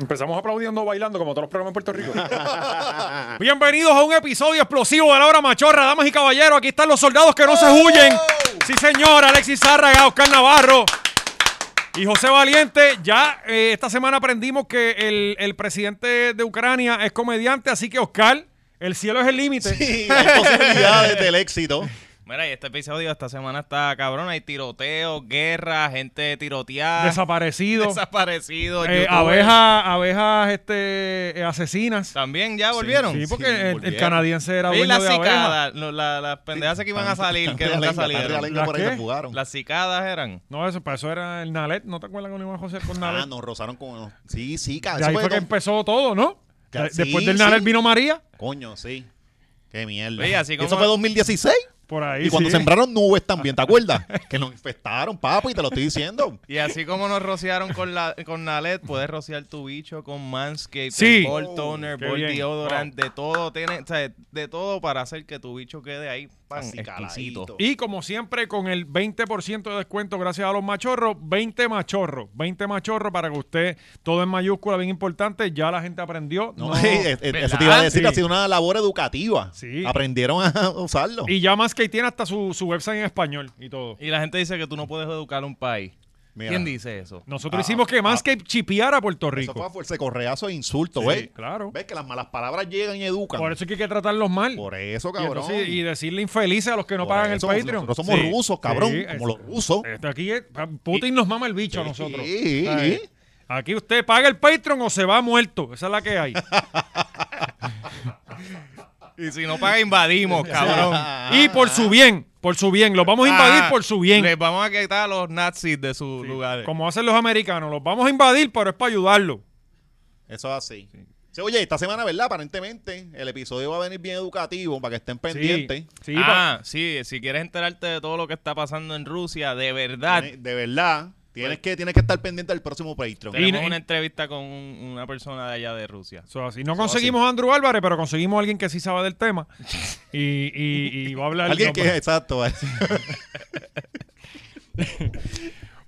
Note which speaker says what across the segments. Speaker 1: Empezamos aplaudiendo, bailando, como todos los programas en Puerto Rico. Bienvenidos a un episodio explosivo de La Hora Machorra, damas y caballeros. Aquí están los soldados que no se huyen. Sí, señor, Alexis Zárraga, Oscar Navarro. Y José Valiente, ya eh, esta semana aprendimos que el, el presidente de Ucrania es comediante, así que Oscar, el cielo es el límite.
Speaker 2: Sí, hay posibilidades del éxito.
Speaker 3: Mira, y este episodio esta semana está cabrón. Hay tiroteos, guerra, gente tiroteada,
Speaker 1: Desaparecido.
Speaker 3: desaparecido,
Speaker 1: Eh,
Speaker 3: youtubers.
Speaker 1: abejas, abejas este, eh, asesinas.
Speaker 3: También ya volvieron.
Speaker 1: Sí, porque
Speaker 2: Sí,
Speaker 1: el- el,
Speaker 2: volvieron.
Speaker 1: canadiense era
Speaker 3: y
Speaker 1: dueño
Speaker 3: las
Speaker 1: de abejas.
Speaker 3: cicadas, no, la- las pendejas que iban a
Speaker 2: Están-
Speaker 3: salir,
Speaker 2: están
Speaker 3: que nunca
Speaker 2: realengas, están
Speaker 3: salieron.
Speaker 2: realengas por ahí
Speaker 1: ¿Las
Speaker 2: se
Speaker 1: qué?
Speaker 2: fugaron.
Speaker 3: Las cicadas eran.
Speaker 1: No, eso, para eso era el Nalet. ¿No te acuerdas cuando iban a José con Nalet?
Speaker 2: Ah, nos rozaron con... Sí, sí, ca-
Speaker 1: De
Speaker 2: eso
Speaker 1: ahí
Speaker 2: fue
Speaker 1: fue que
Speaker 2: con-
Speaker 1: empezó todo, ¿no?
Speaker 2: Ca-
Speaker 1: De- Después
Speaker 2: sí,
Speaker 1: del Nalet
Speaker 2: sí.
Speaker 1: vino María.
Speaker 2: Coño, sí. Qué mierda.
Speaker 3: Oye, así
Speaker 2: Y
Speaker 3: como-
Speaker 2: Eso fue 2016.
Speaker 1: Por ahí.
Speaker 2: Y cuando
Speaker 1: sí.
Speaker 2: sembraron nubes también, ¿te acuerdas? que nos infestaron, papi, te lo estoy diciendo.
Speaker 3: Y así como nos rociaron con, la, con Nalet, puedes rociar tu bicho con Manscaped,
Speaker 1: Sí.
Speaker 3: el Ball
Speaker 2: Oh,
Speaker 3: Toner,
Speaker 1: qué
Speaker 3: Ball
Speaker 1: bien. Oh.
Speaker 3: Deodorant, de todo. Tiene, o sea, de todo para hacer que tu bicho quede ahí pan,
Speaker 2: Así
Speaker 3: exquisito.
Speaker 2: caladito.
Speaker 1: Y como siempre, con el 20% de descuento gracias a los machorros, 20 machorros. 20 machorros para que usted, todo en mayúscula, bien importante, ya la gente aprendió.
Speaker 2: No,
Speaker 1: no-
Speaker 2: eh, eh,
Speaker 3: ¿verdad?
Speaker 2: eso te iba a decir,
Speaker 1: Sí.
Speaker 2: ha sido una labor educativa.
Speaker 1: Sí.
Speaker 2: Aprendieron a usarlo.
Speaker 1: Y ya más que tiene hasta su, su website en español y todo.
Speaker 3: Y la gente dice que tú no puedes educar un país.
Speaker 2: Mira.
Speaker 3: ¿Quién dice eso?
Speaker 1: Nosotros
Speaker 2: Ah,
Speaker 1: hicimos que más que chipear a Puerto
Speaker 2: Eso fue a
Speaker 1: Rico.
Speaker 2: fuerza de correazo e insulto,
Speaker 1: Sí,
Speaker 2: güey.
Speaker 1: claro.
Speaker 2: ¿Ves que las malas palabras llegan y educan?
Speaker 1: Por eso es que hay que tratarlos mal.
Speaker 2: Por eso,
Speaker 1: Y,
Speaker 2: cabrón.
Speaker 1: entonces- y decirle infelices a los que no
Speaker 2: Por
Speaker 1: pagan
Speaker 2: eso,
Speaker 1: el Patreon.
Speaker 2: Nosotros somos
Speaker 1: Sí.
Speaker 2: rusos, cabrón.
Speaker 1: Sí,
Speaker 2: como
Speaker 1: es-
Speaker 2: los rusos.
Speaker 1: esto Este, aquí es- Putin nos mama el bicho a nosotros.
Speaker 2: Sí.
Speaker 1: ¿Sabes? Aquí usted paga el Patreon o se va muerto. Esa es la que hay.
Speaker 3: Y si no paga, invadimos, cabrón.
Speaker 1: y por su bien, por su bien. Los vamos a invadir
Speaker 3: Ah,
Speaker 1: por su bien.
Speaker 3: Les vamos a quitar a los nazis de sus lugares.
Speaker 1: Como hacen los americanos. Los vamos a invadir, pero es para ayudarlos.
Speaker 2: Eso es así. Sí, oye, esta semana, ¿verdad? Aparentemente, el episodio va a venir bien educativo para que estén pendientes.
Speaker 1: Sí, sí, pa-
Speaker 3: ah, sí, si quieres enterarte de todo lo que está pasando en Rusia, de verdad,
Speaker 2: Tiene- De verdad, tienes que, tienes que estar pendiente del próximo Patreon.
Speaker 1: Pues- Sí.
Speaker 3: tenemos
Speaker 1: y-
Speaker 3: una entrevista con un- una persona de allá de Rusia.
Speaker 1: eso es así. No conseguimos a Andrew Álvarez, pero conseguimos a alguien que sí sabe del tema. Y, y- y va a hablar.
Speaker 2: Alguien
Speaker 1: no,
Speaker 2: que,
Speaker 1: pero-
Speaker 2: exacto.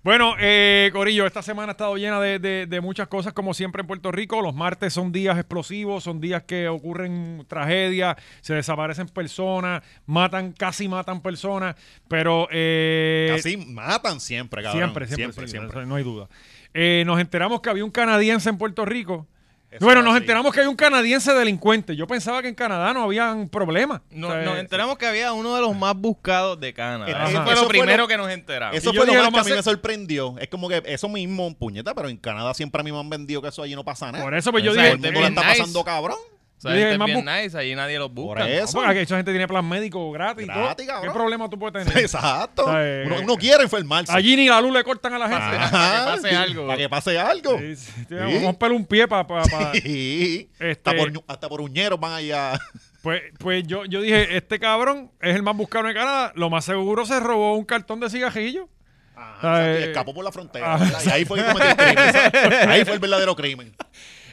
Speaker 1: Bueno, eh, Corillo, esta semana ha estado llena de, de- de muchas cosas, como siempre en Puerto Rico. Los martes son días explosivos, son días que ocurren tragedias, se desaparecen personas, matan, casi matan personas, pero... eh,
Speaker 2: Así matan siempre, cabrón.
Speaker 1: Siempre, siempre,
Speaker 2: siempre.
Speaker 1: sí,
Speaker 2: siempre.
Speaker 1: eso No hay duda. Eh, nos enteramos que había un canadiense en Puerto Rico.
Speaker 2: Eso
Speaker 1: bueno,
Speaker 2: es
Speaker 1: nos
Speaker 2: así.
Speaker 1: enteramos que hay un canadiense delincuente. Yo pensaba que en Canadá no había un problema.
Speaker 3: No-
Speaker 1: O sea, eh,
Speaker 3: nos enteramos que había uno de los más buscados de Canadá.
Speaker 1: Ajá.
Speaker 3: Eso
Speaker 2: Eso
Speaker 3: fue lo
Speaker 2: fue lo-
Speaker 3: primero que nos enteramos.
Speaker 2: Eso
Speaker 1: Y yo
Speaker 2: fue lo
Speaker 1: dije,
Speaker 2: más
Speaker 1: lo
Speaker 2: que a
Speaker 1: más
Speaker 2: mí
Speaker 1: se-
Speaker 2: me sorprendió. Es como que eso mismo, puñeta, pero en Canadá siempre a mí me han vendido que eso allí no pasa nada.
Speaker 1: Por eso, pues yo
Speaker 3: Esa
Speaker 1: dije...
Speaker 2: Todo el mundo
Speaker 3: Bien
Speaker 2: la está
Speaker 3: nice.
Speaker 2: pasando cabrón.
Speaker 3: O sea,
Speaker 1: Yo dije,
Speaker 3: gente es
Speaker 1: más
Speaker 3: bien
Speaker 1: bu-
Speaker 3: nice, allí nadie los busca.
Speaker 2: Por eso.
Speaker 1: No, porque pues, esa gente tiene plan médico gratis. y todo.
Speaker 2: Gratis, cabrón.
Speaker 1: ¿Qué problema tú puedes tener?
Speaker 2: Exacto.
Speaker 1: O sea, eh,
Speaker 2: Uno, uno quiere enfermarse.
Speaker 1: Allí ni la luz le cortan a la gente.
Speaker 2: Ajá,
Speaker 3: Para que pase algo.
Speaker 2: Para que pase algo.
Speaker 1: Sí, sí, tío,
Speaker 2: Ah. Sí.
Speaker 1: Vamos a pelar un pie para...
Speaker 2: Sí.
Speaker 1: Este-
Speaker 2: Hasta, por, ñu- hasta por uñeros van allá.
Speaker 1: Pues, pues yo, yo dije, este cabrón es el más buscado en Canadá. Lo más seguro se robó un cartón de cigajillo.
Speaker 2: Ajá, o sea,
Speaker 1: eh,
Speaker 2: que escapó por la frontera.
Speaker 1: ah,
Speaker 2: ¿verdad? y ahí fue que cometió el crimen. ¿sabes? Ahí fue el verdadero crimen.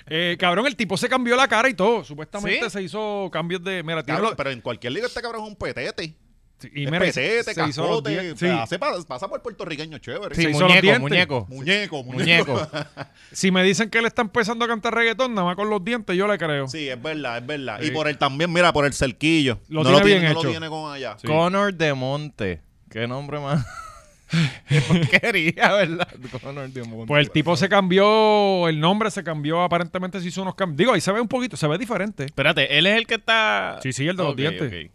Speaker 1: Eh, cabrón, el tipo se cambió la cara y todo. Supuestamente
Speaker 3: ¿Sí?
Speaker 1: se hizo cambios de... Mira, tiene
Speaker 2: Cabrón,
Speaker 1: los-
Speaker 2: pero en cualquier liga este cabrón es un petete.
Speaker 1: y
Speaker 2: es
Speaker 1: mira,
Speaker 2: petete,
Speaker 1: se- se hizo los
Speaker 2: cascote.
Speaker 1: dientes. Sí.
Speaker 2: hace pa- pasa por puertorriqueño, chévere.
Speaker 3: Sí,
Speaker 1: Se hizo los
Speaker 3: muñeco,
Speaker 1: dientes.
Speaker 3: muñeco.
Speaker 2: Muñeco, muñeco.
Speaker 3: Muñeco.
Speaker 1: Si me dicen que él está empezando a cantar reggaetón, nada más con los dientes, yo le creo.
Speaker 2: Sí, es verdad, es verdad.
Speaker 1: Sí.
Speaker 2: Y por el también, mira, por el cerquillo.
Speaker 1: Lo
Speaker 2: no
Speaker 1: tiene
Speaker 2: lo
Speaker 1: bien
Speaker 2: tiene, no
Speaker 1: hecho.
Speaker 2: lo tiene con allá.
Speaker 1: Sí.
Speaker 3: Connor de Monte. Qué nombre más. Qué porquería, ¿verdad? Connor de Monte.
Speaker 1: Pues el tipo se cambió, el nombre se cambió, aparentemente se hizo unos cambios. Digo, ahí se ve un poquito, se ve diferente.
Speaker 3: Espérate, él es el que está.
Speaker 1: Sí, sí, el de los
Speaker 3: Ok,
Speaker 1: dientes.
Speaker 3: ok.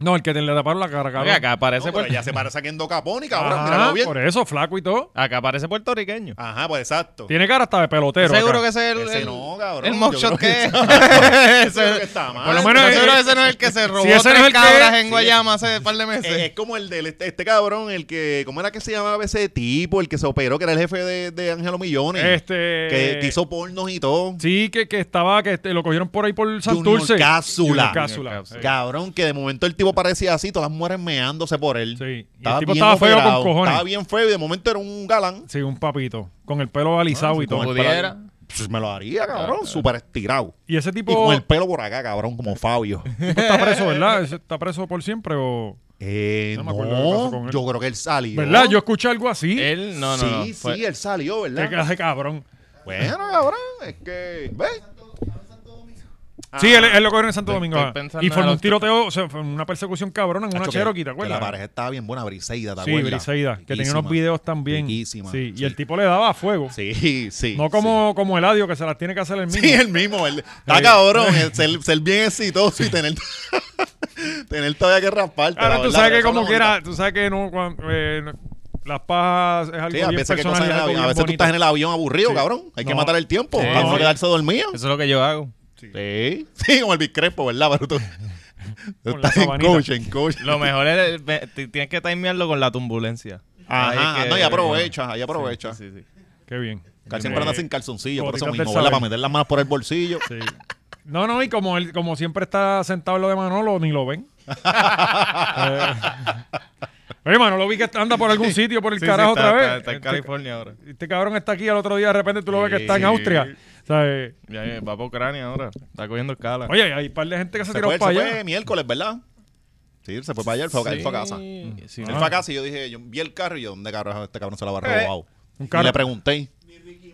Speaker 1: No, el que te le taparon la cara, cabrón.
Speaker 3: Oye, acá aparece
Speaker 2: No, pero
Speaker 3: Puerto-
Speaker 2: ya se parece a Kendo Caponi, cabrón.
Speaker 1: Ajá,
Speaker 2: míralo bien.
Speaker 1: por eso, flaco y todo.
Speaker 3: acá aparece puertorriqueño.
Speaker 2: Ajá, pues exacto.
Speaker 1: Tiene cara hasta de pelotero.
Speaker 3: seguro
Speaker 1: acá.
Speaker 3: que ese es el,
Speaker 2: Ese
Speaker 3: el-
Speaker 2: no, cabrón.
Speaker 3: el
Speaker 2: Yo creo
Speaker 3: mugshot
Speaker 2: que
Speaker 3: que es.
Speaker 2: Yo creo que
Speaker 3: Ese-
Speaker 2: está mal.
Speaker 1: por lo menos
Speaker 3: Yo
Speaker 1: es-
Speaker 3: creo Ah, que ese no es el que se robó
Speaker 1: ese no es Eh,
Speaker 3: tres
Speaker 1: el que-
Speaker 3: cabras en
Speaker 2: Sí.
Speaker 3: Guayama hace un par de meses.
Speaker 2: Es, es como el del este, este cabrón, el que, ¿cómo era que se llamaba ese tipo? El que se operó, que era el jefe de, de Ángelo Millones.
Speaker 1: Este-
Speaker 2: Que que hizo pornos y todo.
Speaker 1: Sí, que, que estaba, que este, lo cogieron por ahí por Santurce.
Speaker 2: Junior Cápsula.
Speaker 1: Junior Cápsula.
Speaker 3: Junior Cápsula.
Speaker 1: Eh,
Speaker 2: Cabrón, que de momento el tipo parecía así, todas las mujeres meándose por él.
Speaker 1: Sí, y el tipo estaba feo con cojones.
Speaker 2: Estaba bien feo y de momento era un galán.
Speaker 1: Sí, un papito, con el pelo alisado y
Speaker 2: Ah, Con
Speaker 1: todo.
Speaker 2: el
Speaker 3: pudiera.
Speaker 2: pelo- Pues me lo haría, cabrón, súper estirado.
Speaker 1: Y ese
Speaker 2: Y
Speaker 1: tipo
Speaker 2: con el pelo por acá, cabrón, como Fabio.
Speaker 1: tipo está preso, ¿verdad? Ese ¿Está preso por siempre o...?
Speaker 2: Eh,
Speaker 1: No me
Speaker 2: no,
Speaker 1: acuerdo qué pasó con él.
Speaker 2: yo creo que él salió.
Speaker 1: ¿Verdad? Yo escuché algo así.
Speaker 3: Él, no, Pues, no.
Speaker 2: sí,
Speaker 3: no,
Speaker 2: sí,
Speaker 3: fue-
Speaker 2: él salió,
Speaker 1: Te
Speaker 2: ¿verdad?
Speaker 1: quedas de cabrón.
Speaker 2: Bueno, cabrón, es que. ¿Ves? Ah.
Speaker 1: Sí, él, él lo cogieron en Santo
Speaker 3: Estoy-
Speaker 1: Domingo.
Speaker 3: estoy
Speaker 1: ajá.
Speaker 3: pensando
Speaker 1: Y fue
Speaker 3: en
Speaker 1: un
Speaker 3: los-
Speaker 1: tiroteo, o sea, fue una persecución cabrona en una
Speaker 2: Nacho, que-
Speaker 1: Cherokee, ¿te
Speaker 2: que La
Speaker 1: acuerdas?
Speaker 2: pareja estaba bien buena, Briseida, ¿te
Speaker 1: Sí,
Speaker 2: acuerdas?
Speaker 1: Briseida, que tenía unos
Speaker 2: Riquísima.
Speaker 1: videos también.
Speaker 2: Riquísima,
Speaker 1: Sí, y
Speaker 2: sí.
Speaker 1: el tipo le daba a fuego.
Speaker 2: Sí, sí.
Speaker 1: No como, como el adio que se las tiene que hacer el
Speaker 2: Sí,
Speaker 1: mismo.
Speaker 2: Sí, el mismo. El, está cabrón el ser, ser bien exitoso y tener, tener todavía que rasparte.
Speaker 1: Ahora
Speaker 2: la
Speaker 1: tú
Speaker 2: verdad,
Speaker 1: sabes
Speaker 2: pero
Speaker 1: que
Speaker 2: eso
Speaker 1: como
Speaker 2: no
Speaker 1: quiera, tú sabes que no, cuan- eh, no- las pajas es algo
Speaker 2: Sí, a
Speaker 1: bien
Speaker 2: veces, que
Speaker 1: personal
Speaker 2: cosas
Speaker 1: y
Speaker 2: en el
Speaker 1: algo
Speaker 2: avión.
Speaker 1: bien
Speaker 2: a veces tú
Speaker 1: bonito.
Speaker 2: estás en el avión aburrido,
Speaker 1: Sí.
Speaker 2: cabrón. Hay que
Speaker 1: No.
Speaker 2: matar el tiempo.
Speaker 1: Sí.
Speaker 2: para no
Speaker 1: Sí.
Speaker 2: quedarse dormido.
Speaker 3: Eso es lo que yo hago.
Speaker 2: Sí. Sí, como el Biscrepo, ¿verdad? Pero tú, tú
Speaker 1: Con la
Speaker 2: estás en
Speaker 1: sabanita.
Speaker 2: coach, en coach.
Speaker 3: Lo mejor es, el- ve- ti- tienes que timearlo con la turbulencia.
Speaker 1: ah,
Speaker 2: Ajá,
Speaker 3: Ahí es que-
Speaker 2: no, y aprovecha, ahí aprovecha.
Speaker 3: Sí, sí, sí.
Speaker 1: Qué bien.
Speaker 2: Casi siempre
Speaker 1: Eh,
Speaker 2: anda sin calzoncillo, por eso
Speaker 1: Gotitas del
Speaker 2: mismo, ¿verdad?
Speaker 1: saber.
Speaker 2: Para meter las manos por el bolsillo.
Speaker 1: Sí. No, no, y como él, como siempre está sentado en lo de Manolo, ni lo ven. eh, oye, Manolo vi que anda por algún sitio, por el
Speaker 3: Sí, sí,
Speaker 1: carajo
Speaker 3: está-
Speaker 1: otra vez.
Speaker 3: Está, está en
Speaker 1: Este-
Speaker 3: California ahora.
Speaker 1: Este cabrón está aquí, al otro día de repente tú lo ves que está en
Speaker 3: Sí.
Speaker 1: Austria. ¿Sabes?
Speaker 3: Ya, ya, va para Ucrania ahora. Está cogiendo escala.
Speaker 1: Oye, hay un par de gente que se,
Speaker 2: Se
Speaker 1: tiró
Speaker 2: fue,
Speaker 1: para
Speaker 2: se
Speaker 1: allá.
Speaker 2: fue miércoles, ¿verdad? Sí, se fue para allá, él fue, él fue a casa.
Speaker 1: mm,
Speaker 3: Sí,
Speaker 2: Él
Speaker 3: no.
Speaker 1: Ah.
Speaker 2: fue a casa y yo dije, yo vi el carro y yo, ¿dónde cabrón este cabrón se lo habrá
Speaker 3: Eh,
Speaker 2: robado?
Speaker 1: un
Speaker 2: Un
Speaker 1: carro.
Speaker 2: le pregunté. Ni Ricky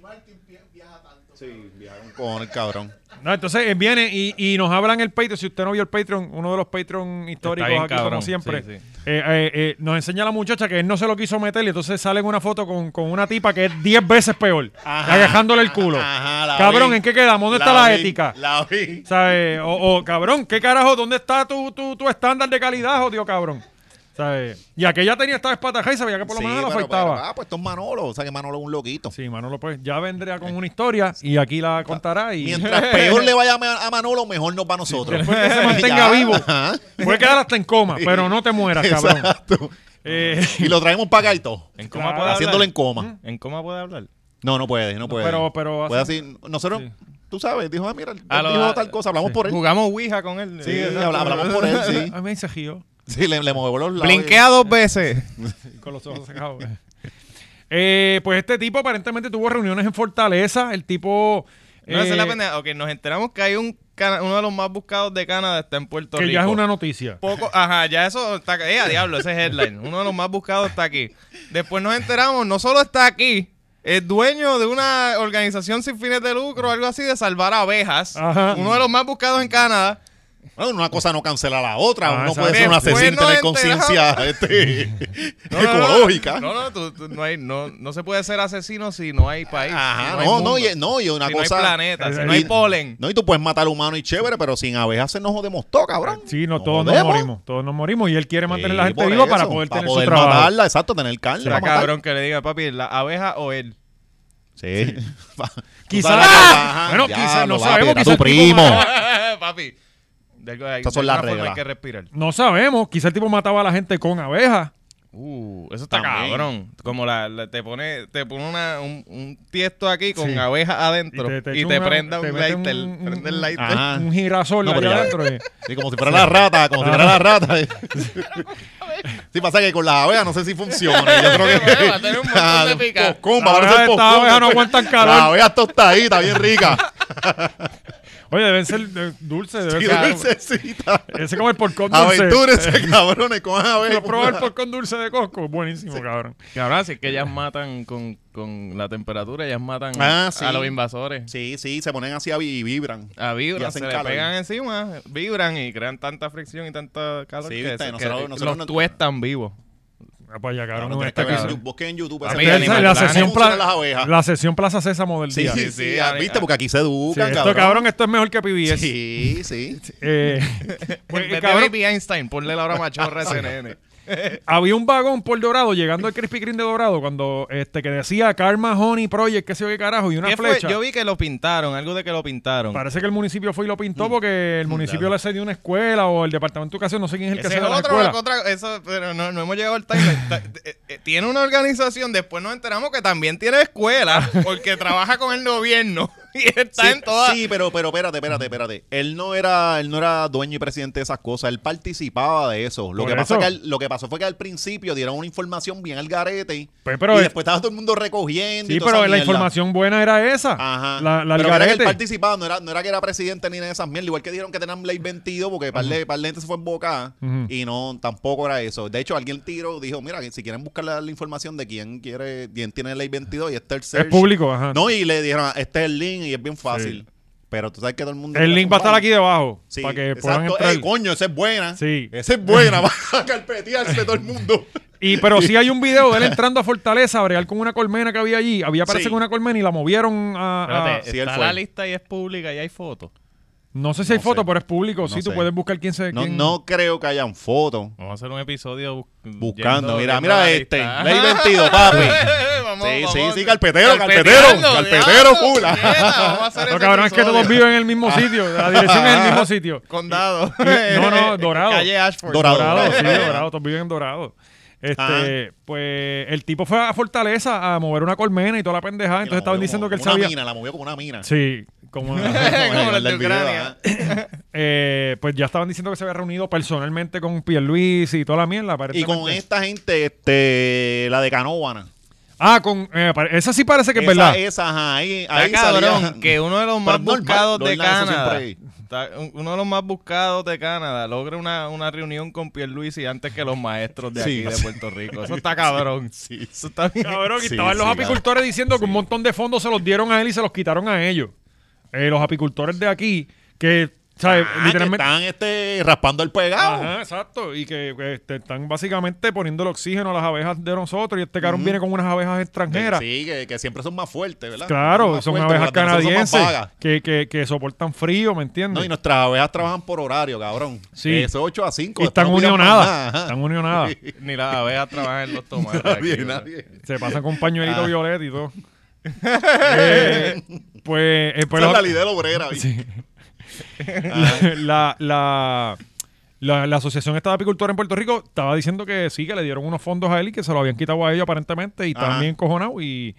Speaker 2: Martin viaja tanto. Sí, viajaron con el cabrón.
Speaker 1: No, entonces eh, viene y, y nos hablan el Patreon. Si usted no vio el Patreon, uno de los Patreon históricos
Speaker 3: bien,
Speaker 1: aquí, como
Speaker 3: cabrón.
Speaker 1: siempre,
Speaker 3: Sí, sí.
Speaker 1: eh, eh, eh, nos enseña la muchacha que él no se lo quiso meter y entonces sale en una foto con, con una tipa que es 10 veces peor,
Speaker 2: Ajá.
Speaker 1: agajándole el culo.
Speaker 2: Ajá, la
Speaker 1: cabrón,
Speaker 2: vi.
Speaker 1: ¿en qué quedamos? ¿Dónde está la
Speaker 2: vi,
Speaker 1: ética?
Speaker 2: La vi.
Speaker 1: ¿Sabes? O, o, cabrón, ¿qué carajo? ¿Dónde está tu, tu, tu estándar de calidad, jodido cabrón? ¿Sabes? Y aquella tenía esta espataja y sabía que por lo
Speaker 2: Sí,
Speaker 1: menos la
Speaker 2: pero-
Speaker 1: afectaba.
Speaker 2: pero, ah, pues esto es Manolo. O sea que Manolo es un loquito.
Speaker 1: Sí, Manolo, pues ya vendría con una historia y aquí la contará. Y
Speaker 2: Mientras peor le vaya a a Manolo, mejor nos va a nosotros.
Speaker 1: después que se mantenga
Speaker 2: Ya,
Speaker 1: vivo,
Speaker 2: ajá.
Speaker 1: puede quedar hasta en coma, pero no te mueras, cabrón.
Speaker 2: Exacto.
Speaker 1: Eh,
Speaker 2: Y lo traemos para acá y todo.
Speaker 3: ¿En coma
Speaker 1: Claro.
Speaker 3: puede hablar?
Speaker 2: Haciéndolo en coma.
Speaker 3: ¿En coma puede hablar?
Speaker 2: No, no puede, no puede.
Speaker 1: pero- pero
Speaker 2: puede
Speaker 1: hace-
Speaker 2: así. Nosotros, tú sabes, dijo, ah, mira, él
Speaker 3: Ah, lo-
Speaker 2: dijo
Speaker 3: ah,
Speaker 2: tal cosa, hablamos por él.
Speaker 3: Jugamos Ouija con él.
Speaker 2: Sí, habla- hablamos por él, sí.
Speaker 1: a mí se gió
Speaker 2: Sí, le, le movemos los labios.
Speaker 3: Blinquea dos veces.
Speaker 1: con los ojos sacados. Eh, pues este tipo aparentemente tuvo reuniones en Fortaleza. El tipo.
Speaker 3: No, esa es la
Speaker 1: eh,
Speaker 3: pendeja. Ok, nos enteramos que hay un cana- uno de los más buscados de Canadá está en Puerto
Speaker 1: que
Speaker 3: Rico.
Speaker 1: ya es una noticia.
Speaker 3: Poco, ajá, ya eso está acá. Eh, a diablo, ese headline. Uno de los más buscados está aquí. Después nos enteramos, no solo está aquí, es dueño de una organización sin fines de lucro, algo así, de salvar abejas.
Speaker 1: Ajá.
Speaker 3: Uno de los más buscados en Canadá.
Speaker 2: Bueno, una cosa no cancela a la otra.
Speaker 1: Ah,
Speaker 2: Uno
Speaker 1: exacto.
Speaker 2: puede ser un
Speaker 3: Después
Speaker 2: asesino y
Speaker 3: nos
Speaker 2: tener
Speaker 3: enteramos.
Speaker 2: conciencia este,
Speaker 3: No, no, no,
Speaker 2: ecológica.
Speaker 3: No, no, tú- tú- no, hay, no, no se puede ser asesino si no hay país. si
Speaker 2: Ajá,
Speaker 3: hay
Speaker 2: no, no,
Speaker 3: mundo,
Speaker 2: y, no, y una
Speaker 3: si
Speaker 2: cosa.
Speaker 3: no hay planeta, si
Speaker 1: Eh,
Speaker 3: no hay
Speaker 1: y-
Speaker 3: polen.
Speaker 2: No, y tú puedes matar humano y chévere, pero sin abejas se nos jodemos todo, cabrón.
Speaker 1: Sí, no,
Speaker 2: Nos
Speaker 1: todos nos
Speaker 2: jodemos.
Speaker 1: morimos. Todos nos morimos y él quiere mantener a la
Speaker 2: Sí,
Speaker 1: gente
Speaker 2: por
Speaker 1: viva
Speaker 2: eso,
Speaker 1: para poder tener su trabajo.
Speaker 2: matarla, exacto, tener carne.
Speaker 3: Será
Speaker 2: para matar.
Speaker 3: cabrón que le diga, papi, la abeja o él.
Speaker 2: Sí.
Speaker 1: Quizás-
Speaker 2: Ajá,
Speaker 1: Bueno,
Speaker 2: ya,
Speaker 1: quizás, no
Speaker 2: lo va a
Speaker 1: sabemos,
Speaker 2: pegar
Speaker 1: quizás
Speaker 2: tu
Speaker 1: el tipo
Speaker 2: primo.
Speaker 3: papi. De, de,
Speaker 2: Estas son las
Speaker 3: alguna forma
Speaker 2: reglas.
Speaker 3: Hay que respirar.
Speaker 1: No sabemos. Quizá el tipo mataba a la gente con abejas.
Speaker 3: Uh, eso está
Speaker 2: También.
Speaker 3: cabrón. Como la, la- te pone, te pone una, un, un tiesto aquí con
Speaker 1: Sí.
Speaker 3: abejas adentro
Speaker 1: Y te-
Speaker 3: y
Speaker 1: te
Speaker 3: te,
Speaker 1: echa una-
Speaker 3: prenda
Speaker 1: te
Speaker 3: un
Speaker 1: mete
Speaker 3: lighter.
Speaker 1: un- un-
Speaker 3: prende el lighter.
Speaker 2: Ajá.
Speaker 1: Un girasol
Speaker 2: Ah. No, pero
Speaker 1: allá
Speaker 2: ya-
Speaker 1: adentro. eh.
Speaker 2: Sí, como si fuera la rata, como si fuera la rata. Sí, pasa que con las abejas no sé si funciona. Yo creo que. Ah,
Speaker 3: Va a tener un montón de pica.
Speaker 2: Popcorn, va a
Speaker 1: Las
Speaker 2: parecer
Speaker 1: abejas- estas
Speaker 2: popcorn.
Speaker 1: abejas no aguantan calor.
Speaker 2: Las abejas tostaditas, bien ricas.
Speaker 1: Oye, deben ser eh, dulces. Deben
Speaker 2: Y
Speaker 1: ser
Speaker 2: dulcecitas.
Speaker 1: Ese como el porcón dulce.
Speaker 2: Aventúrense, cabrones, con abejas.
Speaker 1: Lo probé el porcón dulce de Costco. Buenísimo, cabrón.
Speaker 3: Cabrón, si es que ellas matan con, con la temperatura, ellas matan
Speaker 2: Ah, sí.
Speaker 3: a los invasores.
Speaker 2: Sí, sí, se ponen así y vibran. Y
Speaker 3: A Ah, vibran,
Speaker 2: hacen
Speaker 3: se le
Speaker 2: calor.
Speaker 3: pegan encima, vibran y crean tanta fricción y tanta calor
Speaker 2: Sí,
Speaker 3: que,
Speaker 2: viste,
Speaker 3: se-
Speaker 2: nosotros-
Speaker 3: que
Speaker 2: nosotros
Speaker 3: los
Speaker 2: no-
Speaker 3: tuestan vivos.
Speaker 1: Ah, pues ya, cabrón.
Speaker 2: Cabrón,
Speaker 1: no
Speaker 2: tienes
Speaker 1: está
Speaker 2: que ver
Speaker 1: aquí.
Speaker 2: en YouTube, busquen en YouTube. ese
Speaker 3: Papi,
Speaker 2: video.
Speaker 1: Esa es
Speaker 3: Animal
Speaker 1: la
Speaker 3: Planet.
Speaker 1: sesión,
Speaker 2: ¿Cómo funcionan
Speaker 1: pla-
Speaker 2: las abejas?
Speaker 1: la sesión Plaza Sésamo del
Speaker 2: Sí,
Speaker 1: día.
Speaker 2: sí,
Speaker 1: Sí,
Speaker 2: sí.
Speaker 3: sí,
Speaker 2: ah,
Speaker 3: a-
Speaker 2: Viste, porque aquí se educan,
Speaker 1: esto, cabrón, esto es mejor que PBS.
Speaker 2: Sí, sí.
Speaker 1: Eh, pues,
Speaker 3: Pues, en vez de
Speaker 1: cabrón,
Speaker 3: Baby Einstein, ponle la hora machorra a CNN.
Speaker 1: había un vagón por Dorado llegando al Krispy Kreme de Dorado cuando este que decía Karma Honey Project, qué sé yo qué carajo, y una
Speaker 3: ¿Qué fue?
Speaker 1: flecha.
Speaker 3: Yo vi que lo pintaron, algo de que lo pintaron.
Speaker 1: Parece que el municipio fue y lo pintó porque el municipio
Speaker 2: claro.
Speaker 1: le cedió una escuela o el departamento de educación, no sé quién es el que
Speaker 3: Ese es
Speaker 1: cedió la
Speaker 3: otro,
Speaker 1: escuela.
Speaker 3: otra- eso, pero no, no hemos llegado al timeline. Ta- eh, eh, tiene una organización, después nos enteramos que también tiene escuela, porque trabaja con el gobierno y está
Speaker 2: Sí,
Speaker 3: en todas.
Speaker 2: sí, pero, pero espérate, espérate, espérate. Él no era, él no era dueño y presidente de esas cosas, él participaba de eso. Lo
Speaker 1: Por
Speaker 2: que pasa
Speaker 1: eso.
Speaker 2: que al- lo que pasó fue que al principio dieron una información bien al garete
Speaker 1: Pues, pero
Speaker 2: y
Speaker 1: es-
Speaker 2: después estaba todo el mundo recogiendo. y
Speaker 1: Sí,
Speaker 2: toda
Speaker 1: pero
Speaker 2: esa
Speaker 1: la
Speaker 2: mierda.
Speaker 1: información buena era esa.
Speaker 2: Ajá.
Speaker 1: La, la
Speaker 2: pero que era que él
Speaker 1: algarete.
Speaker 2: participaba, no era, no era que era presidente ni nada de esas mierdas. Igual que dijeron que tenían ley 22 porque par de, par de gente se fue en boca
Speaker 1: Ujú.
Speaker 2: y no, tampoco era eso. De hecho, alguien tiró, dijo, mira, que si quieren buscar la, la información de quién quiere, quién tiene ley 22 y este es el
Speaker 1: Es
Speaker 2: search.
Speaker 1: público, ajá.
Speaker 2: No, y le dijeron, este es el link y es bien fácil. Pero tú sabes que todo el mundo.
Speaker 1: el link va a estar aquí debajo
Speaker 2: Sí,
Speaker 1: para que puedan
Speaker 2: exacto.
Speaker 1: entrar.
Speaker 2: Ey, coño, esa es buena.
Speaker 1: Sí.
Speaker 2: Esa es buena. Va a carpetearse todo el mundo.
Speaker 1: Y pero sí hay un video de él entrando a Fortaleza a bregar con una colmena que había allí. Había parece
Speaker 2: Sí.
Speaker 1: que una colmena y la movieron a. a-
Speaker 3: Espérate,
Speaker 2: Ah, sí, él
Speaker 3: Ah, está
Speaker 2: fue.
Speaker 3: la lista y es pública y hay fotos.
Speaker 1: no sé si hay
Speaker 2: No
Speaker 1: foto,
Speaker 2: sé.
Speaker 1: pero es público.
Speaker 2: No
Speaker 1: sí, tú
Speaker 2: sé.
Speaker 1: puedes buscar quién se.
Speaker 2: No,
Speaker 1: quién-
Speaker 2: no creo que hayan fotos.
Speaker 3: Vamos a hacer un episodio bus-
Speaker 2: Buscando,
Speaker 3: yendo-
Speaker 2: mira,
Speaker 3: yendo
Speaker 2: mira
Speaker 3: a la
Speaker 2: este,
Speaker 3: lista.
Speaker 2: ley 22, papi.
Speaker 3: Vamos,
Speaker 2: Sí,
Speaker 3: vamos.
Speaker 2: sí, sí, carpetero,
Speaker 3: Carpeteando,
Speaker 2: carpetero, carpetero,
Speaker 3: diablo,
Speaker 2: pula.
Speaker 3: puñeta, vamos a hacer
Speaker 1: Lo
Speaker 3: ese
Speaker 1: Ah, cabrón es que
Speaker 3: episodio.
Speaker 1: todos viven en el mismo
Speaker 2: Ah.
Speaker 1: sitio. La dirección es el mismo sitio.
Speaker 3: Condado.
Speaker 1: No, no, Dorado.
Speaker 3: Calle Ashford.
Speaker 2: Dorado. Ah.
Speaker 1: Dorado, sí, Dorado. Todos viven en Dorado. Este,
Speaker 2: Ajá.
Speaker 1: pues el tipo fue a Fortaleza a mover una colmena y toda la pendejada. Entonces estaban diciendo que él
Speaker 2: una
Speaker 1: sabía.
Speaker 2: mina, la movió como una mina.
Speaker 1: Sí, como.
Speaker 3: Como los de
Speaker 2: El video,
Speaker 3: Ucrania.
Speaker 2: ¿eh?
Speaker 1: eh, pues ya estaban diciendo que se había reunido personalmente con Pierluis y toda la mierda.
Speaker 2: Y con
Speaker 1: aparentemente.
Speaker 2: esta gente, este, la de Canóvana.
Speaker 1: Ah, con. eh, pare- esa sí parece que es
Speaker 2: Esa-
Speaker 1: verdad.
Speaker 2: Esa, ajá, ahí,
Speaker 3: Está
Speaker 2: ahí
Speaker 3: cabrón,
Speaker 2: salía-
Speaker 3: que uno de los más
Speaker 2: Pero es normal,
Speaker 3: buscados de
Speaker 2: normal, eso
Speaker 3: Canadá.
Speaker 2: siempre
Speaker 3: está- un- uno de los más buscados de Canadá logra una, una reunión con Pierluisi antes que los maestros de
Speaker 2: Sí.
Speaker 3: aquí de Puerto Rico. Eso está cabrón.
Speaker 2: Sí,
Speaker 3: Eso está bien.
Speaker 1: Cabrón, y
Speaker 2: Sí,
Speaker 1: estaban los
Speaker 2: sí,
Speaker 1: apicultores diciendo que un montón de fondos se los dieron a él y se los quitaron a ellos. Eh, los apicultores de aquí, que, ¿sabes?
Speaker 2: Ah, que
Speaker 1: Literalmente.
Speaker 2: están este, raspando el pegado.
Speaker 1: Ajá, exacto. Y que que, este, están básicamente poniendo el oxígeno a las abejas de nosotros. Y este cabrón viene con unas abejas
Speaker 2: Que,
Speaker 1: extranjeras.
Speaker 2: sí, que, que siempre son más fuertes, ¿verdad?
Speaker 1: Claro,
Speaker 2: más
Speaker 1: son
Speaker 2: fuertes,
Speaker 1: abejas
Speaker 2: pero las de nosotros son
Speaker 1: canadienses
Speaker 2: más vagas.
Speaker 1: que, que, que soportan frío, ¿me entiendes?
Speaker 2: No, y nuestras abejas trabajan por horario, cabrón.
Speaker 1: Sí.
Speaker 2: Eso es 8 a 5.
Speaker 1: Y están unionadas.
Speaker 2: Ajá.
Speaker 1: Están unionadas.
Speaker 3: Ni las abejas trabajan en los tomates.
Speaker 2: Nadie,
Speaker 3: aquí, ¿verdad?
Speaker 2: nadie.
Speaker 1: Se pasan con un
Speaker 2: Ah.
Speaker 1: pañuelito violeta y todo. Eh, pues, eh, pues
Speaker 2: Esa es la
Speaker 1: los-
Speaker 2: líder obrera. ¿viste?
Speaker 1: Sí. la, la, la, la- la Asociación esta de Apicultura en Puerto Rico estaba diciendo que sí, que le dieron unos fondos a él y que se lo habían quitado a ellos aparentemente y estaban
Speaker 2: Ajá.
Speaker 1: bien encojonados y,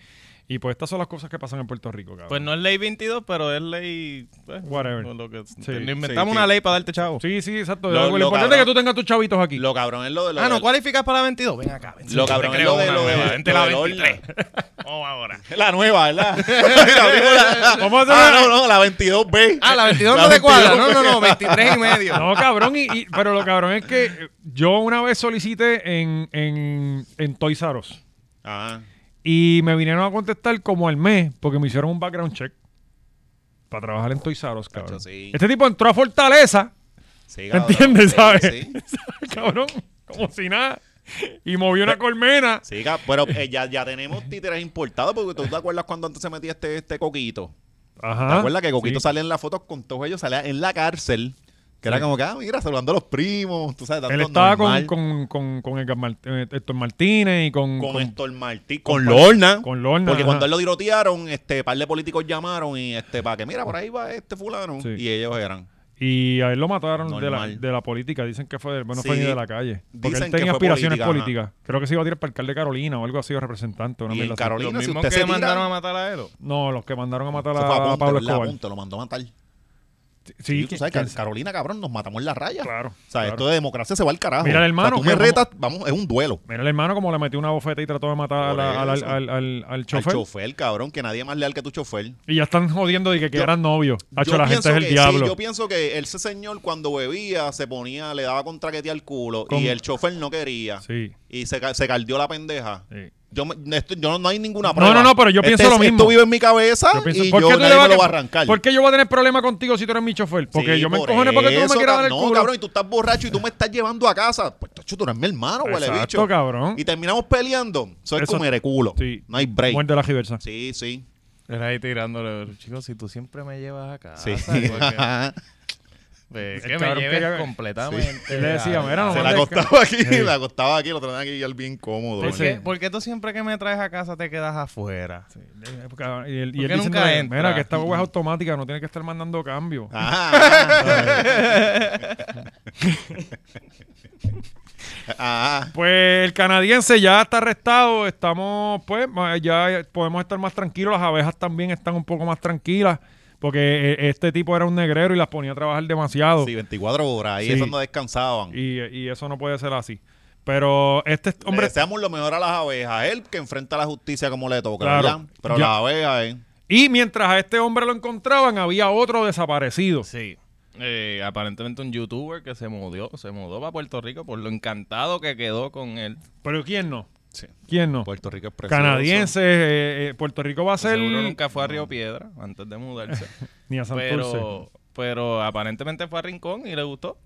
Speaker 1: y pues estas son las cosas que pasan en Puerto Rico, cabrón.
Speaker 3: Pues no es ley 22, pero es ley... pues,
Speaker 1: Whatever.
Speaker 3: lo que-
Speaker 1: Sí.
Speaker 3: Inventamos
Speaker 2: Sí,
Speaker 3: una
Speaker 2: sí.
Speaker 3: ley para darte chavo.
Speaker 1: Sí, sí, exacto.
Speaker 2: Lo-
Speaker 1: lo
Speaker 2: lo
Speaker 1: importante es que
Speaker 2: cabrón-
Speaker 1: tú tengas tus chavitos aquí.
Speaker 2: Lo cabrón es lo de lo
Speaker 3: Ah, no,
Speaker 2: del-
Speaker 3: cualificas para la 22. Ven acá, ven.
Speaker 2: Lo cabrón
Speaker 3: Te
Speaker 2: es
Speaker 3: creo
Speaker 2: lo de
Speaker 3: una
Speaker 2: lo de-
Speaker 3: nueva, vente la
Speaker 2: lo del horno.
Speaker 3: 23. Vamos ahora.
Speaker 2: La nueva, ¿verdad? Mira, abrimos la-
Speaker 1: Vamos a hacer
Speaker 2: Ah,
Speaker 1: una-
Speaker 2: no, no, la 22B.
Speaker 3: Ah, la 22 no te
Speaker 2: 22B.
Speaker 3: cuadra. No, no, no, 23 y medio.
Speaker 1: No, cabrón, y, y- pero lo cabrón es que eh, yo una vez solicité en, en, en Toys R Us.
Speaker 2: Ajá.
Speaker 1: Y me vinieron a contestar como al mes, porque me hicieron un background check para trabajar en Toys R Us, cabrón.
Speaker 2: Cacho, sí.
Speaker 1: Este tipo entró a Fortaleza,
Speaker 2: Sí,
Speaker 1: ¿me
Speaker 2: cabrón.
Speaker 1: ¿entiendes?
Speaker 2: Sí,
Speaker 1: ¿Sabes?
Speaker 2: Sí,
Speaker 1: cabrón, como si nada. Y movió una colmena.
Speaker 2: Sí, ca- pero eh, ya, ya tenemos títeres importados porque tú te acuerdas cuando antes se metía este, este coquito.
Speaker 1: Ajá.
Speaker 2: ¿Te acuerdas que Coquito
Speaker 1: Ah, Sí.
Speaker 2: salía en las fotos con todos ellos? Salía en la cárcel. Que era como que, ah, mira, saludando a los primos. Tú sabes, tanto
Speaker 1: Él estaba con,
Speaker 2: normal.
Speaker 1: con, con, con Edgar Mart- eh, Héctor Martínez y con,
Speaker 2: con,
Speaker 1: con,
Speaker 2: Héctor Martí, con,
Speaker 1: con-
Speaker 2: Lorna.
Speaker 1: con Lorna,
Speaker 2: Porque
Speaker 1: ajá.
Speaker 2: cuando él lo tirotearon, este par de políticos llamaron y este para que mira, por ahí va este fulano.
Speaker 1: Sí.
Speaker 2: Y ellos eran.
Speaker 1: Y a él lo mataron de la,
Speaker 2: Normal.
Speaker 1: de la política. Dicen que fue, bueno, no
Speaker 2: Sí.
Speaker 1: fue ni de la calle. Porque
Speaker 2: Dicen
Speaker 1: él
Speaker 2: que
Speaker 1: tenía
Speaker 2: fue
Speaker 1: aspiraciones
Speaker 2: política,
Speaker 1: políticas. Creo que se iba a tirar para alcalde de Carolina o algo así, o representante. Una
Speaker 2: Y
Speaker 1: mierda
Speaker 2: en
Speaker 1: así.
Speaker 2: Carolina,
Speaker 3: Los
Speaker 2: si
Speaker 3: mismos
Speaker 2: usted
Speaker 3: que
Speaker 2: se
Speaker 3: mandaron
Speaker 2: tira,
Speaker 3: a matar a Elo.
Speaker 1: No, los que mandaron a matar
Speaker 2: se fue a
Speaker 1: a,
Speaker 2: Ponte,
Speaker 1: Pablo
Speaker 2: ¿verdad? A
Speaker 1: Escobar.
Speaker 2: Ponte, lo mandó a matar. Sí,
Speaker 1: Sí,
Speaker 2: tú
Speaker 1: que-
Speaker 2: sabes que
Speaker 1: que-
Speaker 2: en Carolina, cabrón, nos matamos en la raya.
Speaker 1: Claro,
Speaker 2: O sea,
Speaker 1: claro.
Speaker 2: esto de democracia se va al carajo.
Speaker 1: Mira, hermano,
Speaker 2: O sea, tú me
Speaker 1: que
Speaker 2: retas, vamos, es un duelo.
Speaker 1: Mira el hermano como le metió una bofeta y trató de matar a
Speaker 2: Por
Speaker 1: la- al, al,
Speaker 2: eso.
Speaker 1: al- al- al
Speaker 2: Al
Speaker 1: chofer.
Speaker 2: chofer, cabrón, que nadie es más leal que tu chofer.
Speaker 1: Y ya están jodiendo de que, que
Speaker 2: Yo-
Speaker 1: eran novios. Hacho,
Speaker 2: Yo
Speaker 1: la gente
Speaker 2: pienso
Speaker 1: es el
Speaker 2: que- sí,
Speaker 1: diablo.
Speaker 2: yo pienso que ese señor cuando bebía se ponía, le daba con traquete al culo
Speaker 1: Con-
Speaker 2: y el chofer no quería.
Speaker 1: Sí,
Speaker 2: Y se, ca- se caldeó la pendeja.
Speaker 1: sí.
Speaker 2: Yo, me- esto- yo no, no hay ninguna
Speaker 1: No,
Speaker 2: prueba.
Speaker 1: no, no, pero yo
Speaker 2: Este
Speaker 1: pienso
Speaker 2: es-
Speaker 1: lo mismo.
Speaker 2: Esto vive en mi cabeza
Speaker 1: Yo pienso,
Speaker 2: Ah, y
Speaker 1: ¿por
Speaker 2: yo
Speaker 1: qué tú le
Speaker 2: nadie
Speaker 1: vas
Speaker 2: me
Speaker 1: a-
Speaker 2: lo va a arrancar.
Speaker 1: ¿Por qué yo voy a tener problema contigo si tú eres mi chofer? Porque
Speaker 2: Sí,
Speaker 1: yo me
Speaker 2: por
Speaker 1: encojone porque tú no me
Speaker 2: eso,
Speaker 1: quieres dar el
Speaker 2: cabrón.
Speaker 1: culo.
Speaker 2: No, cabrón, y tú estás borracho y tú me estás llevando a casa. Pues, tacho, tú eres mi hermano, huele
Speaker 1: Exacto,
Speaker 2: bicho.
Speaker 1: cabrón.
Speaker 2: Y terminamos peleando. Soy
Speaker 1: Eso-
Speaker 2: como culo.
Speaker 1: Sí.
Speaker 2: No hay break.
Speaker 1: Muerte de la jiversa.
Speaker 2: Sí, sí.
Speaker 3: Era ahí tirándole. Chicos, si tú siempre me llevas a casa.
Speaker 2: Sí.
Speaker 3: Ah, porque- pues,
Speaker 1: El
Speaker 3: que me
Speaker 1: cabrón
Speaker 3: lleves
Speaker 1: quería-
Speaker 3: completamente.
Speaker 1: Él le decía,
Speaker 3: a-
Speaker 1: mira, no
Speaker 2: se
Speaker 1: mandes-
Speaker 2: la acostaba aquí,
Speaker 1: Sí.
Speaker 2: la acostaba aquí, lo tenían aquí y bien cómodo.
Speaker 3: ¿Por
Speaker 1: Sí.
Speaker 3: qué, por qué tú siempre que me traes a casa te quedas afuera?
Speaker 1: Y él, y
Speaker 3: ¿Por
Speaker 1: él
Speaker 3: qué
Speaker 1: diciendo,
Speaker 3: nunca entra?
Speaker 1: mira, que esta hueá es automática, no tiene que estar mandando cambios.
Speaker 2: Ah, ah,
Speaker 1: Pues el canadiense ya está arrestado, estamos, pues, ma- ya podemos estar más tranquilos, las abejas también están un poco más tranquilas, porque eh, este tipo era un negrero y las ponía a trabajar demasiado,
Speaker 2: Sí, 24 horas. Ahí
Speaker 1: Sí.
Speaker 2: esas no descansaban.
Speaker 1: y, y eso no puede ser así. Pero este
Speaker 2: Hombre,
Speaker 1: hombre,
Speaker 2: deseamos lo mejor a las abejas. Él que enfrenta a la justicia como le toca,
Speaker 1: Claro.
Speaker 2: ¿verdad? Pero
Speaker 1: Ya.
Speaker 2: las abejas, ¿eh?
Speaker 1: y mientras a este hombre lo encontraban, había otro desaparecido.
Speaker 3: Sí. Eh, aparentemente un youtuber que se mudó, se mudó para Puerto Rico por lo encantado que quedó con él.
Speaker 1: Pero ¿quién no?
Speaker 2: Sí.
Speaker 1: ¿Quién no?
Speaker 2: Puerto Rico es precioso.
Speaker 1: Canadienses, eh, eh, Puerto Rico va a ser
Speaker 3: Seguro nunca fue a Río Piedra antes de mudarse.
Speaker 1: ni a Santurce.
Speaker 3: pero, pero aparentemente fue a Rincón y le gustó.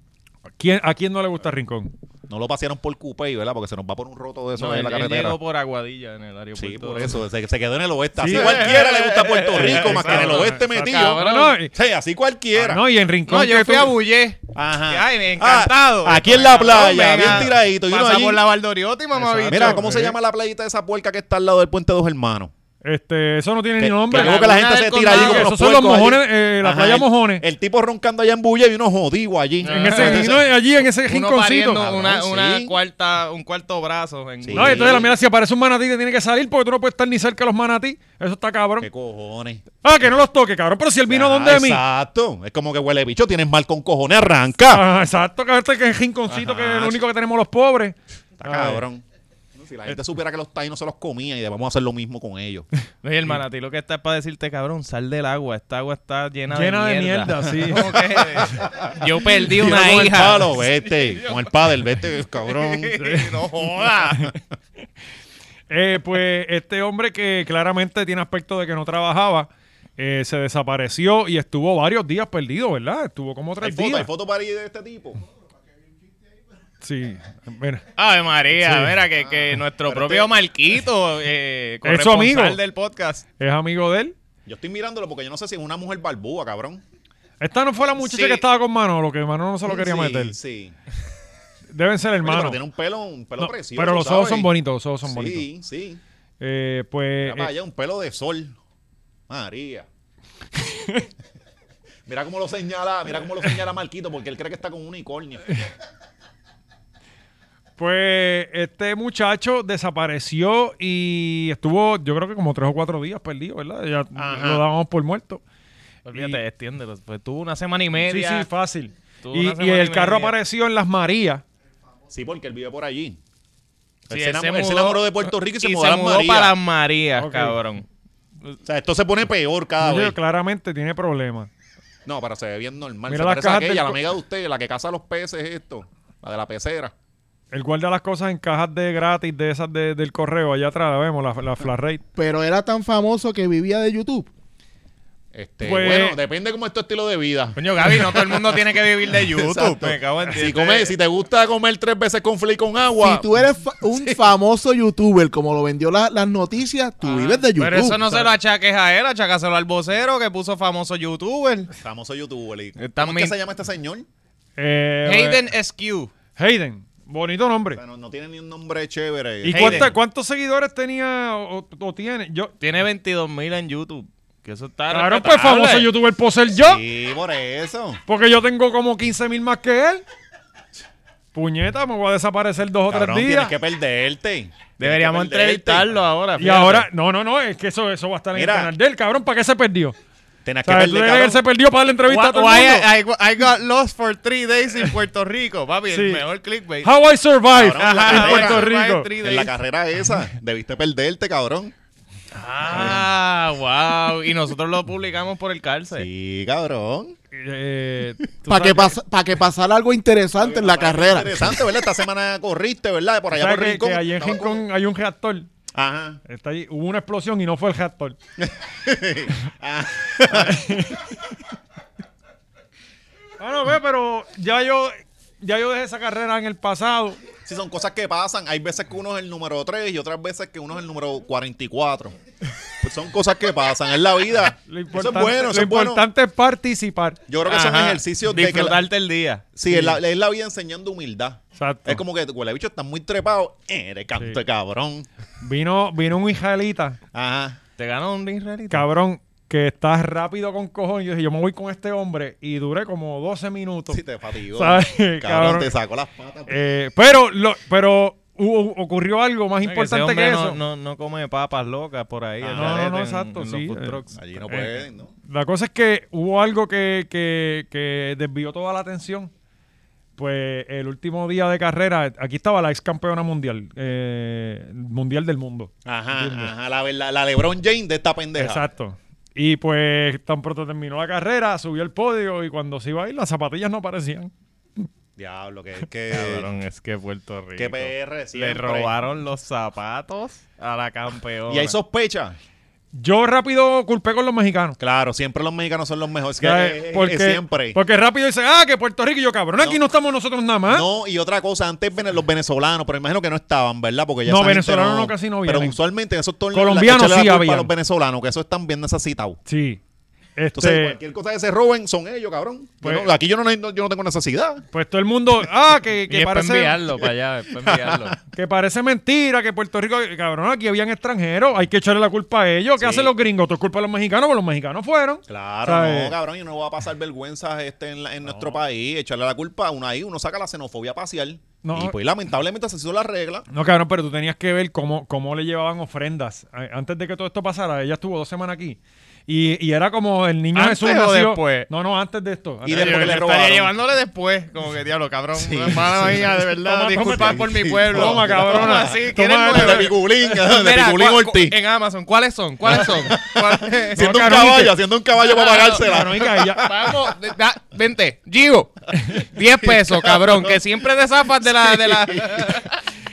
Speaker 1: ¿Quién- ¿A quién no le gusta Rincón?
Speaker 2: No lo pasearon por Coupey, ¿verdad? Porque se nos va por un roto de eso
Speaker 3: No,
Speaker 2: en
Speaker 3: él,
Speaker 2: la
Speaker 3: él
Speaker 2: carretera.
Speaker 3: llegó por Aguadilla en el aeropuerto.
Speaker 2: Sí, por eso. Se, se quedó en el oeste. Así
Speaker 1: Sí.
Speaker 2: cualquiera le gusta Puerto Rico, más que en el
Speaker 3: Exacto.
Speaker 2: oeste metido.
Speaker 3: Cabrón.
Speaker 1: No, y-
Speaker 2: Sí, así cualquiera.
Speaker 1: Ah, no, y en Rincón.
Speaker 3: No, yo
Speaker 1: que
Speaker 3: fui
Speaker 1: tú-
Speaker 3: a Bullé.
Speaker 2: Ajá.
Speaker 3: Ay, me encantado.
Speaker 2: Ah, aquí en la
Speaker 3: Cabrón,
Speaker 2: playa,
Speaker 3: venga,
Speaker 2: bien tiradito, y uno
Speaker 3: Pasamos
Speaker 2: allí.
Speaker 3: la Valdoriotti, mamá bicho.
Speaker 2: Mira, ¿cómo se
Speaker 1: Sí.
Speaker 2: llama la playita de esa puerca que está al lado del puente Dos Hermanos?
Speaker 1: Este, eso no tiene
Speaker 2: Que,
Speaker 1: ni nombre.
Speaker 2: que luego que la gente se tira allí
Speaker 3: Condado.
Speaker 2: como
Speaker 1: Esos
Speaker 2: unos
Speaker 1: son los
Speaker 2: puercos
Speaker 1: mojones,
Speaker 2: allí.
Speaker 1: eh, la playa
Speaker 2: el-
Speaker 1: mojones.
Speaker 2: El, tipo roncando allá en Bulla y unos jodidos allí.
Speaker 1: en ese, eh,
Speaker 2: Entonces,
Speaker 1: no, allí, en ese
Speaker 3: Uno
Speaker 1: rinconcito.
Speaker 3: pariendo una,
Speaker 2: Cabrón,
Speaker 3: una
Speaker 2: sí.
Speaker 3: cuarta, un cuarto brazo. En
Speaker 2: Sí.
Speaker 1: No, y entonces la mira, si aparece un manatí, te tiene que salir porque tú no puedes estar ni cerca de los manatí. Eso está cabrón.
Speaker 2: ¿Qué cojones?
Speaker 1: Ah, que no los toque, cabrón. Pero si él vino
Speaker 2: Ah,
Speaker 1: donde mí.
Speaker 2: Exacto. Es como que huele bicho, tienes mal con cojones, arranca.
Speaker 1: Ah, exacto, que este que es rinconcito,
Speaker 2: Ajá.
Speaker 1: que es lo único que tenemos los pobres.
Speaker 2: Está cabrón. Si la gente
Speaker 1: eh.
Speaker 2: supiera que los taínos se los comían y de- vamos a hacer lo mismo con ellos.
Speaker 3: Oye, el manatí lo que está es para decirte, cabrón, sal del agua. Esta agua está llena,
Speaker 1: Llena
Speaker 3: de
Speaker 1: de
Speaker 3: mierda.
Speaker 1: mierda, sí.
Speaker 3: Como que, yo perdí
Speaker 2: Tira
Speaker 3: una
Speaker 2: con el
Speaker 3: hija.
Speaker 2: palo, vete. Con el padre, vete, cabrón.
Speaker 3: no jodas.
Speaker 1: Eh, pues este hombre que claramente tiene aspecto de que no trabajaba, eh, se desapareció y estuvo varios días perdido, ¿verdad? Estuvo como
Speaker 2: Hay
Speaker 1: tres
Speaker 2: foto, hay
Speaker 1: días.
Speaker 2: foto para ir de este tipo.
Speaker 1: Sí, mira.
Speaker 3: Ave María,
Speaker 1: Sí.
Speaker 3: mira que,
Speaker 2: Ah,
Speaker 3: que nuestro propio Marquito, eh,
Speaker 1: Es su amigo.
Speaker 3: corresponsal del podcast.
Speaker 1: Es amigo de él.
Speaker 2: Yo estoy mirándolo porque yo no sé si es una mujer barbúa, cabrón.
Speaker 1: Esta no fue la muchacha
Speaker 3: Sí.
Speaker 1: que estaba con Manolo, que Manolo no se lo quería
Speaker 2: Sí,
Speaker 1: meter.
Speaker 2: Sí.
Speaker 1: Deben ser
Speaker 2: Oye,
Speaker 1: hermanos.
Speaker 2: pero tiene un pelo, un pelo
Speaker 1: No,
Speaker 2: precioso.
Speaker 1: pero los ojos
Speaker 2: ¿sabes?
Speaker 1: son bonitos, los ojos son bonitos.
Speaker 2: Sí, sí.
Speaker 1: Eh, pues.
Speaker 2: Mira para
Speaker 1: eh,
Speaker 2: allá, un pelo de sol. María. mira cómo lo señala, mira cómo lo señala Marquito, porque él cree que está con un unicornio.
Speaker 1: pues este muchacho desapareció y estuvo, yo creo que como tres o cuatro días perdido, ¿verdad? Ya
Speaker 2: Ajá.
Speaker 1: lo dábamos por muerto.
Speaker 3: Olvídate,
Speaker 1: Y-
Speaker 3: extiéndelo. Pues tuvo una semana y
Speaker 1: Sí,
Speaker 3: media.
Speaker 1: sí, fácil.
Speaker 3: Tuvo
Speaker 1: Y,
Speaker 3: una
Speaker 1: y
Speaker 3: semana y
Speaker 1: el carro
Speaker 3: media.
Speaker 1: apareció en Las Marías.
Speaker 2: Sí, porque él vive por allí. él,
Speaker 3: Sí,
Speaker 2: se
Speaker 3: él se
Speaker 2: enamoró, él se
Speaker 3: mudó-
Speaker 2: enamoró de Puerto Rico y se
Speaker 3: y
Speaker 2: mudó a
Speaker 3: se
Speaker 2: las
Speaker 3: mudó
Speaker 2: Marías.
Speaker 3: para las Marías,
Speaker 1: Ok.
Speaker 3: cabrón.
Speaker 2: O sea, esto se pone peor cada
Speaker 1: Oye,
Speaker 2: vez.
Speaker 1: claramente tiene problemas.
Speaker 2: No, pero se ve bien normal.
Speaker 1: Mira
Speaker 2: se
Speaker 1: las
Speaker 2: parece a
Speaker 1: cajas del
Speaker 2: aquella, la
Speaker 1: co-
Speaker 2: amiga de usted, la que caza los peces, esto. La de la pecera.
Speaker 1: Él guarda las cosas en cajas de gratis de esas de- del correo. Allá atrás la vemos, la, la flat rate.
Speaker 4: Pero era tan famoso que vivía de YouTube.
Speaker 2: Este,
Speaker 1: Pues-
Speaker 2: bueno, depende como es tu estilo de vida.
Speaker 3: Coño, Gaby, no todo el mundo tiene que vivir de YouTube.
Speaker 2: Exacto.
Speaker 3: Me cago en
Speaker 2: Si,
Speaker 3: diez.
Speaker 2: comes, si te gusta comer tres veces con flea y con agua.
Speaker 4: Si tú eres fa- un famoso youtuber, como lo vendió la- las noticias, tú vives de YouTube.
Speaker 3: Pero eso no se lo achaques a él, achacáselo al vocero que puso famoso youtuber.
Speaker 2: Famoso youtuber. ¿y
Speaker 3: Está
Speaker 2: ¿Cómo es que
Speaker 3: min-
Speaker 2: se llama este señor?
Speaker 1: Eh,
Speaker 3: Hayden SQ.
Speaker 1: Hayden. Bonito
Speaker 2: O
Speaker 1: nombre.
Speaker 2: sea, no, no tiene ni un nombre chévere.
Speaker 1: ¿Y
Speaker 3: Hayden.
Speaker 1: cuánta- cuántos seguidores tenía o, o- o tiene? Yo,
Speaker 3: Tiene 22 mil en YouTube. Que eso está.
Speaker 1: claro, pues
Speaker 3: respetable.
Speaker 1: famoso youtuber puedo ser yo.
Speaker 2: Sí, por eso.
Speaker 1: Porque yo tengo como 15 mil más que él. Puñeta, me voy a desaparecer dos o
Speaker 2: Cabrón,
Speaker 1: tres días.
Speaker 2: tienes que perderte. Tienes
Speaker 3: Deberíamos
Speaker 2: que perderte.
Speaker 3: entrevistarlo este. ahora.
Speaker 1: Y
Speaker 3: fíjate.
Speaker 1: ahora, no, no, no, es que eso, eso va a estar en
Speaker 2: Mira.
Speaker 1: el canal del cabrón. ¿Para qué se perdió?
Speaker 2: Tienes
Speaker 1: O sea,
Speaker 2: que
Speaker 1: tú
Speaker 2: perder,
Speaker 1: crees que él se
Speaker 2: cabrón.
Speaker 1: perdió para darle
Speaker 3: Why-
Speaker 1: entrevista a todo el
Speaker 3: why
Speaker 1: mundo?
Speaker 3: I, I- I got lost for three days in Puerto Rico, papi.
Speaker 1: Sí.
Speaker 3: El mejor clickbait.
Speaker 1: How I Survive
Speaker 2: Cabrón, la
Speaker 1: en
Speaker 2: carrera.
Speaker 1: Puerto Rico.
Speaker 3: Survive three
Speaker 2: En la
Speaker 3: days.
Speaker 2: carrera esa, debiste perderte, cabrón.
Speaker 3: Ah, wow. Y nosotros lo publicamos por el cárcel.
Speaker 2: Sí, cabrón.
Speaker 1: Eh, tú
Speaker 4: Para que,
Speaker 1: sabes-
Speaker 4: pas- pa' que pasara algo interesante en la carrera.
Speaker 2: Interesante, ¿verdad? Esta semana corriste, ¿verdad? Por allá
Speaker 1: sabes
Speaker 2: por
Speaker 1: que-
Speaker 2: Rincón.
Speaker 1: que allí en
Speaker 2: Estaba
Speaker 1: Rincón hay un reactor.
Speaker 2: con- Ajá.
Speaker 1: Está ahí, hubo una explosión y no fue el reactor.
Speaker 2: Ah,
Speaker 1: Ah, no, ve, pero ya yo, ya yo dejé esa carrera en el pasado.
Speaker 2: Sí, son cosas que pasan. Hay veces que uno es el número 3 y otras veces que uno es el número 44. Pues son cosas que pasan en la vida.
Speaker 1: Lo
Speaker 2: Eso es
Speaker 1: importante,
Speaker 2: bueno, eso
Speaker 1: lo
Speaker 2: es bueno.
Speaker 1: importante es participar.
Speaker 2: Yo creo que son
Speaker 3: Ajá.
Speaker 2: ejercicios de que... la-
Speaker 3: Disfrutarte el día.
Speaker 2: sí, Es, la, es la vida enseñando humildad.
Speaker 1: Exacto.
Speaker 2: Es como que, huele bicho, estás muy trepado. Eres canto de cabrón.
Speaker 1: Vino, vino un israelita,
Speaker 2: Ajá.
Speaker 3: Te ganó un israelita.
Speaker 1: cabrón, que está rápido con cojones. Yo dije, yo me voy con este hombre y duré como 12 minutos.
Speaker 2: Sí, te fatigó.
Speaker 1: ¿Sabes?
Speaker 2: Cabrón,
Speaker 1: Cabrón.
Speaker 2: te sacó las patas.
Speaker 1: Eh, pero, lo, pero hubo- ocurrió algo más
Speaker 3: Mira, que ese
Speaker 1: importante que,
Speaker 3: hombre
Speaker 1: eso.
Speaker 3: No, no, no come papas locas por ahí.
Speaker 2: Ah,
Speaker 3: el
Speaker 2: no,
Speaker 3: garete,
Speaker 1: no, no,
Speaker 3: en-
Speaker 1: exacto,
Speaker 3: en los
Speaker 1: sí,
Speaker 3: food
Speaker 1: eh.
Speaker 3: trucks.
Speaker 2: Allí no pueden, ¿no?
Speaker 1: La cosa es que hubo algo que, que- que desvió toda la atención. Pues el último día de carrera, aquí estaba la ex campeona mundial, eh, mundial del mundo.
Speaker 2: Ajá, ajá. La, la, la LeBron James de esta pendeja.
Speaker 1: Exacto. Y pues tan pronto terminó la carrera, subió el podio y cuando se iba a ir las zapatillas no aparecían.
Speaker 2: Diablo, que, que,
Speaker 3: Cabrón, es que Puerto Rico.
Speaker 2: que PR
Speaker 3: Le
Speaker 2: eh, siempre.
Speaker 3: robaron los zapatos a la campeona.
Speaker 2: Y hay sospecha.
Speaker 1: Yo rápido culpé con los mexicanos.
Speaker 2: Claro, siempre los mexicanos son los mejores. Que,
Speaker 1: Ya, eh,
Speaker 2: es- es- es
Speaker 1: porque,
Speaker 2: siempre.
Speaker 1: porque rápido dicen, ah, que Puerto Rico y yo, cabrón, aquí no estamos nosotros nada más.
Speaker 2: No, y otra cosa, antes vene- los venezolanos, pero imagino que no estaban, ¿verdad? Porque ya
Speaker 1: No,
Speaker 2: esa gente
Speaker 1: venezolanos no, casi no
Speaker 2: Pero
Speaker 1: vienen.
Speaker 2: usualmente en esos torneos
Speaker 1: Colombianos
Speaker 2: la- échale la
Speaker 1: sí
Speaker 2: culpa
Speaker 1: habían.
Speaker 2: a los venezolanos, que eso están bien necesitados.
Speaker 1: Sí.
Speaker 2: Entonces,
Speaker 1: Este,
Speaker 2: cualquier cosa que se roben son ellos, cabrón. Yo
Speaker 1: Pues-
Speaker 2: no- aquí yo no, no- yo no tengo necesidad.
Speaker 1: pues todo el mundo, ah, que,
Speaker 3: Y
Speaker 1: que
Speaker 3: es para
Speaker 1: parece,
Speaker 3: enviarlo para allá, es para enviarlo.
Speaker 1: que parece mentira, que Puerto Rico, cabrón, aquí habían extranjeros, hay que echarle la culpa a ellos. ¿Qué
Speaker 2: Sí.
Speaker 1: hacen los gringos? Todo es culpa de los mexicanos, porque los mexicanos fueron.
Speaker 2: Claro,
Speaker 1: ¿Sabes?
Speaker 2: no, cabrón, yo no voy a pasar vergüenzas este en, la- en nuestro país, echarle la culpa a uno ahí, uno saca la xenofobia parcial.
Speaker 1: No.
Speaker 2: Y pues lamentablemente se hizo la regla.
Speaker 1: No, cabrón, pero tú tenías que ver cómo, cómo le llevaban ofrendas. A- Antes de que todo esto pasara, ella estuvo dos semanas aquí. Y, y era como el niño
Speaker 3: ¿Antes
Speaker 1: Jesús
Speaker 3: o
Speaker 1: nació-
Speaker 3: después?
Speaker 1: No, no, antes de esto.
Speaker 2: Y
Speaker 1: Antes-
Speaker 2: después que le robaron.
Speaker 3: Estaría llevándole después, como que diablo, cabrón. Mala mía, de verdad.
Speaker 1: Toma,
Speaker 3: disculpa
Speaker 1: tómate.
Speaker 3: por mi pueblo.
Speaker 1: Toma, cabrona.
Speaker 3: Así,
Speaker 1: Toma esto
Speaker 2: De Piculín, de
Speaker 3: Mira,
Speaker 2: Piculín
Speaker 3: cua-
Speaker 2: Ortiz.
Speaker 3: cu- En Amazon, ¿cuáles son? ¿Cuáles son? ¿Cuáles-
Speaker 2: Siendo un
Speaker 1: cabrón, y que-
Speaker 2: caballo, haciendo un caballo para pagársela.
Speaker 1: Cabrón, y que ella-
Speaker 3: Vamos, de- da- vente, Gigo. 10 pesos, cabrón, que siempre te zafas de la. De la...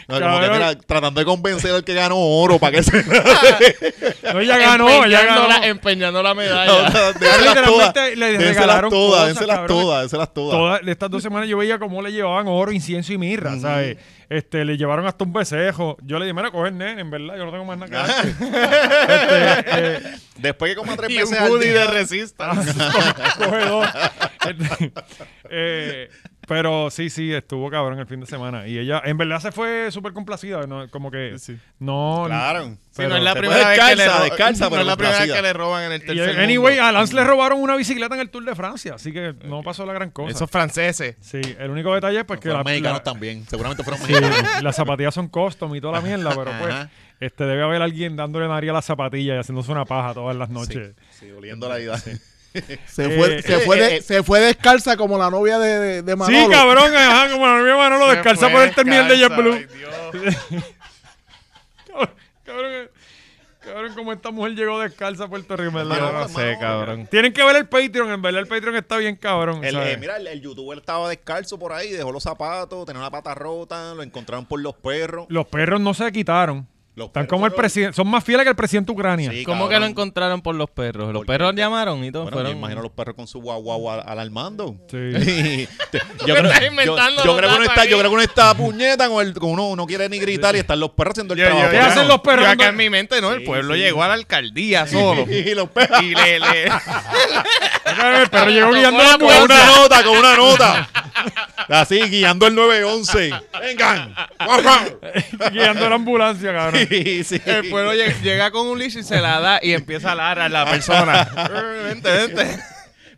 Speaker 2: No, como que,
Speaker 1: Cabrón.
Speaker 2: mira, tratando de convencer al que ganó oro para que se.
Speaker 1: no, ella ganó, ella ganó.
Speaker 3: empeñando la- empeñando la medalla.
Speaker 2: Dénselas todas,
Speaker 1: Literalmente le
Speaker 2: dénselas
Speaker 1: regalaron
Speaker 2: todas,
Speaker 1: cosas,
Speaker 2: dénselas
Speaker 1: cabrón.
Speaker 2: todas, dénselas todas.
Speaker 1: Todas estas dos semanas yo veía cómo le llevaban oro, incienso y mirra, ¿sabes? Este, le llevaron hasta un besejo. Yo le dije, mira, coger nene, en verdad, yo no tengo más nada que dar. Este, eh,
Speaker 2: Después que coma tres
Speaker 3: Y un
Speaker 2: veces al
Speaker 3: hoodie
Speaker 2: día.
Speaker 3: de resista.
Speaker 1: coge dos. Este, eh, pero sí, sí, estuvo cabrón el fin de semana. Y ella, en verdad, se fue súper complacida. ¿no? Como que. No.
Speaker 2: Claro.
Speaker 3: Sí, no
Speaker 1: Pero-
Speaker 3: es la
Speaker 2: Te
Speaker 3: primera
Speaker 2: puedes
Speaker 3: vez que le
Speaker 2: descalza,
Speaker 3: ro-
Speaker 2: descalza,
Speaker 3: no
Speaker 2: pero
Speaker 3: es la primera vez
Speaker 2: complacida.
Speaker 3: que le roban en el
Speaker 1: Y, eh,
Speaker 3: tercer
Speaker 1: anyway,
Speaker 3: mundo.
Speaker 1: a Lance le robaron una bicicleta en el Tour de Francia. Así que no pasó la gran cosa.
Speaker 3: Esos franceses.
Speaker 1: Sí, el único detalle es pues, que
Speaker 2: Fueron
Speaker 1: la-
Speaker 2: mexicanos
Speaker 1: la-
Speaker 2: también. Seguramente fueron
Speaker 1: Sí,
Speaker 2: mexicanos.
Speaker 1: las zapatillas son custom y toda la mierda, pero pues
Speaker 2: Ajá.
Speaker 1: este debe haber alguien dándole nariz a las zapatillas y haciéndose una paja todas las noches.
Speaker 2: Sí, oliendo la vida.
Speaker 4: Se fue,
Speaker 1: Eh,
Speaker 4: se, fue de-
Speaker 2: eh, eh.
Speaker 4: se fue descalza como la novia de, de, de
Speaker 1: Sí,
Speaker 4: Manolo.
Speaker 1: cabrón, ajá, como la misma Manolo
Speaker 3: Se
Speaker 1: descalza
Speaker 3: fue
Speaker 1: por el terminal de
Speaker 3: descalza,
Speaker 1: JetBlue.
Speaker 3: ay, Dios.
Speaker 1: Cabrón, cabrón, cabrón, como esta mujer llegó descalza a Puerto Rico. ¿verdad?
Speaker 2: Manolo,
Speaker 3: Yo no sé,
Speaker 2: Manolo.
Speaker 3: cabrón.
Speaker 1: Tienen que ver el Patreon, en verdad el Patreon está bien cabrón.
Speaker 2: El,
Speaker 1: ¿sabes?
Speaker 2: eh, mira, el, el youtuber estaba descalzo por ahí, dejó los zapatos, tenía una pata rota, lo encontraron por los perros.
Speaker 1: Los perros no se quitaron.
Speaker 2: Los
Speaker 1: Están
Speaker 2: perros
Speaker 1: como el
Speaker 2: no-
Speaker 1: presidente, son más fieles que el presidente de Ucrania.
Speaker 2: Sí,
Speaker 3: ¿Cómo que
Speaker 2: cabrón.
Speaker 3: lo encontraron por los perros? Los
Speaker 2: Porque-
Speaker 3: perros llamaron y todo.
Speaker 2: Bueno,
Speaker 3: fueron...
Speaker 2: yo imagino a los perros con su guau al, alarmando.
Speaker 1: Sí.
Speaker 2: yo,
Speaker 3: me
Speaker 2: creo,
Speaker 3: estás
Speaker 2: yo-
Speaker 3: inventando
Speaker 2: yo creo
Speaker 3: los
Speaker 2: que uno
Speaker 3: datos
Speaker 2: está, yo
Speaker 3: aquí.
Speaker 2: creo que uno está puñeta con el, con uno, no quiere ni gritar y están los perros haciendo el
Speaker 3: Yo- yo-
Speaker 2: trabajo.
Speaker 1: ¿Qué
Speaker 3: yo-
Speaker 1: hacen los perros?
Speaker 3: Yo acá en mi mente, ¿no? el pueblo llegó a la alcaldía solo.
Speaker 2: Y los perros
Speaker 3: Y le, le...
Speaker 1: el perro llegó guiando la
Speaker 3: Tocó
Speaker 2: con
Speaker 1: mujer.
Speaker 2: una nota, con una nota. Así, guiando el 911. ¡Vengan! ¡Guau, guau!
Speaker 1: guiando la ambulancia, cabrón.
Speaker 2: Sí, sí.
Speaker 3: el pueblo lleg- llega con un liso y se la da y empieza a lara a la persona. Eh, vente, vente.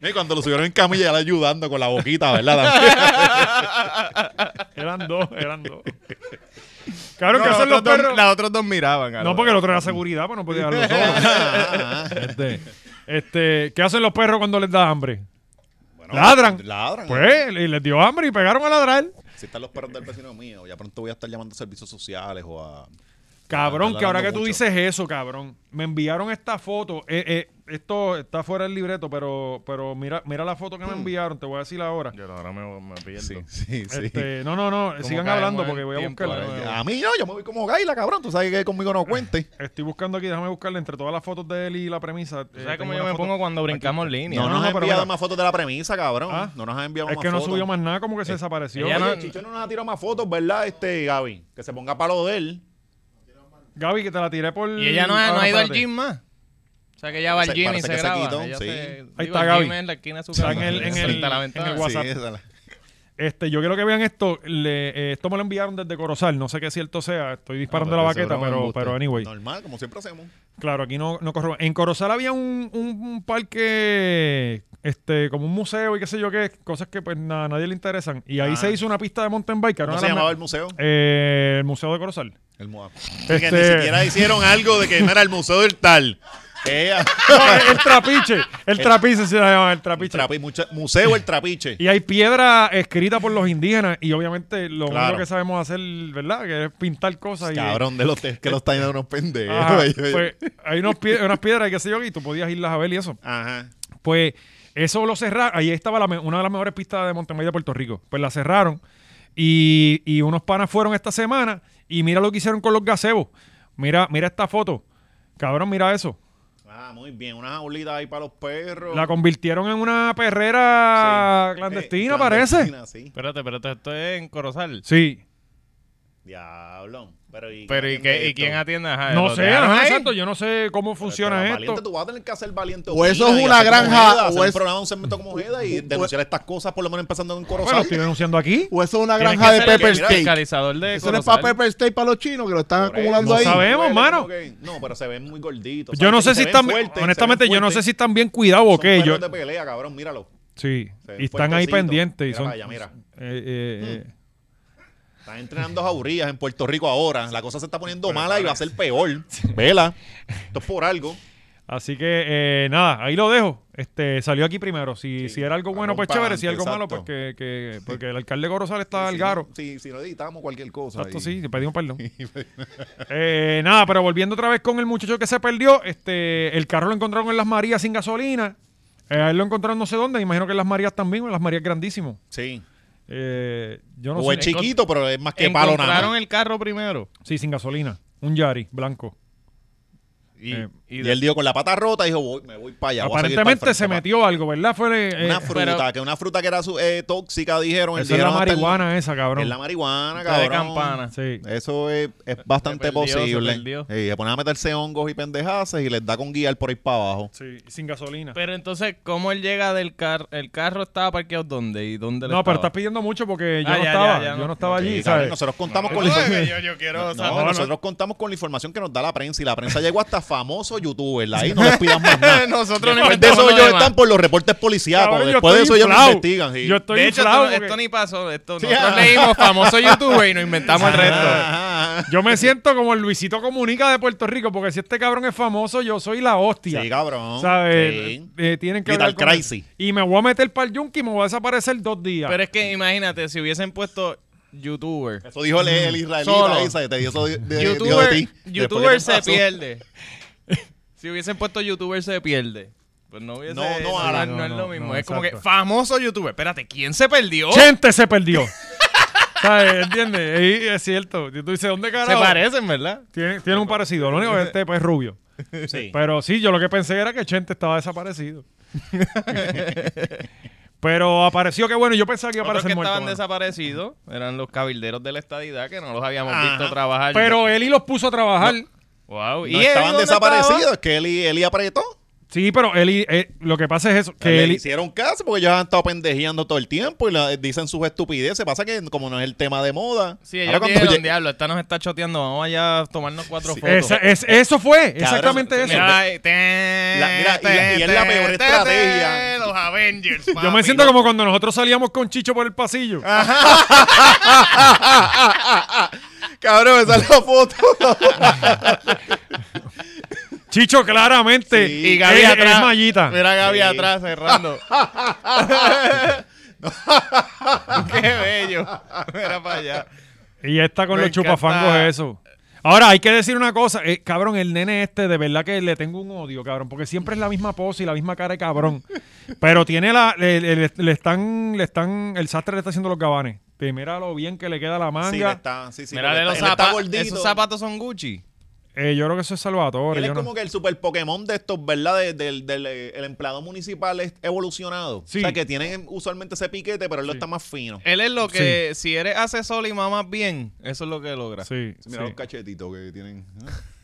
Speaker 2: No, Y cuando lo subieron en camilla, la ayudando con la boquita, ¿verdad?
Speaker 1: Eran dos, eran dos. Claro,
Speaker 3: No,
Speaker 1: ¿qué
Speaker 3: los
Speaker 1: hacen los
Speaker 3: otros dos-
Speaker 1: perros?
Speaker 3: Los otros dos miraban. a
Speaker 1: No,
Speaker 3: los-
Speaker 1: porque el otro era seguridad, pues no podía dejarlo solo. este, este, ¿Qué hacen los perros cuando les da hambre?
Speaker 2: Bueno,
Speaker 1: Ladran.
Speaker 2: Ladran.
Speaker 1: Pues, y les dio hambre y pegaron a ladrar.
Speaker 2: Si están los perros del vecino mío, ya pronto voy a estar llamando a servicios sociales o a.
Speaker 1: Cabrón,
Speaker 2: Están
Speaker 1: que ahora que
Speaker 2: ladrando
Speaker 1: tú
Speaker 2: mucho.
Speaker 1: dices eso, cabrón, me enviaron esta foto. Eh, eh, esto está fuera del libreto, pero, pero mira, mira la foto que me
Speaker 3: Hmm.
Speaker 1: enviaron, te voy a decir ahora.
Speaker 3: Yo ahora me, me pierdo.
Speaker 2: Sí, sí, sí.
Speaker 1: Este, no, no, no, sigan
Speaker 3: caemos
Speaker 1: hablando
Speaker 3: en
Speaker 1: porque voy a
Speaker 3: tiempo,
Speaker 1: buscarla.
Speaker 3: eh.
Speaker 2: A mí no, yo me voy como Gaila, cabrón. Tú sabes que conmigo no cuente.
Speaker 1: Estoy buscando aquí, déjame buscarla entre todas las fotos de él y la premisa. eh,
Speaker 3: ¿Tú
Speaker 1: tengo
Speaker 3: ¿Sabes cómo
Speaker 1: una
Speaker 3: yo me
Speaker 1: foto-
Speaker 3: pongo cuando brincamos línea?
Speaker 2: No,
Speaker 1: no,
Speaker 2: nos
Speaker 1: no,
Speaker 2: has
Speaker 1: pero
Speaker 2: enviado
Speaker 1: mira.
Speaker 2: más fotos de la premisa, cabrón.
Speaker 1: Ah.
Speaker 2: No nos has enviado
Speaker 1: Es
Speaker 2: más
Speaker 1: que no
Speaker 2: fotos.
Speaker 1: subió más nada, como que se desapareció.
Speaker 3: Eh, ella
Speaker 2: Oye,
Speaker 3: no-
Speaker 2: Chicho no nos ha tirado más fotos, ¿verdad? Este, Gaby. Que se ponga palo de él.
Speaker 1: Gaby, que te la tiré por.
Speaker 3: Y ella no, ha, no
Speaker 1: Ah,
Speaker 3: ha ido al
Speaker 1: espérate.
Speaker 3: gym más. O sea que ella va al
Speaker 2: Se-
Speaker 3: gym y
Speaker 2: parece
Speaker 3: se
Speaker 2: que se
Speaker 3: graba.
Speaker 2: quitó,
Speaker 3: Ella
Speaker 2: sí.
Speaker 3: se-
Speaker 1: Ahí
Speaker 3: digo,
Speaker 1: está
Speaker 3: el
Speaker 1: Gaby.
Speaker 3: gym es en la esquina de su
Speaker 1: Está
Speaker 3: casa.
Speaker 1: en el- en el-
Speaker 3: Frente a la
Speaker 1: en
Speaker 3: ventana.
Speaker 1: el WhatsApp.
Speaker 2: esa es la-
Speaker 1: Este, yo quiero que vean esto. Le, eh, esto me lo enviaron desde Corozal. No sé qué cierto sea. Estoy disparando
Speaker 3: pero
Speaker 1: la
Speaker 3: que
Speaker 1: baqueta,
Speaker 3: seguro es un
Speaker 1: pero,
Speaker 3: embuste.
Speaker 1: pero anyway.
Speaker 2: Normal, como siempre hacemos.
Speaker 1: Claro, aquí no, no corro. En Corozal había un, un- un parque, este, como un museo y qué sé yo qué, cosas que pues nada, a nadie le interesan. Y ahí
Speaker 2: Ah.
Speaker 1: se hizo una pista de mountain bike. que era
Speaker 2: ¿Cómo
Speaker 1: una
Speaker 2: se
Speaker 1: de las
Speaker 2: llamaba el
Speaker 1: me-
Speaker 2: museo?
Speaker 1: Eh, el Museo de Corozal.
Speaker 2: El museo. Que ni
Speaker 1: Este-
Speaker 2: siquiera hicieron algo de que no era el museo del tal. Eh,
Speaker 1: No, el trapiche. El trapiche se llama, el trapiche.
Speaker 2: trapi- mucha- museo el trapiche.
Speaker 1: Y hay piedra escrita por los indígenas y obviamente lo
Speaker 2: Claro.
Speaker 1: único que sabemos hacer, ¿verdad? Que es pintar cosas. y-
Speaker 2: Cabrón de los te- que los están dando unos pendejos.
Speaker 1: Ajá,
Speaker 2: Yo- yo-
Speaker 1: pues, hay unos pie- unas piedras, qué sé yo, y tú podías irlas a ver y eso.
Speaker 2: Ajá.
Speaker 1: Pues Eso lo cerraron. Ahí estaba la me- una de las mejores pistas de Montemay de Puerto Rico. Pues la cerraron. Y, y unos panas fueron esta semana. Y mira lo que hicieron con los gazebos. Mira, mira esta foto. Cabrón, mira eso.
Speaker 2: Ah, muy bien. Una jaulita ahí para los perros.
Speaker 1: La convirtieron en una perrera
Speaker 2: Sí.
Speaker 1: clandestina,
Speaker 2: Eh,
Speaker 1: parece.
Speaker 2: clandestina, sí.
Speaker 3: Espérate, espérate, esto es en Corozal.
Speaker 1: Sí.
Speaker 2: Diablo. Pero ¿y,
Speaker 3: Pero ¿y, qué, ¿y quién
Speaker 2: esto?
Speaker 3: atiende? Ajá,
Speaker 1: No
Speaker 3: ¿lo
Speaker 1: sé,
Speaker 3: dejaron
Speaker 1: ajá, Ah,
Speaker 3: ahí?
Speaker 1: exacto. Yo no sé cómo funciona
Speaker 2: Pero
Speaker 1: esto.
Speaker 2: Valiente, tú vas a tener que hacer valiente.
Speaker 4: O Pues eso
Speaker 2: opina
Speaker 4: es
Speaker 2: y
Speaker 4: una pues-
Speaker 2: hacer
Speaker 4: gran
Speaker 2: como
Speaker 4: ja-
Speaker 2: Ojeda, hacer
Speaker 4: o
Speaker 2: un
Speaker 4: es-
Speaker 2: programa, un segmento como Ojeda y denunciar estas cosas, por lo menos empezando en
Speaker 1: Bueno, lo
Speaker 2: Corozal.
Speaker 1: estoy denunciando aquí.
Speaker 4: O eso es una
Speaker 3: Tienes
Speaker 4: granja
Speaker 3: que
Speaker 4: de
Speaker 3: ser el que-
Speaker 4: pepper
Speaker 3: mira,
Speaker 4: steak.
Speaker 3: fiscalizador de
Speaker 4: Eso no es
Speaker 3: Corozal.
Speaker 4: para pepper steak para los chinos que lo
Speaker 2: Por
Speaker 4: están
Speaker 2: eso,
Speaker 4: acumulando
Speaker 1: no
Speaker 4: ahí.
Speaker 1: sabe. Sabemos,
Speaker 2: Duele,
Speaker 1: mano.
Speaker 2: como que- No, pero se ven muy gorditos.
Speaker 1: Yo no sé
Speaker 2: ¿sabes?
Speaker 1: si
Speaker 2: Se ven
Speaker 1: están.
Speaker 2: fuertes, se ven
Speaker 1: honestamente, yo no sé
Speaker 2: fuertes.
Speaker 1: si están bien cuidados o
Speaker 2: Son
Speaker 1: qué. Yo,
Speaker 2: perros de pelea, cabrón, míralo.
Speaker 1: sí.
Speaker 2: Se ven
Speaker 1: Y están ahí
Speaker 2: fuertecitos.
Speaker 1: pendientes. Y
Speaker 2: Mira
Speaker 1: son,
Speaker 2: para allá, mira. Mm.
Speaker 1: eh, eh, eh.
Speaker 2: Están entrenando jaurías en Puerto Rico ahora. La cosa se está poniendo mala y va a ser peor. Vela. Esto es por algo.
Speaker 1: Así que eh, nada, ahí lo dejo. Este salió aquí primero. Si,
Speaker 2: Sí,
Speaker 1: si era algo
Speaker 2: cabrón,
Speaker 1: bueno, pues
Speaker 2: para
Speaker 1: chévere. Si algo
Speaker 2: adelante,
Speaker 1: malo, pues que, que- porque el alcalde Gorosal está al
Speaker 2: Si
Speaker 1: garo.
Speaker 2: no- Si, si no editamos cualquier cosa.
Speaker 1: Exacto,
Speaker 2: y-
Speaker 1: sí, le pedimos perdón. Eh, nada, pero volviendo otra vez con el muchacho que se perdió, este, el carro lo encontraron en Las Marías sin gasolina. Eh, a él lo encontraron no sé dónde, me imagino que en Las Marías también, en Las Marías grandísimo.
Speaker 2: Sí.
Speaker 1: Eh, yo no
Speaker 2: O
Speaker 1: sé.
Speaker 2: es chiquito, pero es más que palo nada.
Speaker 3: Encontraron el carro primero.
Speaker 1: Sí, sin gasolina. Un Yari blanco.
Speaker 3: Y,
Speaker 1: Eh,
Speaker 3: y
Speaker 2: Y
Speaker 3: de-
Speaker 2: él dijo con la pata rota, dijo, voy, me voy para allá. voy a seguir para
Speaker 1: Aparentemente
Speaker 2: el
Speaker 1: se
Speaker 2: frente,
Speaker 1: metió algo, ¿verdad? Fue eh,
Speaker 2: Una
Speaker 1: eh,
Speaker 2: fruta,
Speaker 3: pero-
Speaker 2: que una fruta que era su- eh, tóxica, dijeron.
Speaker 1: esa es la
Speaker 2: dijeron, "No, está en-
Speaker 1: marihuana esa,
Speaker 2: Es
Speaker 1: cabrón.
Speaker 2: la marihuana,
Speaker 3: Está
Speaker 2: cabrón.
Speaker 3: de campana.
Speaker 1: Sí.
Speaker 2: Eso es, es bastante
Speaker 3: Se perdió, se
Speaker 2: posible.
Speaker 3: perdió.
Speaker 2: Sí, se ponen a meterse hongos y pendejaces y les da con guiar por ahí para abajo.
Speaker 1: Sí, sin gasolina.
Speaker 3: Pero entonces, ¿cómo él llega del carro? ¿El carro estaba parqueado dónde? ¿Y dónde
Speaker 1: No, pero estás
Speaker 3: está
Speaker 1: pidiendo mucho porque yo
Speaker 3: Ah,
Speaker 1: no
Speaker 3: ya,
Speaker 1: estaba,
Speaker 3: ya, ya,
Speaker 1: yo
Speaker 3: no.
Speaker 1: no estaba allí,
Speaker 2: Sí,
Speaker 1: ¿sabes?
Speaker 2: cabrón, nosotros contamos
Speaker 3: No,
Speaker 2: con la
Speaker 3: que
Speaker 2: información.
Speaker 3: yo, yo
Speaker 2: No,
Speaker 3: quiero saber.
Speaker 2: nosotros contamos con la información que nos da la prensa y la prensa llegó hasta famosos youtubers. Ahí no les pidan más nada.
Speaker 3: Nosotros no
Speaker 2: Después de
Speaker 3: inventamos
Speaker 2: eso
Speaker 3: lo
Speaker 2: ellos
Speaker 3: demás.
Speaker 2: están por los reportes
Speaker 1: Cabrón,
Speaker 2: policíacos.
Speaker 1: yo
Speaker 2: Después de eso
Speaker 1: estoy
Speaker 2: ellos lo
Speaker 1: inflado.
Speaker 2: investigan. sí.
Speaker 1: Yo estoy
Speaker 3: De hecho, esto,
Speaker 1: inflado
Speaker 3: no-
Speaker 1: porque
Speaker 3: esto ni pasó. Esto,
Speaker 2: Sí,
Speaker 3: nosotros
Speaker 2: ah.
Speaker 3: leímos famoso YouTube y nos inventamos el resto.
Speaker 2: Ajá, ajá.
Speaker 1: yo me siento como el Luisito Comunica de Puerto Rico porque si este cabrón es famoso, yo soy la hostia.
Speaker 2: Sí, cabrón.
Speaker 1: ¿Sabes?
Speaker 2: Sí.
Speaker 1: Eh, tienen que
Speaker 2: Vital
Speaker 1: hablar con él.
Speaker 2: crisis.
Speaker 1: Y me voy a meter para el yunque y me voy a desaparecer dos días.
Speaker 3: Pero es que imagínate, si hubiesen puesto YouTuber.
Speaker 2: Eso dijo el, el israelita
Speaker 3: Solo.
Speaker 2: ahí, ¿sabes? Te dio eso de, de- dijo de ti. Después
Speaker 3: YouTuber,
Speaker 2: que
Speaker 3: YouTuber
Speaker 2: te
Speaker 3: se
Speaker 2: pasó.
Speaker 3: pierde. si hubiesen puesto YouTuber se pierde. Pues no hubiese.
Speaker 2: No, no, Alan.
Speaker 3: no es
Speaker 1: No,
Speaker 3: lo
Speaker 1: no,
Speaker 3: mismo.
Speaker 1: no,
Speaker 3: es como que
Speaker 1: exacto.
Speaker 3: famoso YouTuber. Espérate, ¿quién se perdió?
Speaker 1: Gente se perdió. ¿Sabes? ¿Entiendes? Y es cierto. Y Tú dices, ¿dónde
Speaker 3: Se
Speaker 1: carajo?
Speaker 3: parecen, ¿verdad?
Speaker 1: Tiene, tiene un parecido. Lo único que este pues, es rubio.
Speaker 2: Sí.
Speaker 1: Pero sí, yo lo que pensé era que Chente estaba desaparecido. Pero apareció que bueno, yo pensaba que iba a
Speaker 3: Otros que
Speaker 1: aparecer muerto.
Speaker 3: estaban
Speaker 1: mano.
Speaker 3: desaparecidos eran los cabilderos de la estadidad que no los habíamos
Speaker 2: Ajá.
Speaker 3: visto trabajar.
Speaker 1: Pero Eli los puso a trabajar.
Speaker 2: No
Speaker 3: wow. él
Speaker 2: estaban
Speaker 3: dónde
Speaker 2: desaparecidos,
Speaker 3: estaba?
Speaker 2: es que Eli, Eli apretó.
Speaker 1: Sí, pero Eli, eh, lo que pasa es eso, que
Speaker 2: le
Speaker 1: Eli,
Speaker 2: hicieron caso porque ellos han estado pendejeando todo el tiempo y la- eh, dicen sus estupideces. Pasa que como no es el tema de moda.
Speaker 3: Sí,
Speaker 2: ahora
Speaker 3: ellos
Speaker 2: cuando
Speaker 3: dijeron,
Speaker 2: lleg-
Speaker 3: diablo, esta nos está choteando, vamos allá a tomarnos cuatro
Speaker 2: Sí.
Speaker 3: fotos.
Speaker 1: esa- es- eso fue, exactamente eso.
Speaker 3: Mira, ahí, ten,
Speaker 2: La- mira, y-
Speaker 3: ten,
Speaker 2: y es la
Speaker 3: ten,
Speaker 2: peor
Speaker 3: ten,
Speaker 2: estrategia.
Speaker 3: ten, Los Avengers.
Speaker 1: yo me
Speaker 3: papi.
Speaker 1: siento como cuando nosotros salíamos con Chicho por el pasillo.
Speaker 2: Cabrón, esa es la foto.
Speaker 1: Chicho claramente
Speaker 2: Sí.
Speaker 3: Y Gaby
Speaker 1: es,
Speaker 3: atrás.
Speaker 1: es mallita.
Speaker 3: Mira a Gaby
Speaker 2: Sí.
Speaker 3: atrás cerrando. Qué bello. Mira para allá.
Speaker 1: Y está con
Speaker 3: Me
Speaker 1: los chupafangos
Speaker 3: encanta.
Speaker 1: eso. Ahora, hay que decir una cosa, eh, cabrón, el nene este, de verdad que le tengo un odio, cabrón, porque siempre es la misma pose y la misma cara de cabrón. Pero tiene la, le, le- le están, le están, el sastre le está haciendo los gabanes. Que mira lo bien que le queda la
Speaker 2: Sí,
Speaker 1: manga.
Speaker 2: le está, sí, sí,
Speaker 3: Mira
Speaker 2: porque
Speaker 3: de los
Speaker 2: está- él está
Speaker 3: zapatos.
Speaker 2: gordito.
Speaker 3: Esos zapatos son Gucci.
Speaker 1: Eh, yo creo que eso es Salvatore.
Speaker 2: Él es
Speaker 1: yo no-
Speaker 2: como que el super Pokémon de estos, ¿verdad? De- del, del, eh, el empleado municipal es evolucionado.
Speaker 1: Sí.
Speaker 2: O sea, que tienen usualmente ese piquete, pero él lo está más fino.
Speaker 3: Él es lo que, si eres asesor y mamas bien, eso es lo que logra.
Speaker 1: Sí, sí.
Speaker 2: Mira los cachetitos que tienen.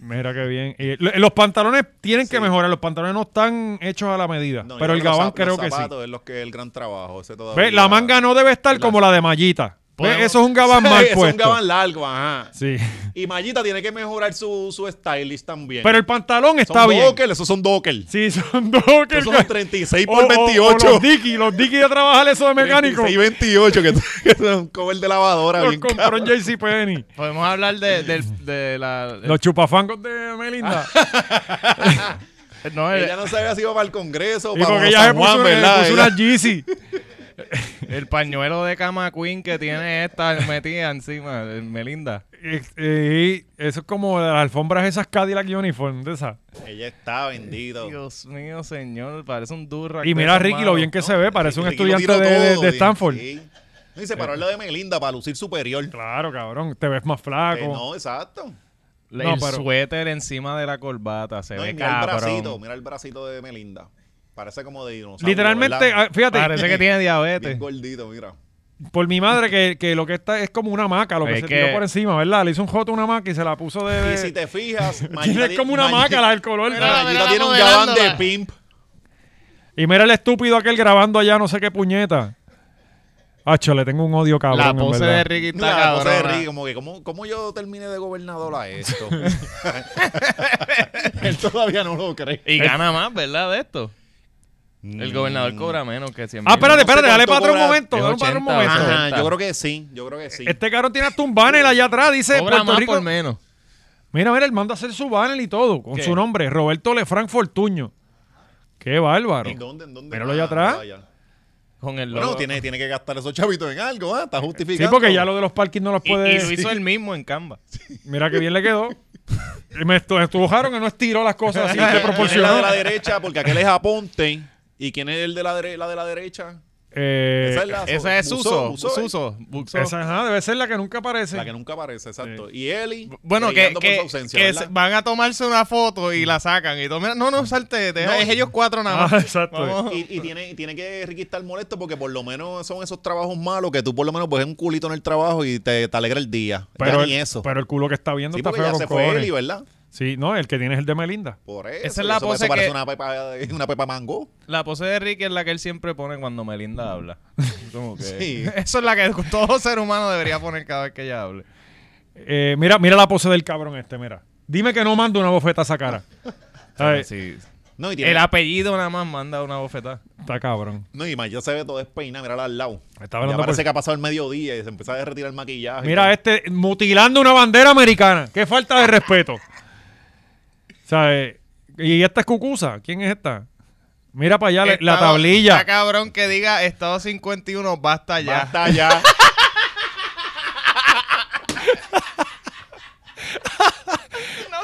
Speaker 1: Mira qué bien. Y lo- los pantalones tienen que
Speaker 2: Sí.
Speaker 1: mejorar. Los pantalones no están hechos a la medida.
Speaker 2: No, yo
Speaker 1: pero el
Speaker 2: los
Speaker 1: gabán
Speaker 2: zap-
Speaker 1: creo
Speaker 2: los
Speaker 1: que sí.
Speaker 2: zapatos es lo que es el gran trabajo. Ese todavía...
Speaker 1: ¿Ves? La manga no debe estar
Speaker 2: La-
Speaker 1: como la de mallita. ¿Ves?
Speaker 3: Podemos-
Speaker 1: Eso es un gabán
Speaker 2: Sí,
Speaker 1: mal
Speaker 2: es un
Speaker 1: puesto.
Speaker 2: gabán largo, ajá.
Speaker 1: Sí.
Speaker 2: Y Mayita tiene que mejorar su, su stylist también.
Speaker 1: Pero el pantalón está
Speaker 2: son
Speaker 1: bien.
Speaker 2: dockers, esos son dockers.
Speaker 1: Sí, son dockers.
Speaker 2: Esos son 36
Speaker 1: O- o-
Speaker 2: por
Speaker 1: o
Speaker 2: 28.
Speaker 1: los Dickies. Los Dickies de trabajar eso de mecánico.
Speaker 2: y 28, que, que son cover de lavadora.
Speaker 1: Los
Speaker 2: Bien
Speaker 1: compró
Speaker 2: caro.
Speaker 1: en JCPenney.
Speaker 3: Podemos hablar de, del- de la...
Speaker 1: Los chupafangos de Melinda.
Speaker 2: Ah,
Speaker 3: no, el-
Speaker 2: Ella no se había sido para el Congreso.
Speaker 1: y
Speaker 2: para
Speaker 1: porque
Speaker 2: San
Speaker 1: ella se puso,
Speaker 2: Juan,
Speaker 1: una- se
Speaker 2: ¿verdad?
Speaker 1: puso
Speaker 2: Ella-
Speaker 1: una Yeezy.
Speaker 3: El pañuelo de cama queen que tiene esta metida encima, el Melinda.
Speaker 1: Eh, eh, y eso es como las alfombras esas Cadillac Uniform, de esas.
Speaker 2: Ella está bendito.
Speaker 3: Dios mío, señor, parece un durra.
Speaker 1: Y mira a Ricky lo bien que se ve, parece un estudiante de, de- de Stanford.
Speaker 2: Y se paró al lado de Melinda para lucir superior.
Speaker 1: Claro, cabrón, te ves más
Speaker 2: Eh,
Speaker 1: flaco.
Speaker 2: no, exacto.
Speaker 3: El
Speaker 1: No, pero-
Speaker 3: suéter encima de la corbata, se
Speaker 2: No, y
Speaker 3: ve
Speaker 2: mira el bracito,
Speaker 3: cabrón.
Speaker 2: mira el bracito de Melinda. Parece como de dinosaurio.
Speaker 1: Literalmente,
Speaker 2: ¿verdad?
Speaker 1: ah, fíjate,
Speaker 3: Parece que tiene
Speaker 2: Bien
Speaker 3: diabetes.
Speaker 2: gordito, mira.
Speaker 1: por mi madre que, que lo que está es como una maca, lo que
Speaker 3: Pues Es
Speaker 1: se
Speaker 3: que-
Speaker 1: tiró por encima, ¿verdad? Le hizo un joto a una maca y se la puso de...
Speaker 2: Y si te fijas,
Speaker 1: Tiene como una maca la del color.
Speaker 5: Mira, mira,
Speaker 2: Mayita tiene un
Speaker 5: modelando,
Speaker 2: gabán de
Speaker 5: va.
Speaker 2: pimp.
Speaker 1: Y mira el estúpido aquel grabando allá, no sé qué puñeta. Hacho, le tengo un odio cabrón.
Speaker 3: La
Speaker 1: en
Speaker 3: pose
Speaker 1: verdad.
Speaker 3: de Ricky está
Speaker 2: La cosa de
Speaker 3: cabrona.
Speaker 2: Ricky, como que, ¿cómo, cómo yo terminé de gobernador a esto? Él todavía no lo cree.
Speaker 3: Y gana más, ¿verdad? De esto.
Speaker 2: Mm.
Speaker 3: El gobernador cobra menos que siempre.
Speaker 1: Ah, espérate,
Speaker 2: No sé
Speaker 1: espérate, dale
Speaker 2: cuánto
Speaker 1: para atrás un
Speaker 2: cobra.
Speaker 1: momento,
Speaker 3: Es
Speaker 1: dale para atrás un
Speaker 3: 80,
Speaker 1: momento.
Speaker 2: Ajá, yo creo que sí, yo creo que sí.
Speaker 1: Este cabrón tiene hasta un banner allá atrás, dice
Speaker 3: Cobra
Speaker 1: Puerto
Speaker 3: más
Speaker 1: Rico.
Speaker 3: por menos.
Speaker 1: Mira, mira, él manda a hacer su banner y todo, con
Speaker 2: ¿Qué?
Speaker 1: su nombre, Roberto Lefranc Fortuño. Qué bárbaro.
Speaker 2: ¿En dónde? ¿En dónde?
Speaker 1: Míralo allá
Speaker 2: Ah,
Speaker 1: atrás.
Speaker 2: vaya.
Speaker 3: Con el logo.
Speaker 2: Bueno, tiene, tiene que gastar esos chavitos en algo, ¿ah? Está
Speaker 1: Sí,
Speaker 2: justificado.
Speaker 1: porque ya lo de los parkings no los
Speaker 3: Y,
Speaker 1: puede
Speaker 3: y lo hizo
Speaker 1: Sí.
Speaker 3: él mismo en Canva.
Speaker 1: Mira que bien le quedó. Y me estu- estrujaron que no estiró las cosas así
Speaker 2: ¿Quién
Speaker 1: de
Speaker 2: es la de
Speaker 1: proporcional.
Speaker 2: la derecha? Porque aquel es Aponte. ¿Y quién es el de la, dere- la de la derecha?
Speaker 1: Eh,
Speaker 2: Esa es la...
Speaker 3: Esa es Suso.
Speaker 2: Buzo,
Speaker 3: Suso.
Speaker 2: Buzo,
Speaker 3: Buxo.
Speaker 1: esa, ajá, debe ser la que nunca aparece.
Speaker 2: La que nunca aparece, exacto. Y Eli...
Speaker 3: Bueno, que,
Speaker 2: brillando por
Speaker 3: que-
Speaker 2: su ausencia,
Speaker 3: que
Speaker 2: ¿verdad?
Speaker 3: se- van a tomarse una foto y la sacan. Y todo, mira, no, no, salte. te-
Speaker 2: No.
Speaker 3: Es ellos cuatro nada más.
Speaker 1: Ah, exacto.
Speaker 3: Vamos.
Speaker 2: Y, y tiene, y tiene que Ricky estar molesto porque por lo menos son esos trabajos malos que tú por lo menos pues es un culito en el trabajo y te, te alegra el día.
Speaker 1: pero,
Speaker 2: ya
Speaker 1: el,
Speaker 2: ni eso.
Speaker 1: pero el culo que está viendo
Speaker 2: sí,
Speaker 1: está
Speaker 2: porque
Speaker 1: feo
Speaker 2: ya
Speaker 1: con
Speaker 2: se fue
Speaker 1: cojones.
Speaker 2: Eli, ¿verdad?
Speaker 1: Sí, no, el que tiene es el de Melinda.
Speaker 2: Por eso.
Speaker 3: Esa es la
Speaker 2: eso-
Speaker 3: pose
Speaker 2: eso parece
Speaker 3: que-
Speaker 2: una pepa, una pepa mango.
Speaker 3: La pose de Ricky es la que él siempre pone cuando Melinda habla. Como que-
Speaker 2: Sí.
Speaker 3: Eso es la que todo ser humano debería poner cada vez que ella hable.
Speaker 1: Eh, mira, mira la pose del cabrón este, mira. Dime que no manda una bofeta a esa cara. Ay,
Speaker 3: Sí.
Speaker 2: No, y tiene...
Speaker 3: El apellido nada más manda una bofetada.
Speaker 1: Está cabrón.
Speaker 2: No, y más, ya se ve todo despeinado, mírala al lado.
Speaker 1: Está
Speaker 2: ya
Speaker 1: hablando
Speaker 2: parece
Speaker 1: por-
Speaker 2: que ha pasado el mediodía y se empieza a derretir el maquillaje.
Speaker 1: Mira este mutilando una bandera americana. Qué falta de respeto. ¿Sabes? Y esta es Cucusa. ¿Quién es esta? Mira para allá la- la,
Speaker 3: Estado-
Speaker 1: tablilla.
Speaker 3: Está cabrón que diga Estado 51, basta ya.
Speaker 2: Basta ya.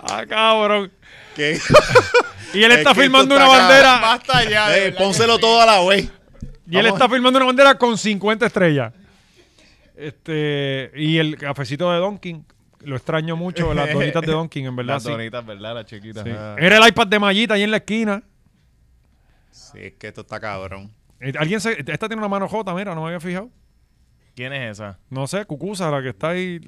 Speaker 1: Ah, cabrón.
Speaker 2: que-
Speaker 1: Y él
Speaker 2: Es
Speaker 1: está
Speaker 2: que
Speaker 1: filmando
Speaker 2: esto
Speaker 1: una
Speaker 2: está
Speaker 1: bandera.
Speaker 3: Basta ya. de
Speaker 2: Eh,
Speaker 3: verdad.
Speaker 2: pónselo todo a la vez.
Speaker 1: Y él
Speaker 2: Vamos.
Speaker 1: está filmando una bandera con 50 estrellas. Este, y el cafecito de Donkin. Lo extraño mucho, las donitas de Donkin, en verdad.
Speaker 3: Las
Speaker 1: sí.
Speaker 3: donitas, ¿verdad? Las chiquitas.
Speaker 1: Sí. Eh.
Speaker 3: Ah.
Speaker 1: Era el iPad de Mallita ahí en la esquina.
Speaker 2: Sí, es que esto está cabrón.
Speaker 1: Eh, Alguien se- esta tiene una mano jota, mira, no me había fijado.
Speaker 3: ¿Quién es esa?
Speaker 1: No sé, Cucusa, la que está ahí.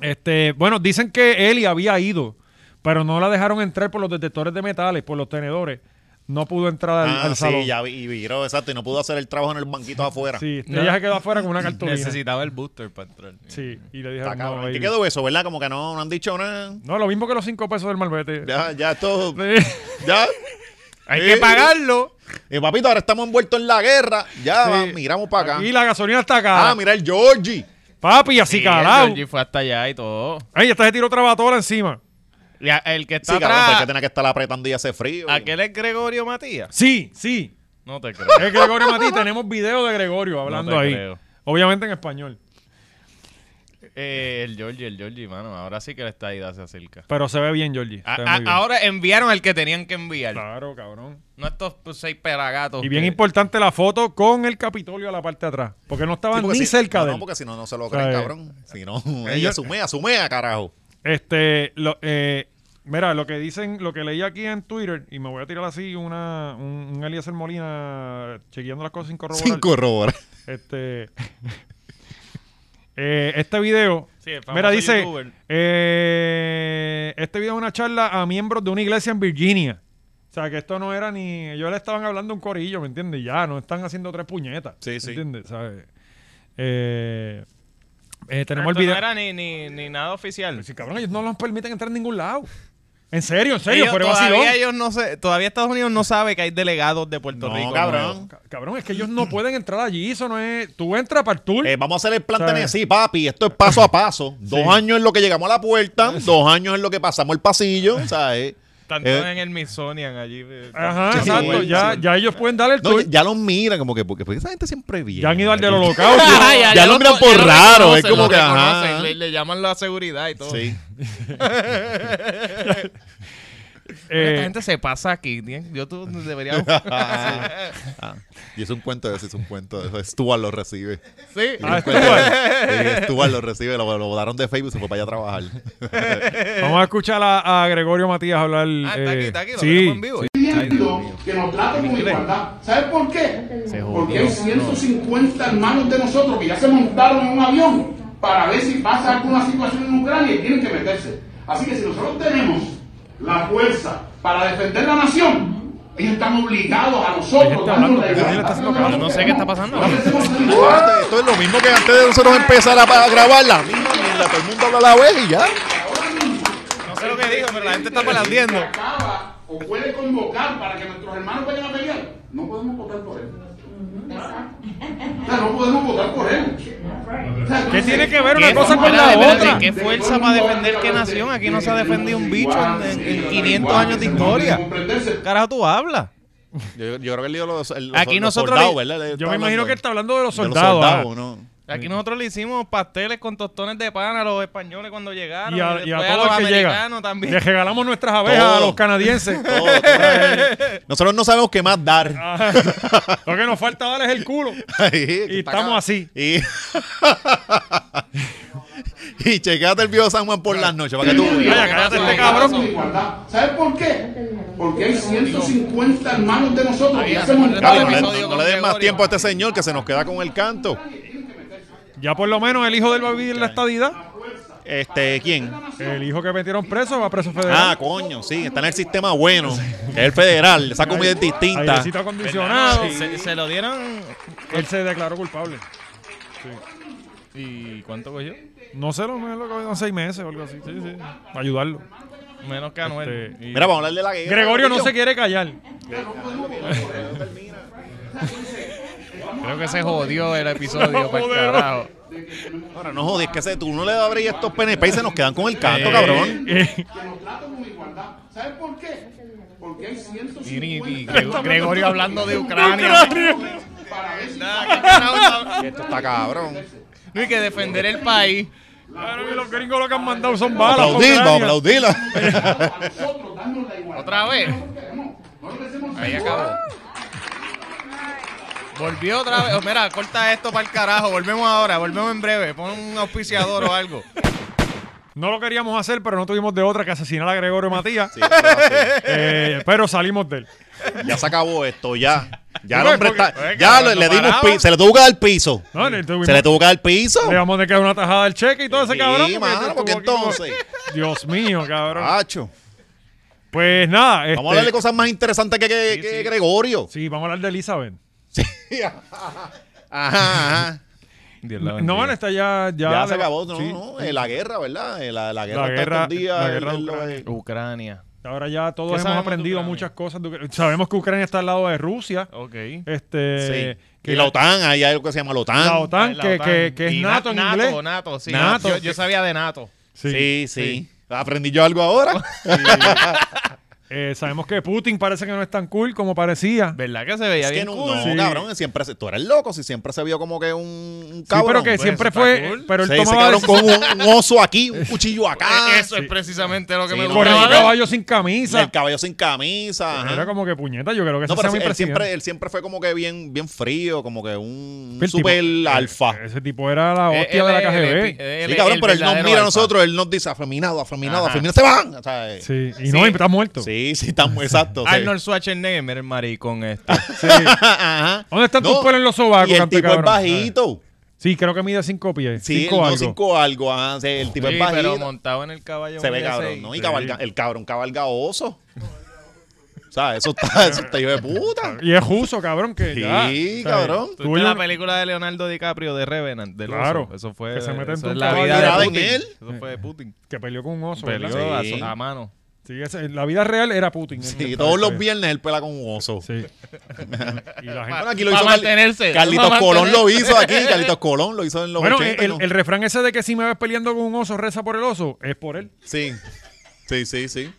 Speaker 1: Este, bueno, dicen que Eli había ido, pero no la dejaron entrar por los detectores de metales, por los tenedores. No pudo entrar al,
Speaker 2: ah,
Speaker 1: al
Speaker 2: sí,
Speaker 1: salón.
Speaker 2: ya vi, y viró, exacto. Y no pudo hacer el trabajo en el banquito afuera.
Speaker 1: Sí, este,
Speaker 3: No.
Speaker 1: ella se quedó afuera con una cartulina.
Speaker 3: Necesitaba el booster para entrar.
Speaker 1: Sí, y le
Speaker 2: Está
Speaker 1: dijeron, no,
Speaker 2: cabrón. ¿En ¿Qué
Speaker 1: baby".
Speaker 2: quedó eso, verdad? Como que no, no han dicho nada.
Speaker 1: No, lo mismo que los cinco pesos del malvete.
Speaker 2: Ya, ya esto.
Speaker 1: Sí.
Speaker 2: Ya.
Speaker 3: Hay que pagarlo.
Speaker 2: Eh, papito, ahora estamos envueltos en la guerra. Ya,
Speaker 1: Sí.
Speaker 2: va, Ah, miramos para acá.
Speaker 1: Y la gasolina está cara.
Speaker 2: Ah, mira el Georgie.
Speaker 1: Papi, así
Speaker 3: Sí,
Speaker 1: calado.
Speaker 3: el Georgie fue hasta allá y todo.
Speaker 1: Ay, esta se tiró otra batola encima.
Speaker 3: Y a- el pues, que está
Speaker 2: Sí, cabrón, porque
Speaker 3: atrás,
Speaker 2: tenía que estar apretando y hace frío.
Speaker 3: aquel es Gregorio Matías.
Speaker 1: Sí, sí.
Speaker 3: No te creo.
Speaker 1: Es Gregorio Matí, tenemos video de Gregorio hablando
Speaker 3: te
Speaker 1: ahí.
Speaker 3: creo.
Speaker 1: Obviamente en español.
Speaker 3: Eh, el Georgie, el Georgie, mano. Ahora sí que la estadidad se acerca.
Speaker 1: Pero se ve bien, Georgie.
Speaker 3: A-
Speaker 1: Se ve
Speaker 3: a-
Speaker 1: muy bien.
Speaker 3: ahora enviaron al que tenían que enviar.
Speaker 1: Claro, cabrón.
Speaker 3: No estos pues, seis pelagatos.
Speaker 1: Y bien
Speaker 3: que-
Speaker 1: importante la foto con el Capitolio a la parte de atrás. Porque no
Speaker 2: Sí,
Speaker 1: estaban
Speaker 2: porque
Speaker 1: ni
Speaker 2: si-
Speaker 1: cerca
Speaker 2: no,
Speaker 1: de
Speaker 2: No,
Speaker 1: él.
Speaker 2: porque si no, no se lo
Speaker 1: sea,
Speaker 2: creen,
Speaker 1: eh,
Speaker 2: cabrón. Si no, ella
Speaker 1: ellos-
Speaker 2: sumea, sumea, carajo.
Speaker 1: Este, lo- eh, mira, lo que dicen, lo que leí aquí en Twitter, y me voy a tirar así una, un, un Eliezer Molina chequeando las cosas sin corroborar.
Speaker 2: Sin corroborar.
Speaker 1: Este. eh, este video.
Speaker 3: Sí, el famoso
Speaker 1: mira, dice.
Speaker 3: youtuber.
Speaker 1: eh, este video es una charla a miembros de una iglesia en Virginia. O sea, que esto no era ni. Ellos le estaban hablando a un corillo, ¿me entiendes? Y Ya, no están haciendo tres puñetas.
Speaker 2: Sí,
Speaker 1: ¿me
Speaker 2: sí.
Speaker 1: ¿Entiendes? ¿Sabes? Eh, eh, tenemos
Speaker 3: Esto
Speaker 1: el video.
Speaker 3: No era ni, ni, ni nada oficial.
Speaker 1: Sí, cabrón, ellos no nos permiten entrar en ningún lado. En serio, en serio,
Speaker 3: Ellos-
Speaker 1: fuera de vacilón.
Speaker 3: todavía ellos no sé, todavía Estados Unidos no sabe que hay delegados de Puerto
Speaker 2: No,
Speaker 3: Rico.
Speaker 2: cabrón.
Speaker 1: Ca- Cabrón, es que ellos no pueden entrar allí. Eso no es. Tú entras para el tour.
Speaker 2: Eh, vamos a hacer el plan
Speaker 1: O sea,
Speaker 2: Tennessee, papi. Esto es paso a paso. Dos años en lo que llegamos a la puerta, dos años en lo que pasamos el pasillo, ¿sabes?
Speaker 3: Tanto
Speaker 2: Eh.
Speaker 3: en el Smithsonian allí. eh,
Speaker 1: Ajá,
Speaker 2: Sí,
Speaker 1: exacto.
Speaker 2: sí.
Speaker 1: Ya, ya ellos pueden dar el
Speaker 2: No,
Speaker 1: tour.
Speaker 2: ya, ya los miran como que, porque, porque esa gente siempre viene.
Speaker 1: Ya han ido al del
Speaker 2: local
Speaker 1: holocausto.
Speaker 2: ya lo miran por
Speaker 3: ya
Speaker 2: raro,
Speaker 3: reconocen,
Speaker 2: es como
Speaker 3: lo
Speaker 2: que, ajá.
Speaker 3: reconocen, Le, le llaman la seguridad y todo.
Speaker 2: Sí.
Speaker 1: Eh,
Speaker 3: Esta gente se pasa aquí. ¿tien? Yo tú debería.
Speaker 2: Ah, y es un cuento de eso, es un cuento de eso. Stuart lo recibe.
Speaker 3: sí.
Speaker 1: Ah,
Speaker 2: Es un cuento de- sí, Stuart lo recibe, lo, lo botaron de Facebook y se fue para allá a trabajar.
Speaker 1: Eh, Vamos a escuchar a, a Gregorio Matías hablar.
Speaker 3: Ah, está aquí,
Speaker 1: eh,
Speaker 3: está aquí, lo
Speaker 1: sí,
Speaker 3: tenemos en vivo.
Speaker 5: pidiendo que nos traten con igualdad. ¿Sabes por qué? Porque hay 150 hermanos de nosotros que ya se montaron en un avión para ver si pasa alguna situación en Ucrania y tienen que meterse. Así que si nosotros tenemos la fuerza para defender la nación, ellos están obligados a
Speaker 1: Ella
Speaker 5: nosotros
Speaker 1: está
Speaker 5: darnos
Speaker 1: hablando,
Speaker 5: la
Speaker 1: Gabriela
Speaker 5: igualdad.
Speaker 1: está haciendo caso.
Speaker 3: No sé qué está pasando.
Speaker 5: No pensemos en el
Speaker 2: Esto es- Esto es lo mismo que antes de nosotros empezar a, a grabar la misma mierda. Todo el mundo habla a la vez y ya.
Speaker 3: No sé lo que digo, pero la gente está palandiendo.
Speaker 5: que acaba o puede convocar para que nuestros hermanos vayan a pelear, no podemos votar por él. O sea, no podemos votar por él. O sea,
Speaker 1: ¿Qué
Speaker 5: entonces-
Speaker 1: tiene que ver una
Speaker 3: ¿Qué,
Speaker 1: cosa con la
Speaker 3: espérate, espérate,
Speaker 1: otra?
Speaker 3: ¿qué fuerza para defender qué nación? Aquí no se ha defendido un bicho en, en 500 años de historia. ¿Qué Carajo, tú hablas.
Speaker 2: Yo, yo creo que el lío los, el- los-
Speaker 3: Aquí
Speaker 2: los
Speaker 3: nosotros
Speaker 2: soldados,
Speaker 3: le-
Speaker 2: ¿verdad? Le-
Speaker 1: Yo
Speaker 2: está
Speaker 1: me imagino
Speaker 2: hablando
Speaker 1: que él está hablando de los
Speaker 2: de los
Speaker 1: soldados. ¿ah?
Speaker 2: soldados, ¿no?
Speaker 3: Aquí nosotros le hicimos pasteles con tostones de pan a los españoles cuando
Speaker 1: ah,
Speaker 3: llegaron.
Speaker 1: Y a,
Speaker 3: después
Speaker 1: y a todos los que llegan.
Speaker 3: americanos también.
Speaker 1: Les regalamos nuestras abejas
Speaker 2: Todo.
Speaker 1: a los canadienses.
Speaker 2: Todo, todo. Nosotros no sabemos qué más dar.
Speaker 1: Ah, Lo que nos falta dar es el culo.
Speaker 2: y
Speaker 1: estamos así.
Speaker 2: Y, y checate el viejo San Juan por las noches para que tú
Speaker 1: Vaya, cállate este cabrón.
Speaker 5: ¿Sabes por qué? Porque hay 150 hermanos de nosotros que ya se
Speaker 2: Claro, no,
Speaker 5: montaron.
Speaker 2: le-
Speaker 3: episodio
Speaker 2: no
Speaker 3: con
Speaker 2: le des más
Speaker 3: Gregorio.
Speaker 2: tiempo a este señor que se nos queda con el canto.
Speaker 1: Ya por lo menos el hijo del va a vivir la estadidad.
Speaker 2: Este, ¿quién?
Speaker 1: El hijo que metieron preso va preso
Speaker 2: Ah,
Speaker 1: federal.
Speaker 2: coño, sí, está en el sistema bueno. que Es el federal, esa comida es distinta.
Speaker 1: Airecito
Speaker 3: Ah,
Speaker 1: acondicionado.
Speaker 3: Se, se lo dieron.
Speaker 1: Él se declaró culpable.
Speaker 3: ¿Y cuánto cogió?
Speaker 1: No sé, lo menos lo que habían seis meses o algo así. Sí, sí. Para ayudarlo.
Speaker 3: Menos que Anuel.
Speaker 1: Este,
Speaker 3: Y-
Speaker 2: Mira, vamos a hablar de la guerra.
Speaker 1: Gregorio no se quiere callar.
Speaker 3: Creo que se jodió el episodio. pa'l carajo.
Speaker 2: Ahora, no jodí, es que se- tú no le abres estos PNP y se nos quedan con el canto,
Speaker 1: Eh,
Speaker 2: cabrón.
Speaker 1: eh,
Speaker 5: Que nos tratan con igualdad. ¿Sabes por qué? Porque hay
Speaker 3: Y- y- y
Speaker 5: 150
Speaker 3: Gre- Gregorio hablando de Ucrania.
Speaker 1: Ucrania.
Speaker 5: para ver si
Speaker 3: Ah, qué carajo.
Speaker 2: Esto está cabrón.
Speaker 3: No hay que defender el país.
Speaker 1: Claro, que los gringos lo que han mandado son balas. para
Speaker 2: Aplaudir,
Speaker 1: Ucrania.
Speaker 2: vamos a aplaudirla.
Speaker 5: a nosotros darnos la igualdad.
Speaker 3: Otra vez.
Speaker 5: No regresemos
Speaker 3: Ahí
Speaker 5: al-
Speaker 3: acabó. Volvió otra vez. Oh, mira, corta esto para el carajo. Volvemos ahora, volvemos en breve. Pon un auspiciador o algo.
Speaker 1: No lo queríamos hacer, pero no tuvimos de otra que asesinar a Gregorio Matías.
Speaker 2: Sí, eso es así.
Speaker 1: Eh, pero salimos de él.
Speaker 2: Ya se acabó esto, ya. Ya el
Speaker 1: Pues,
Speaker 2: hombre
Speaker 1: porque-
Speaker 2: está.
Speaker 1: pues,
Speaker 2: Ya
Speaker 1: cabrón,
Speaker 2: le, le
Speaker 1: no
Speaker 2: dimos
Speaker 1: paraba.
Speaker 2: piso. Se le tuvo que dar piso.
Speaker 1: No, le tuvimos-
Speaker 2: Se le tuvo que dar piso.
Speaker 1: Le vamos a quedar una tajada del cheque y todo ese
Speaker 2: Sí,
Speaker 1: cabrón.
Speaker 2: mano,
Speaker 1: estuvo
Speaker 2: porque
Speaker 1: aquí con-
Speaker 2: entonces-
Speaker 1: Dios mío, cabrón.
Speaker 2: Macho.
Speaker 1: Pues nada. este-
Speaker 2: Vamos a hablar de cosas más interesantes que, que- que Gregorio.
Speaker 1: Sí, vamos a hablar de Elizabeth.
Speaker 2: Ajá, ajá.
Speaker 1: No, bueno, está ya. Ya,
Speaker 2: Ya
Speaker 1: de-
Speaker 2: se acabó, no,
Speaker 1: sí.
Speaker 2: no, eh, la guerra, ¿verdad? Eh, La, la guerra
Speaker 1: La
Speaker 2: está
Speaker 1: guerra-
Speaker 2: escondida,
Speaker 1: la
Speaker 2: eh,
Speaker 1: guerra de
Speaker 2: eh, lo-
Speaker 1: Ucrania.
Speaker 2: eh,
Speaker 3: Ucrania.
Speaker 1: Ahora ya
Speaker 3: ¿Qué
Speaker 1: todos hemos
Speaker 3: sabemos de
Speaker 1: aprendido
Speaker 3: Ucrania?
Speaker 1: muchas cosas. de Ucrania. Sabemos que Ucrania está al lado de Rusia.
Speaker 3: Ok.
Speaker 1: Este,
Speaker 2: sí.
Speaker 1: que
Speaker 2: y la OTAN, ahí hay algo que se llama la OTAN.
Speaker 1: La OTAN,
Speaker 3: Ah, La
Speaker 1: que,
Speaker 3: OTAN.
Speaker 1: que- que es
Speaker 3: Y na-
Speaker 1: NATO en inglés.
Speaker 3: Nato, Nato, sí.
Speaker 1: Nato.
Speaker 3: Yo, yo sabía de Nato.
Speaker 2: Sí, sí. Aprendí yo algo ahora.
Speaker 1: Eh, sabemos que Putin parece que no es tan cool como parecía.
Speaker 3: ¿Verdad que se veía
Speaker 2: Es que
Speaker 3: bien?
Speaker 2: no,
Speaker 1: cool.
Speaker 2: no,
Speaker 1: Sí.
Speaker 2: cabrón, siempre se- tú eres loco si siempre se vio como que un, un
Speaker 1: Sí,
Speaker 2: cabrón.
Speaker 1: pero que
Speaker 3: pues,
Speaker 1: siempre
Speaker 3: está
Speaker 1: fue.
Speaker 3: cool.
Speaker 1: Pero él
Speaker 2: Se dice
Speaker 1: tomaba
Speaker 2: cabrón
Speaker 1: decisiones.
Speaker 2: con un, un oso aquí, un cuchillo acá.
Speaker 3: Eh, Eso es precisamente lo que
Speaker 2: Ah, Sí,
Speaker 3: me
Speaker 2: no,
Speaker 3: gusta.
Speaker 1: Corrió a
Speaker 2: Correcto.
Speaker 1: caballo sin camisa.
Speaker 2: El caballo sin camisa. ajá.
Speaker 1: Era como que puñeta, yo creo que ese
Speaker 2: No, pero
Speaker 1: sea mi
Speaker 2: él
Speaker 1: presidente.
Speaker 2: siempre, él siempre fue como que bien, bien frío, como que un
Speaker 1: El tipo- eh,
Speaker 2: super alfa.
Speaker 1: Ese tipo era la
Speaker 3: Eh,
Speaker 1: hostia
Speaker 3: él
Speaker 1: de la
Speaker 3: es el epi-
Speaker 1: KGB.
Speaker 3: él
Speaker 2: sí,
Speaker 3: es
Speaker 2: cabrón,
Speaker 3: el
Speaker 2: pero él nos
Speaker 3: verdadero
Speaker 2: mira a
Speaker 3: alfa.
Speaker 2: nosotros, él nos dice afeminado, afeminado,
Speaker 3: Ajá.
Speaker 2: afeminado, se van. O sea, eh,
Speaker 1: Sí, Ah, y
Speaker 3: Sí.
Speaker 1: no, y está muerto.
Speaker 2: Sí, sí, estamos exactos. sí.
Speaker 3: Arnold Schwarzenegger, mira el maricón este.
Speaker 1: Sí.
Speaker 2: Ajá.
Speaker 1: ¿Dónde están tus pelos en los sobacos,
Speaker 2: Y el
Speaker 1: cante
Speaker 2: tipo
Speaker 1: cabrón?
Speaker 2: es bajito.
Speaker 1: Sí, creo que mide 5 pies.
Speaker 2: Sí,
Speaker 1: 5
Speaker 2: él no,
Speaker 1: algo.
Speaker 2: cinco algo. ajá, sí, el tipo
Speaker 3: Sí,
Speaker 2: es
Speaker 3: pero
Speaker 2: bajito.
Speaker 3: montado en el caballo.
Speaker 2: Se ve
Speaker 3: ese
Speaker 2: cabrón,
Speaker 3: y-
Speaker 2: ¿no? Y
Speaker 1: sí.
Speaker 2: cabalga, el cabrón cabalga oso. O sea, eso está, eso está hijo de puta.
Speaker 1: Y es justo, cabrón, que ya,
Speaker 2: Sí,
Speaker 1: o sea,
Speaker 2: cabrón.
Speaker 3: ¿Tú
Speaker 1: Tú
Speaker 3: viste
Speaker 1: y
Speaker 3: la
Speaker 1: un-
Speaker 3: película de Leonardo DiCaprio de Revenant? del
Speaker 1: Claro.
Speaker 3: oso? Eso fue.
Speaker 1: Que se mete
Speaker 3: eso
Speaker 1: en
Speaker 3: es
Speaker 1: un
Speaker 3: la
Speaker 1: caballo
Speaker 3: vida
Speaker 2: tirado
Speaker 3: de
Speaker 2: en
Speaker 3: Putin.
Speaker 2: él.
Speaker 3: Eso fue de Putin.
Speaker 1: que peleó con un oso,
Speaker 3: Peleó
Speaker 1: ¿verdad?
Speaker 3: a,
Speaker 2: Sí.
Speaker 3: so- a mano.
Speaker 1: Sí, ese- la vida real era Putin.
Speaker 2: Sí,
Speaker 1: Él-
Speaker 2: todos
Speaker 1: sí.
Speaker 2: los viernes él pela con un oso.
Speaker 1: Sí. y la gente...
Speaker 2: Bueno, aquí lo
Speaker 3: Pa'
Speaker 2: hizo
Speaker 3: mantenerse,
Speaker 2: Carlitos
Speaker 3: pa'
Speaker 2: Colón lo
Speaker 3: mantenerse.
Speaker 2: hizo aquí, Carlitos Colón lo hizo en los
Speaker 1: Bueno,
Speaker 2: 80.
Speaker 1: el,
Speaker 2: ¿no?
Speaker 1: el refrán ese de que si me ves peleando con un oso, reza por el oso, es por él.
Speaker 2: Sí, sí, sí, sí.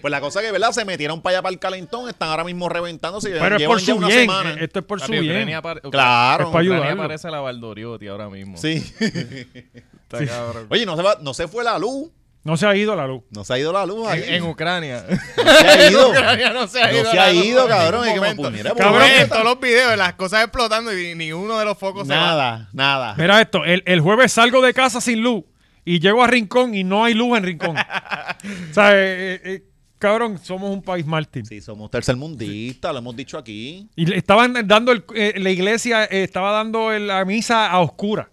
Speaker 2: Pues la cosa es que, ¿verdad? Se metieron para allá para el calentón, están ahora mismo reventándose.
Speaker 1: Pero es
Speaker 2: llevan
Speaker 1: por
Speaker 2: ya
Speaker 1: su
Speaker 2: una
Speaker 1: bien. eh,
Speaker 2: semana.
Speaker 1: Esto es por su
Speaker 3: Papi, Ucrania
Speaker 1: Pues bien.
Speaker 3: pare- Ucra-
Speaker 2: Claro.
Speaker 1: Es para ayudar.
Speaker 3: Ucrania
Speaker 1: ayudarlo.
Speaker 3: parece la Valdoriotti ahora mismo.
Speaker 2: Sí.
Speaker 3: Está cabrón.
Speaker 2: Oye, no se, va- no se fue la luz.
Speaker 1: No se ha ido la luz.
Speaker 2: No se ha ido la luz.
Speaker 3: En,
Speaker 2: allí.
Speaker 3: en Ucrania.
Speaker 2: No se ha ido.
Speaker 3: Ucrania no se ha ido.
Speaker 2: No se ha
Speaker 3: la luz
Speaker 2: ido,
Speaker 3: en
Speaker 2: cabrón.
Speaker 3: ningún
Speaker 2: Es que
Speaker 3: momento.
Speaker 2: pues, mira,
Speaker 1: Cabrón,
Speaker 2: pues,
Speaker 3: Ves todos los videos, las cosas explotando y ni uno de los focos se va.
Speaker 2: Nada, nada.
Speaker 1: Mira esto, el, el jueves salgo de casa sin luz y llego a Rincón y no hay luz en Rincón. o sea, eh, eh, eh, cabrón, somos un país mártir.
Speaker 2: Sí, somos tercermundistas, lo hemos dicho aquí.
Speaker 1: Y le estaban dando, el- eh, la iglesia eh, estaba dando el- la misa a oscura.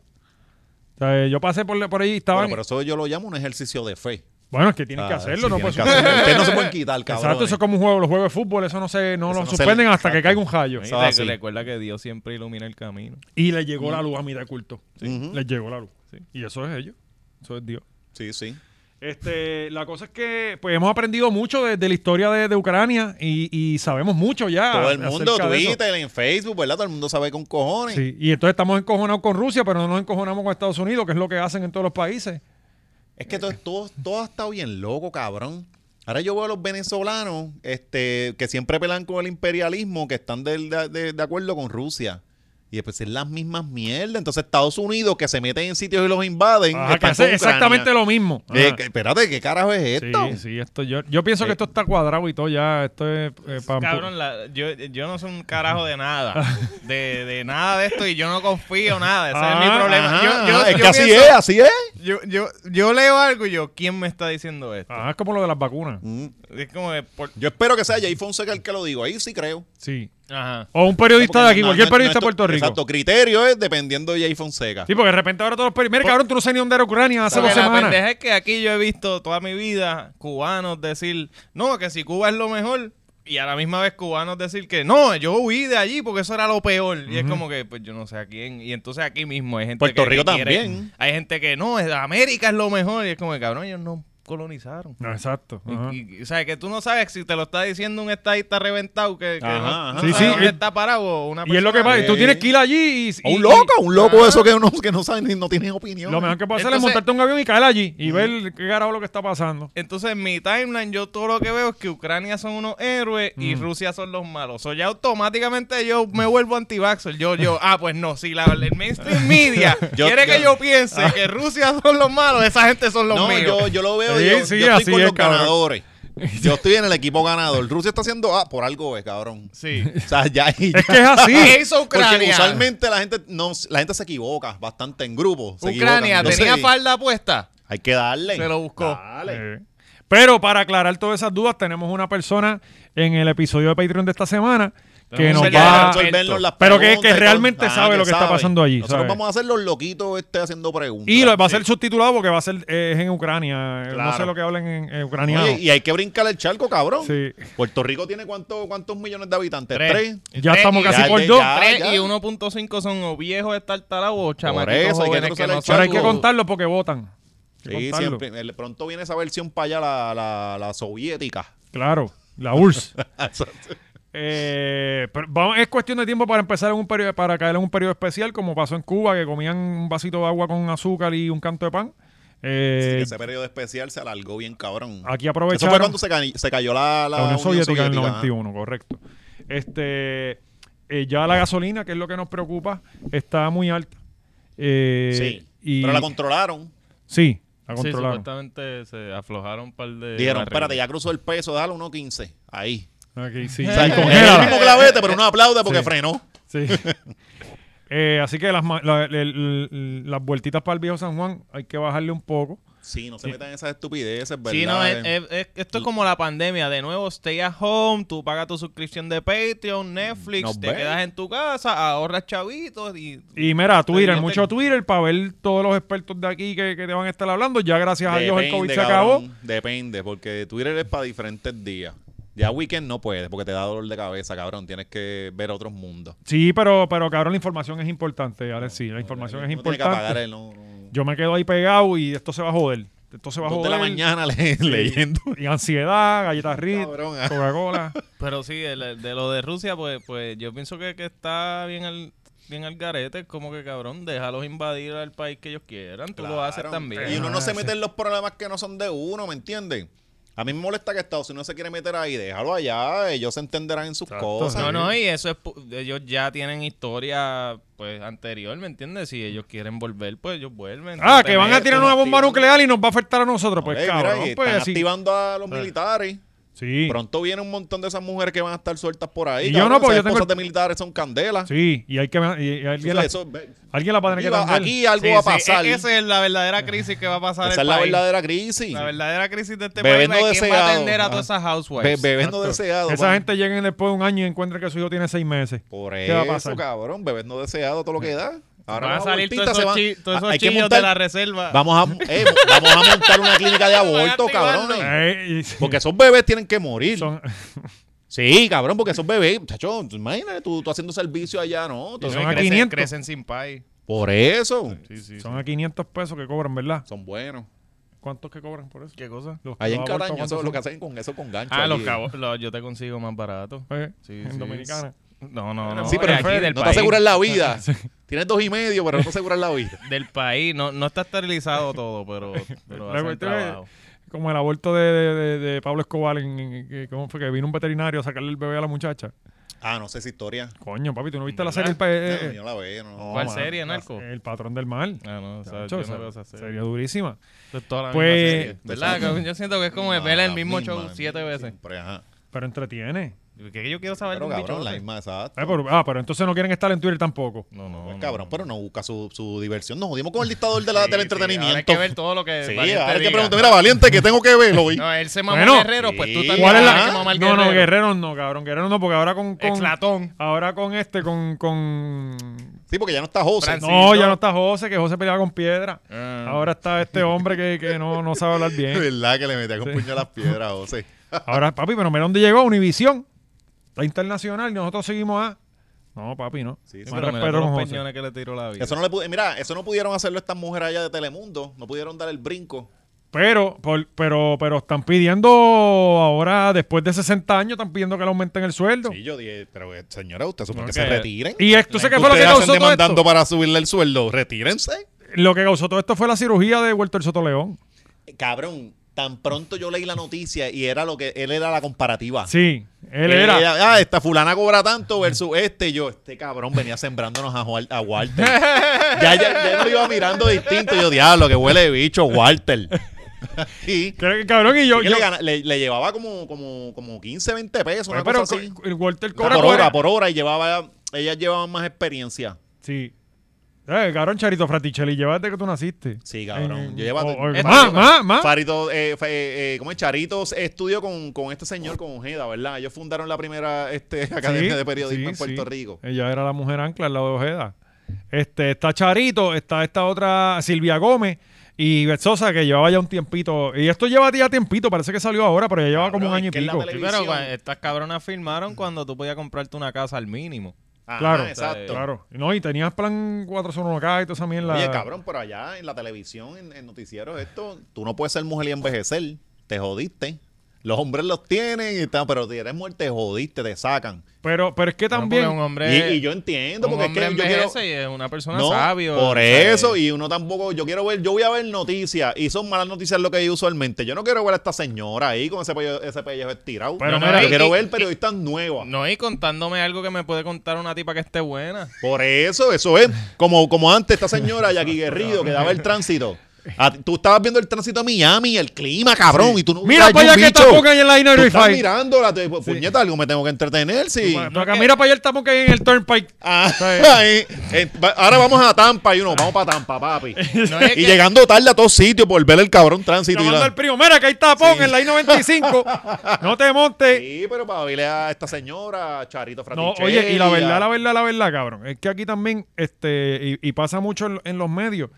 Speaker 1: O sea, eh, yo pasé por, la- por ahí y estaban...
Speaker 2: Bueno, pero eso yo lo llamo un ejercicio de fe.
Speaker 1: Bueno, es que tienen que
Speaker 2: Ah,
Speaker 1: hacerlo,
Speaker 2: sí,
Speaker 1: no
Speaker 2: tienen
Speaker 1: puede
Speaker 2: que
Speaker 1: ser.
Speaker 2: hacerlo. Ustedes no se pueden quitar, cabrón.
Speaker 1: Exacto, eso es como un juego, los juegos de fútbol, eso no se, no
Speaker 2: Eso
Speaker 1: lo
Speaker 2: no se
Speaker 1: suspenden
Speaker 2: le-
Speaker 1: hasta que caiga
Speaker 2: exacto.
Speaker 1: un rayo.
Speaker 2: Sí.
Speaker 3: Y te-
Speaker 2: así.
Speaker 3: Recuerda que Dios siempre ilumina el camino.
Speaker 1: Y le llegó la luz a mitad de culto.
Speaker 2: Ujú.
Speaker 1: Les llegó la luz. Y eso es ellos. Eso es Dios.
Speaker 2: Sí, sí.
Speaker 1: Este, la cosa es que pues hemos aprendido mucho de, de la historia de, de Ucrania y, y sabemos mucho ya.
Speaker 2: Todo el mundo,
Speaker 1: Ah, acerca de eso.
Speaker 2: Twitter, en Facebook, ¿verdad? Todo el mundo sabe con cojones.
Speaker 1: Sí, y entonces estamos encojonados con Rusia, pero no nos encojonamos con Estados Unidos, que es lo que hacen en todos los países.
Speaker 2: Es que todo, todo, todo ha estado bien loco, cabrón. Ahora yo veo a los venezolanos este, que siempre pelan con el imperialismo, que están del- de, de- de acuerdo con Rusia. Y después es las mismas mierdas. Entonces Estados Unidos que se meten en sitios y los invaden.
Speaker 1: Ajá, que
Speaker 2: están
Speaker 1: hace
Speaker 2: con Ucrania.
Speaker 1: exactamente lo mismo. Ajá.
Speaker 2: Eh, que- espérate, ¿qué carajo es esto? Eh.
Speaker 1: sí, sí, esto yo, yo pienso que esto está cuadrado y todo ya. Esto es eh, pa-
Speaker 3: Cabrón, la- yo, yo no soy un carajo de nada. De, de nada de esto y yo no confío nada. Ese es
Speaker 1: Ah,
Speaker 3: mi problema.
Speaker 2: Ajá,
Speaker 3: yo, yo-
Speaker 2: es
Speaker 3: yo
Speaker 2: que así
Speaker 3: pienso-
Speaker 2: es, así es. Ah.
Speaker 3: Yo, yo, yo leo algo y yo, ¿quién me está diciendo esto?
Speaker 1: Ajá, es como lo de las vacunas.
Speaker 2: Mm.
Speaker 3: Es como de. por-
Speaker 2: Yo espero que sea Jay Fonseca el que lo digo. Ahí sí creo.
Speaker 1: Sí.
Speaker 3: Ajá.
Speaker 1: O un periodista
Speaker 2: Porque
Speaker 1: de aquí,
Speaker 2: no-
Speaker 1: cualquier
Speaker 2: no- no
Speaker 1: periodista
Speaker 2: es
Speaker 1: de Puerto Rico.
Speaker 2: Exacto, criterio es dependiendo de Jay Fonseca.
Speaker 1: Sí, porque de repente ahora todos los periodistas. Mira, cabrón, tú no sabes ni dónde era Ucrania hace
Speaker 3: Porque
Speaker 1: dos
Speaker 3: la
Speaker 1: semanas.
Speaker 3: pendeja es que aquí yo he visto toda mi vida cubanos decir, no, que si Cuba es lo mejor, y a la misma vez cubanos decir que no, yo huí de allí porque eso era lo peor. Y es como que, pues yo no sé a quién. Y entonces aquí mismo hay gente
Speaker 2: Puerto
Speaker 3: que,
Speaker 2: Rico
Speaker 3: que quiere-
Speaker 2: también.
Speaker 3: hay gente que no, es- América es lo mejor. Y es como que, cabrón, ellos no colonizaron.
Speaker 1: No, exacto.
Speaker 3: Y-
Speaker 1: ajá.
Speaker 3: y- o sea, que tú no sabes si te lo está diciendo un estadista reventado que, que
Speaker 2: Ajá,
Speaker 3: no,
Speaker 2: ajá.
Speaker 3: no
Speaker 1: Sí,
Speaker 3: sabe
Speaker 1: sí,
Speaker 3: dónde
Speaker 1: eh,
Speaker 3: está parado o una
Speaker 1: Y es lo que
Speaker 3: persona.
Speaker 1: pasa. y Tú
Speaker 2: Sí.
Speaker 1: tienes que ir allí y.
Speaker 2: O
Speaker 1: y-
Speaker 2: un loco, un loco
Speaker 3: Ah.
Speaker 2: eso que no, que no saben ni no tienen
Speaker 1: y
Speaker 2: opinión.
Speaker 1: Lo mejor que puedes hacer es
Speaker 3: Entonces-
Speaker 1: montarte en un avión y caer allí y ver qué carajo lo que está pasando.
Speaker 3: Entonces, en mi timeline, yo todo lo que veo es que Ucrania son unos héroes y
Speaker 2: Mm.
Speaker 3: Rusia son los malos. O sea, ya automáticamente yo me vuelvo anti Yo, yo, ah, pues no, si la, el mainstream media
Speaker 2: Yo-
Speaker 3: quiere que
Speaker 2: yo- Ah.
Speaker 3: yo piense que Rusia son los malos, esa gente son los
Speaker 2: no,
Speaker 3: míos.
Speaker 2: yo, yo lo veo.
Speaker 1: Sí,
Speaker 2: yo
Speaker 1: sí,
Speaker 2: yo
Speaker 1: así
Speaker 2: estoy con
Speaker 1: es,
Speaker 2: los
Speaker 1: cabrón.
Speaker 2: ganadores. Yo estoy en el equipo ganador. Rusia está haciendo. Ah, por algo es, cabrón.
Speaker 3: Sí.
Speaker 2: O sea, ya. y
Speaker 1: Es
Speaker 2: ya.
Speaker 1: que es así.
Speaker 3: ¿Qué hizo
Speaker 2: Porque
Speaker 3: Ucrania?
Speaker 2: usualmente la gente, no, la gente se equivoca bastante en grupo. se
Speaker 3: Ucrania
Speaker 2: equivocan.
Speaker 3: tenía
Speaker 2: Entonces,
Speaker 3: falda puesta.
Speaker 2: Hay que darle.
Speaker 3: Se lo buscó.
Speaker 1: Eh, Pero para aclarar todas esas dudas, tenemos una persona en el episodio de Patreon de esta semana que nos
Speaker 3: Tenemos un
Speaker 2: Hay que
Speaker 1: va.
Speaker 3: señor
Speaker 2: resolvernos las
Speaker 1: Pero que-
Speaker 2: preguntas
Speaker 1: que
Speaker 2: y todo.
Speaker 1: realmente sabe
Speaker 2: que
Speaker 1: lo que está pasando allí,
Speaker 2: Nosotros
Speaker 1: ¿sabe?
Speaker 2: vamos a hacer los loquitos este haciendo preguntas.
Speaker 1: Y lo, va a ser
Speaker 2: Sí.
Speaker 1: subtitulado porque va a ser eh, es en Ucrania. eh, No
Speaker 2: Claro.
Speaker 1: sé lo que hablan en, en ucraniano.
Speaker 2: Oye, y hay que brincar el charco, cabrón.
Speaker 1: Sí.
Speaker 2: Puerto Rico tiene cuánto- cuántos millones de habitantes?
Speaker 3: Tres.
Speaker 2: Tres.
Speaker 1: ya estamos
Speaker 3: y-
Speaker 1: casi
Speaker 2: ya-
Speaker 1: por
Speaker 2: ya-
Speaker 1: dos.
Speaker 2: ya-
Speaker 3: Tres
Speaker 2: Ah,
Speaker 3: y 1.5 son o viejos estartalados o
Speaker 2: eso, hay
Speaker 3: chamaquitos
Speaker 2: que
Speaker 3: jóvenes que
Speaker 2: cruzar
Speaker 3: no
Speaker 2: el
Speaker 3: saben.
Speaker 1: Pero hay que
Speaker 2: Salvo-
Speaker 1: contarlo porque votan. Hay que
Speaker 2: Sí,
Speaker 1: contarlo.
Speaker 2: siempre. El- pronto viene esa versión para allá, la, la, la soviética.
Speaker 1: Claro, la URSS. Eh, pero vamos- es cuestión de tiempo para empezar en un periodo, para caer en un periodo especial, como pasó en Cuba, que comían un vasito de agua con azúcar y un canto de pan.
Speaker 2: Así que
Speaker 1: Eh,
Speaker 2: ese periodo especial se alargó bien, cabrón.
Speaker 1: aquí
Speaker 2: Eso fue
Speaker 1: aprovecharon
Speaker 2: cuando se, ca- se cayó la, la
Speaker 1: la Unión
Speaker 2: Unión
Speaker 1: Soviética en el
Speaker 2: Soviética, ajá.
Speaker 1: 91, correcto. Este, eh, ya la gasolina, que es lo que nos preocupa, está muy alta. Eh,
Speaker 2: Sí.
Speaker 1: y-
Speaker 2: Pero la controlaron.
Speaker 1: sí, la
Speaker 3: Sí,
Speaker 1: controlaron.
Speaker 3: supuestamente se aflojaron un par de.
Speaker 2: Dijeron,
Speaker 3: barriles.
Speaker 2: espérate, ya cruzó el peso, dale 1.15. Ahí.
Speaker 1: Aquí, sí.
Speaker 2: O sea,
Speaker 1: Y
Speaker 2: es el
Speaker 1: congélala.
Speaker 2: mismo clavete, pero uno aplaude porque
Speaker 1: Sí.
Speaker 2: frenó.
Speaker 1: Sí. Eh, así que las, ma- la- el- el- las vueltitas para el viejo San Juan hay que bajarle un poco.
Speaker 2: Sí, no se metan en esas estupideces, ¿verdad? eh.
Speaker 3: Sí, no, es- es- es- esto es como la pandemia. De nuevo, stay at home, tú pagas tu suscripción de Patreon, Netflix,
Speaker 2: Nos
Speaker 3: te
Speaker 2: ven.
Speaker 3: quedas en tu casa, ahorras chavitos y...
Speaker 1: Y mira, Twitter,
Speaker 3: yo te-
Speaker 1: mucho Twitter para ver todos los expertos de aquí que, que te van a estar hablando. Ya gracias a Dios el COVID se
Speaker 2: cabrón,
Speaker 1: acabó.
Speaker 2: Depende, porque Twitter es para diferentes días. Ya weekend no puedes, porque te da dolor de cabeza, cabrón. Tienes que ver otros mundos.
Speaker 1: Sí, pero, pero cabrón, la información es importante, Alex. Sí, la información es
Speaker 2: Uno tiene que apagar
Speaker 1: importante.
Speaker 2: el- no- no-
Speaker 1: Yo me quedo ahí pegado y esto se va a joder. Esto se va a
Speaker 2: Dos
Speaker 1: joder.
Speaker 2: de la mañana le- leyendo.
Speaker 1: Y ansiedad, galletas Ritz,
Speaker 2: Cabrón, ah.
Speaker 1: Coca-Cola.
Speaker 3: Pero sí, el- el- de lo de Rusia, pues pues yo pienso que, que está bien al, bien al garete. Como que, cabrón, déjalos invadir al país que ellos quieran. Tú lo haces
Speaker 2: Claro.
Speaker 3: también.
Speaker 2: Y uno no
Speaker 1: Ah,
Speaker 2: se mete
Speaker 1: sí.
Speaker 2: en los problemas que no son de uno, ¿me entiendes? A mí me molesta que Estados Unidos se quiere meter ahí, déjalo allá, ellos se entenderán en sus cosas.
Speaker 3: No, no, y eso es. pu- Ellos ya tienen historia pues anterior, ¿me entiendes? Si ellos quieren volver, pues ellos vuelven.
Speaker 1: Ah,
Speaker 3: No te
Speaker 1: que van a
Speaker 3: metas,
Speaker 1: tirar
Speaker 3: no
Speaker 1: una bomba
Speaker 3: activan.
Speaker 1: nuclear y nos va a afectar a nosotros. Pues
Speaker 2: Ey, mira,
Speaker 1: cabrón,
Speaker 2: y
Speaker 1: pues
Speaker 2: están
Speaker 1: así.
Speaker 2: activando a los militares.
Speaker 1: Sí.
Speaker 2: Pronto viene un montón de esas mujeres que van a estar sueltas por ahí.
Speaker 1: Y yo
Speaker 2: cabrón,
Speaker 1: no, porque
Speaker 2: esas
Speaker 1: yo tengo
Speaker 2: esposas
Speaker 1: el-
Speaker 2: de militares son candelas.
Speaker 1: Sí, y hay que y- y alguien, la,
Speaker 2: Eso- ve-
Speaker 1: alguien la va a tener que
Speaker 2: Iba-
Speaker 1: atender.
Speaker 2: aquí algo
Speaker 3: Sí,
Speaker 2: va a
Speaker 3: sí,
Speaker 2: pasar.
Speaker 3: e- Esa es la verdadera crisis que va a pasar.
Speaker 2: Esa es
Speaker 3: el
Speaker 2: la
Speaker 3: país.
Speaker 2: verdadera crisis.
Speaker 3: La verdadera crisis de este
Speaker 2: Bebé
Speaker 3: país.
Speaker 2: no
Speaker 3: es ¿Quién va a
Speaker 2: deseado.
Speaker 3: atender a
Speaker 2: Ah.
Speaker 3: todas esas
Speaker 2: Be-
Speaker 3: housewives?
Speaker 2: bebés no
Speaker 1: pues, Exacto.
Speaker 2: deseados.
Speaker 1: Esa
Speaker 2: pan.
Speaker 1: gente llega en después de un año y encuentra que su hijo tiene seis meses.
Speaker 2: Por
Speaker 1: ¿Qué va a
Speaker 2: eso,
Speaker 1: pasar?
Speaker 2: cabrón, bebés no deseados, todo lo que da. Ahora
Speaker 3: van a
Speaker 2: las
Speaker 3: salir todos
Speaker 2: abortistas se
Speaker 3: esos,
Speaker 2: van- Ah,
Speaker 3: chi- todos esos
Speaker 2: hay que
Speaker 3: chillos
Speaker 2: montar-
Speaker 3: de la reserva.
Speaker 2: Vamos a, eh, vamos a montar una clínica de aborto,
Speaker 3: Van a activarlo.
Speaker 2: cabrón.
Speaker 1: Eh, y- sí,
Speaker 2: Porque esos bebés tienen que morir.
Speaker 1: son,
Speaker 2: Sí, cabrón, porque esos bebés, muchachos, tú imagínate tú, tú haciendo servicio allá, ¿no?
Speaker 3: Y
Speaker 2: Entonces,
Speaker 1: son a
Speaker 3: crecen-
Speaker 1: 500.
Speaker 3: Crecen sin país.
Speaker 2: por eso.
Speaker 1: son a 500 pesos que cobran, ¿verdad?
Speaker 2: Son buenos.
Speaker 1: ¿Cuántos que cobran por eso?
Speaker 3: ¿Qué cosa?
Speaker 1: Los-
Speaker 2: Allá en
Speaker 1: los abortos,
Speaker 2: Caraño,
Speaker 1: ¿cuántos
Speaker 2: eso es lo que
Speaker 1: son?
Speaker 2: hacen con eso con gancho. eh.
Speaker 3: Ah,
Speaker 2: allí.
Speaker 3: los cabos. los- yo te consigo más barato.
Speaker 1: Eh,
Speaker 3: Sí,
Speaker 1: en
Speaker 3: sí.
Speaker 1: Dominicana.
Speaker 3: No, no, no.
Speaker 2: Sí, pero
Speaker 3: de aquí del
Speaker 2: no te
Speaker 3: país.
Speaker 2: aseguran la vida. Tienes dos y medio, pero no te aseguran la vida.
Speaker 3: Del país. No, no está esterilizado todo, pero, pero
Speaker 1: La
Speaker 3: hacen
Speaker 1: cuestión es-
Speaker 3: trabajo.
Speaker 1: Como el aborto de, de- de Pablo Escobar, en, en- que- ¿cómo fue? Que vino un veterinario a sacarle el bebé a la muchacha.
Speaker 2: Ah, no sé esa historia.
Speaker 1: Coño, papi, ¿tú no viste la serie?
Speaker 3: ¿Verdad?
Speaker 1: El, pa- eh,
Speaker 2: No,
Speaker 1: eh,
Speaker 2: yo la veo, no.
Speaker 3: ¿Cuál
Speaker 1: mano,
Speaker 3: serie,
Speaker 1: la-
Speaker 3: narco?
Speaker 1: El patrón del mal.
Speaker 3: Ah, no, o sea,
Speaker 1: Chacho,
Speaker 3: yo
Speaker 1: esa-
Speaker 3: no veo esa serie.
Speaker 1: serie durísima.
Speaker 3: Es toda la
Speaker 1: Pues-
Speaker 3: misma serie. ¿Verdad? Cabrón? Yo siento que es como
Speaker 2: Ah,
Speaker 3: ver el
Speaker 2: la
Speaker 3: mismo
Speaker 2: misma,
Speaker 3: show
Speaker 2: la
Speaker 3: siete
Speaker 2: misma,
Speaker 3: veces.
Speaker 2: siempre, ajá.
Speaker 1: Pero entretiene.
Speaker 3: Que yo quiero saber
Speaker 2: Pero
Speaker 3: de un
Speaker 2: cabrón,
Speaker 3: bicho
Speaker 2: la
Speaker 3: de-
Speaker 2: misma, exacto.
Speaker 1: Eh, pero- ah, pero entonces no quieren estar en Twitter tampoco.
Speaker 3: No, no.
Speaker 2: Pues,
Speaker 3: no.
Speaker 2: cabrón, pero pues, no busca su, su diversión. Nos jodimos con el dictador de la,
Speaker 3: Sí,
Speaker 2: del
Speaker 3: sí,
Speaker 2: entretenimiento.
Speaker 3: ahora hay que ver todo lo que.
Speaker 2: Sí,
Speaker 3: Valiente
Speaker 2: ahora hay que
Speaker 3: diga.
Speaker 2: preguntar, mira, eh, valiente, eh. que tengo que ver hoy.
Speaker 3: No, él se mamó
Speaker 1: Bueno,
Speaker 3: Guerrero, pues tú
Speaker 2: sí.
Speaker 3: también.
Speaker 1: ¿Cuál es
Speaker 3: tienes
Speaker 1: la.?
Speaker 3: que mamar
Speaker 1: no, no, Guerrero no, cabrón. Guerrero no, porque ahora con. con
Speaker 3: Exlatón.
Speaker 1: ahora con este, con. con
Speaker 2: Sí, porque ya no está José.
Speaker 3: Francis.
Speaker 1: no,
Speaker 3: Sí,
Speaker 1: ya
Speaker 3: no.
Speaker 1: no está José, que José peleaba con piedra.
Speaker 3: Ah.
Speaker 1: Ahora está este hombre que, que no, no sabe hablar
Speaker 2: Es
Speaker 1: bien.
Speaker 2: verdad que le metía con puño a las piedras, José.
Speaker 1: Ahora, papi, pero mira dónde llegó Univisión. Está internacional y nosotros seguimos a. No, papi, no.
Speaker 2: Sí, sí,
Speaker 1: Más
Speaker 3: Pero mira
Speaker 1: respeto
Speaker 3: todos
Speaker 1: con
Speaker 3: los
Speaker 1: José.
Speaker 3: peñones que le tiró la vida.
Speaker 2: Eso no le pude, mira, eso no pudieron hacerlo estas mujeres allá de Telemundo. No pudieron dar el brinco.
Speaker 1: Pero, por- pero, pero están pidiendo ahora, después de 60 años, están pidiendo que le aumenten el sueldo.
Speaker 2: Sí, yo dije, pero eh, señora, usted supone
Speaker 1: No,
Speaker 2: que se
Speaker 1: que-
Speaker 2: retiren.
Speaker 1: Y entonces, ¿qué fue lo que
Speaker 2: Ustedes
Speaker 1: causó
Speaker 2: hacen
Speaker 1: todo
Speaker 2: demandando
Speaker 1: esto?
Speaker 2: para subirle el sueldo. Retírense.
Speaker 1: Lo que causó todo esto fue la cirugía de Walter Soto León.
Speaker 2: Cabrón, tan pronto yo leí la noticia y era lo que él era la comparativa.
Speaker 1: Sí, él
Speaker 2: Él
Speaker 1: era.
Speaker 2: Ah, esta fulana cobra tanto versus este. Y Yo, este cabrón venía sembrándonos a, Jual- a Walter. ya, ya, ya lo iba mirando distinto. Yo, diablo, que huele de bicho, Walter. y
Speaker 1: Que- Cabrón, y yo.
Speaker 2: y
Speaker 1: yo- Pues,
Speaker 2: le, gana- le- le llevaba como, como, como 15, 20 pesos, una
Speaker 1: pero
Speaker 2: cosa así.
Speaker 1: co- el Walter
Speaker 2: por
Speaker 1: cobra.
Speaker 2: hora,
Speaker 1: cuarenta-
Speaker 2: por hora. Y llevaba, ellas llevaban más experiencia.
Speaker 1: Sí. Eh, cabrón, Charito Fratichelli, lleva desde que tú naciste.
Speaker 2: Sí, cabrón.
Speaker 1: En-
Speaker 2: Yo llevo-
Speaker 1: o- o-
Speaker 2: Esta-
Speaker 1: Más, más, más.
Speaker 2: Farito, eh, fa- eh, eh, ¿cómo es? Charitos estudió con, con este señor, con Ojeda, ¿verdad? Ellos fundaron la primera este, academia
Speaker 1: Sí,
Speaker 2: de periodismo
Speaker 1: sí,
Speaker 2: en Puerto
Speaker 1: sí.
Speaker 2: Rico.
Speaker 1: Ella era la mujer ancla al lado de Ojeda. Este, está Charito, está esta otra Silvia Gómez y Bet Sosa que llevaba ya un tiempito. Y esto lleva ya tiempito, parece que salió ahora, pero ya lleva
Speaker 2: Cabrón,
Speaker 1: como un
Speaker 2: es
Speaker 1: año y
Speaker 2: que en la
Speaker 1: pico.
Speaker 2: tele-
Speaker 3: Sí, pero
Speaker 2: televisión.
Speaker 3: cua- estas cabronas firmaron cuando tú podías comprarte una casa al mínimo.
Speaker 2: Ajá,
Speaker 1: Claro,
Speaker 2: exacto.
Speaker 1: Claro. No, y tenías plan 401k y toda esa mierda.
Speaker 2: Oye, cabrón, por allá en la televisión, en, en noticieros, esto, tú no puedes ser mujer y envejecer. Te jodiste. Los hombres los tienen, y tal, pero si eres mujer, te jodiste, te sacan.
Speaker 1: Pero, pero es que también.
Speaker 3: un hombre,
Speaker 2: Y, y yo entiendo,
Speaker 3: un
Speaker 2: porque es
Speaker 3: hombre
Speaker 2: que yo quiero.
Speaker 3: envejece y es una persona
Speaker 2: No,
Speaker 3: sabio.
Speaker 2: por
Speaker 3: o sea,
Speaker 2: eso, y uno tampoco, yo quiero ver, yo voy a ver noticias, y son malas noticias lo que hay usualmente. Yo no quiero ver a esta señora ahí con ese pellejo, ese pellejo estirado.
Speaker 1: Pero
Speaker 2: yo
Speaker 1: mira,
Speaker 2: yo
Speaker 1: y-
Speaker 2: quiero ver periodistas nuevas.
Speaker 3: No, y contándome algo que me puede contar una tipa que esté buena.
Speaker 2: Por eso, eso es. Como, como antes, esta señora Jackie Guerrido que daba el tránsito. A ti- tú estabas viendo el tránsito a Miami, el clima, cabrón, y tú no
Speaker 1: Mira
Speaker 2: ay,
Speaker 1: para allá
Speaker 2: un
Speaker 1: que
Speaker 2: bicho.
Speaker 1: tapón que hay en la
Speaker 2: Tú estás
Speaker 1: 995.
Speaker 2: mirando la te- puñeta, algo me tengo que entretener, sí.
Speaker 1: Pa- pa' acá, Mira para allá el tapón que hay en el Turnpike.
Speaker 2: Ah, ahí. Eh, va- ahora vamos a Tampa y uno, vamos para Tampa, papi.
Speaker 3: No es
Speaker 2: Y
Speaker 3: que-
Speaker 2: llegando tarde a todos sitios por ver el cabrón tránsito. y
Speaker 1: Llamando
Speaker 2: la-
Speaker 1: al primo, mira que hay tapón en la I-95. no te montes.
Speaker 2: Sí, pero para verle a esta señora, a Charito
Speaker 1: No,
Speaker 2: Fraticelli.
Speaker 1: oye, y la
Speaker 2: a-
Speaker 1: verdad, la verdad, la verdad, cabrón. Es que aquí también, este, y, y pasa mucho en, lo- en los medios.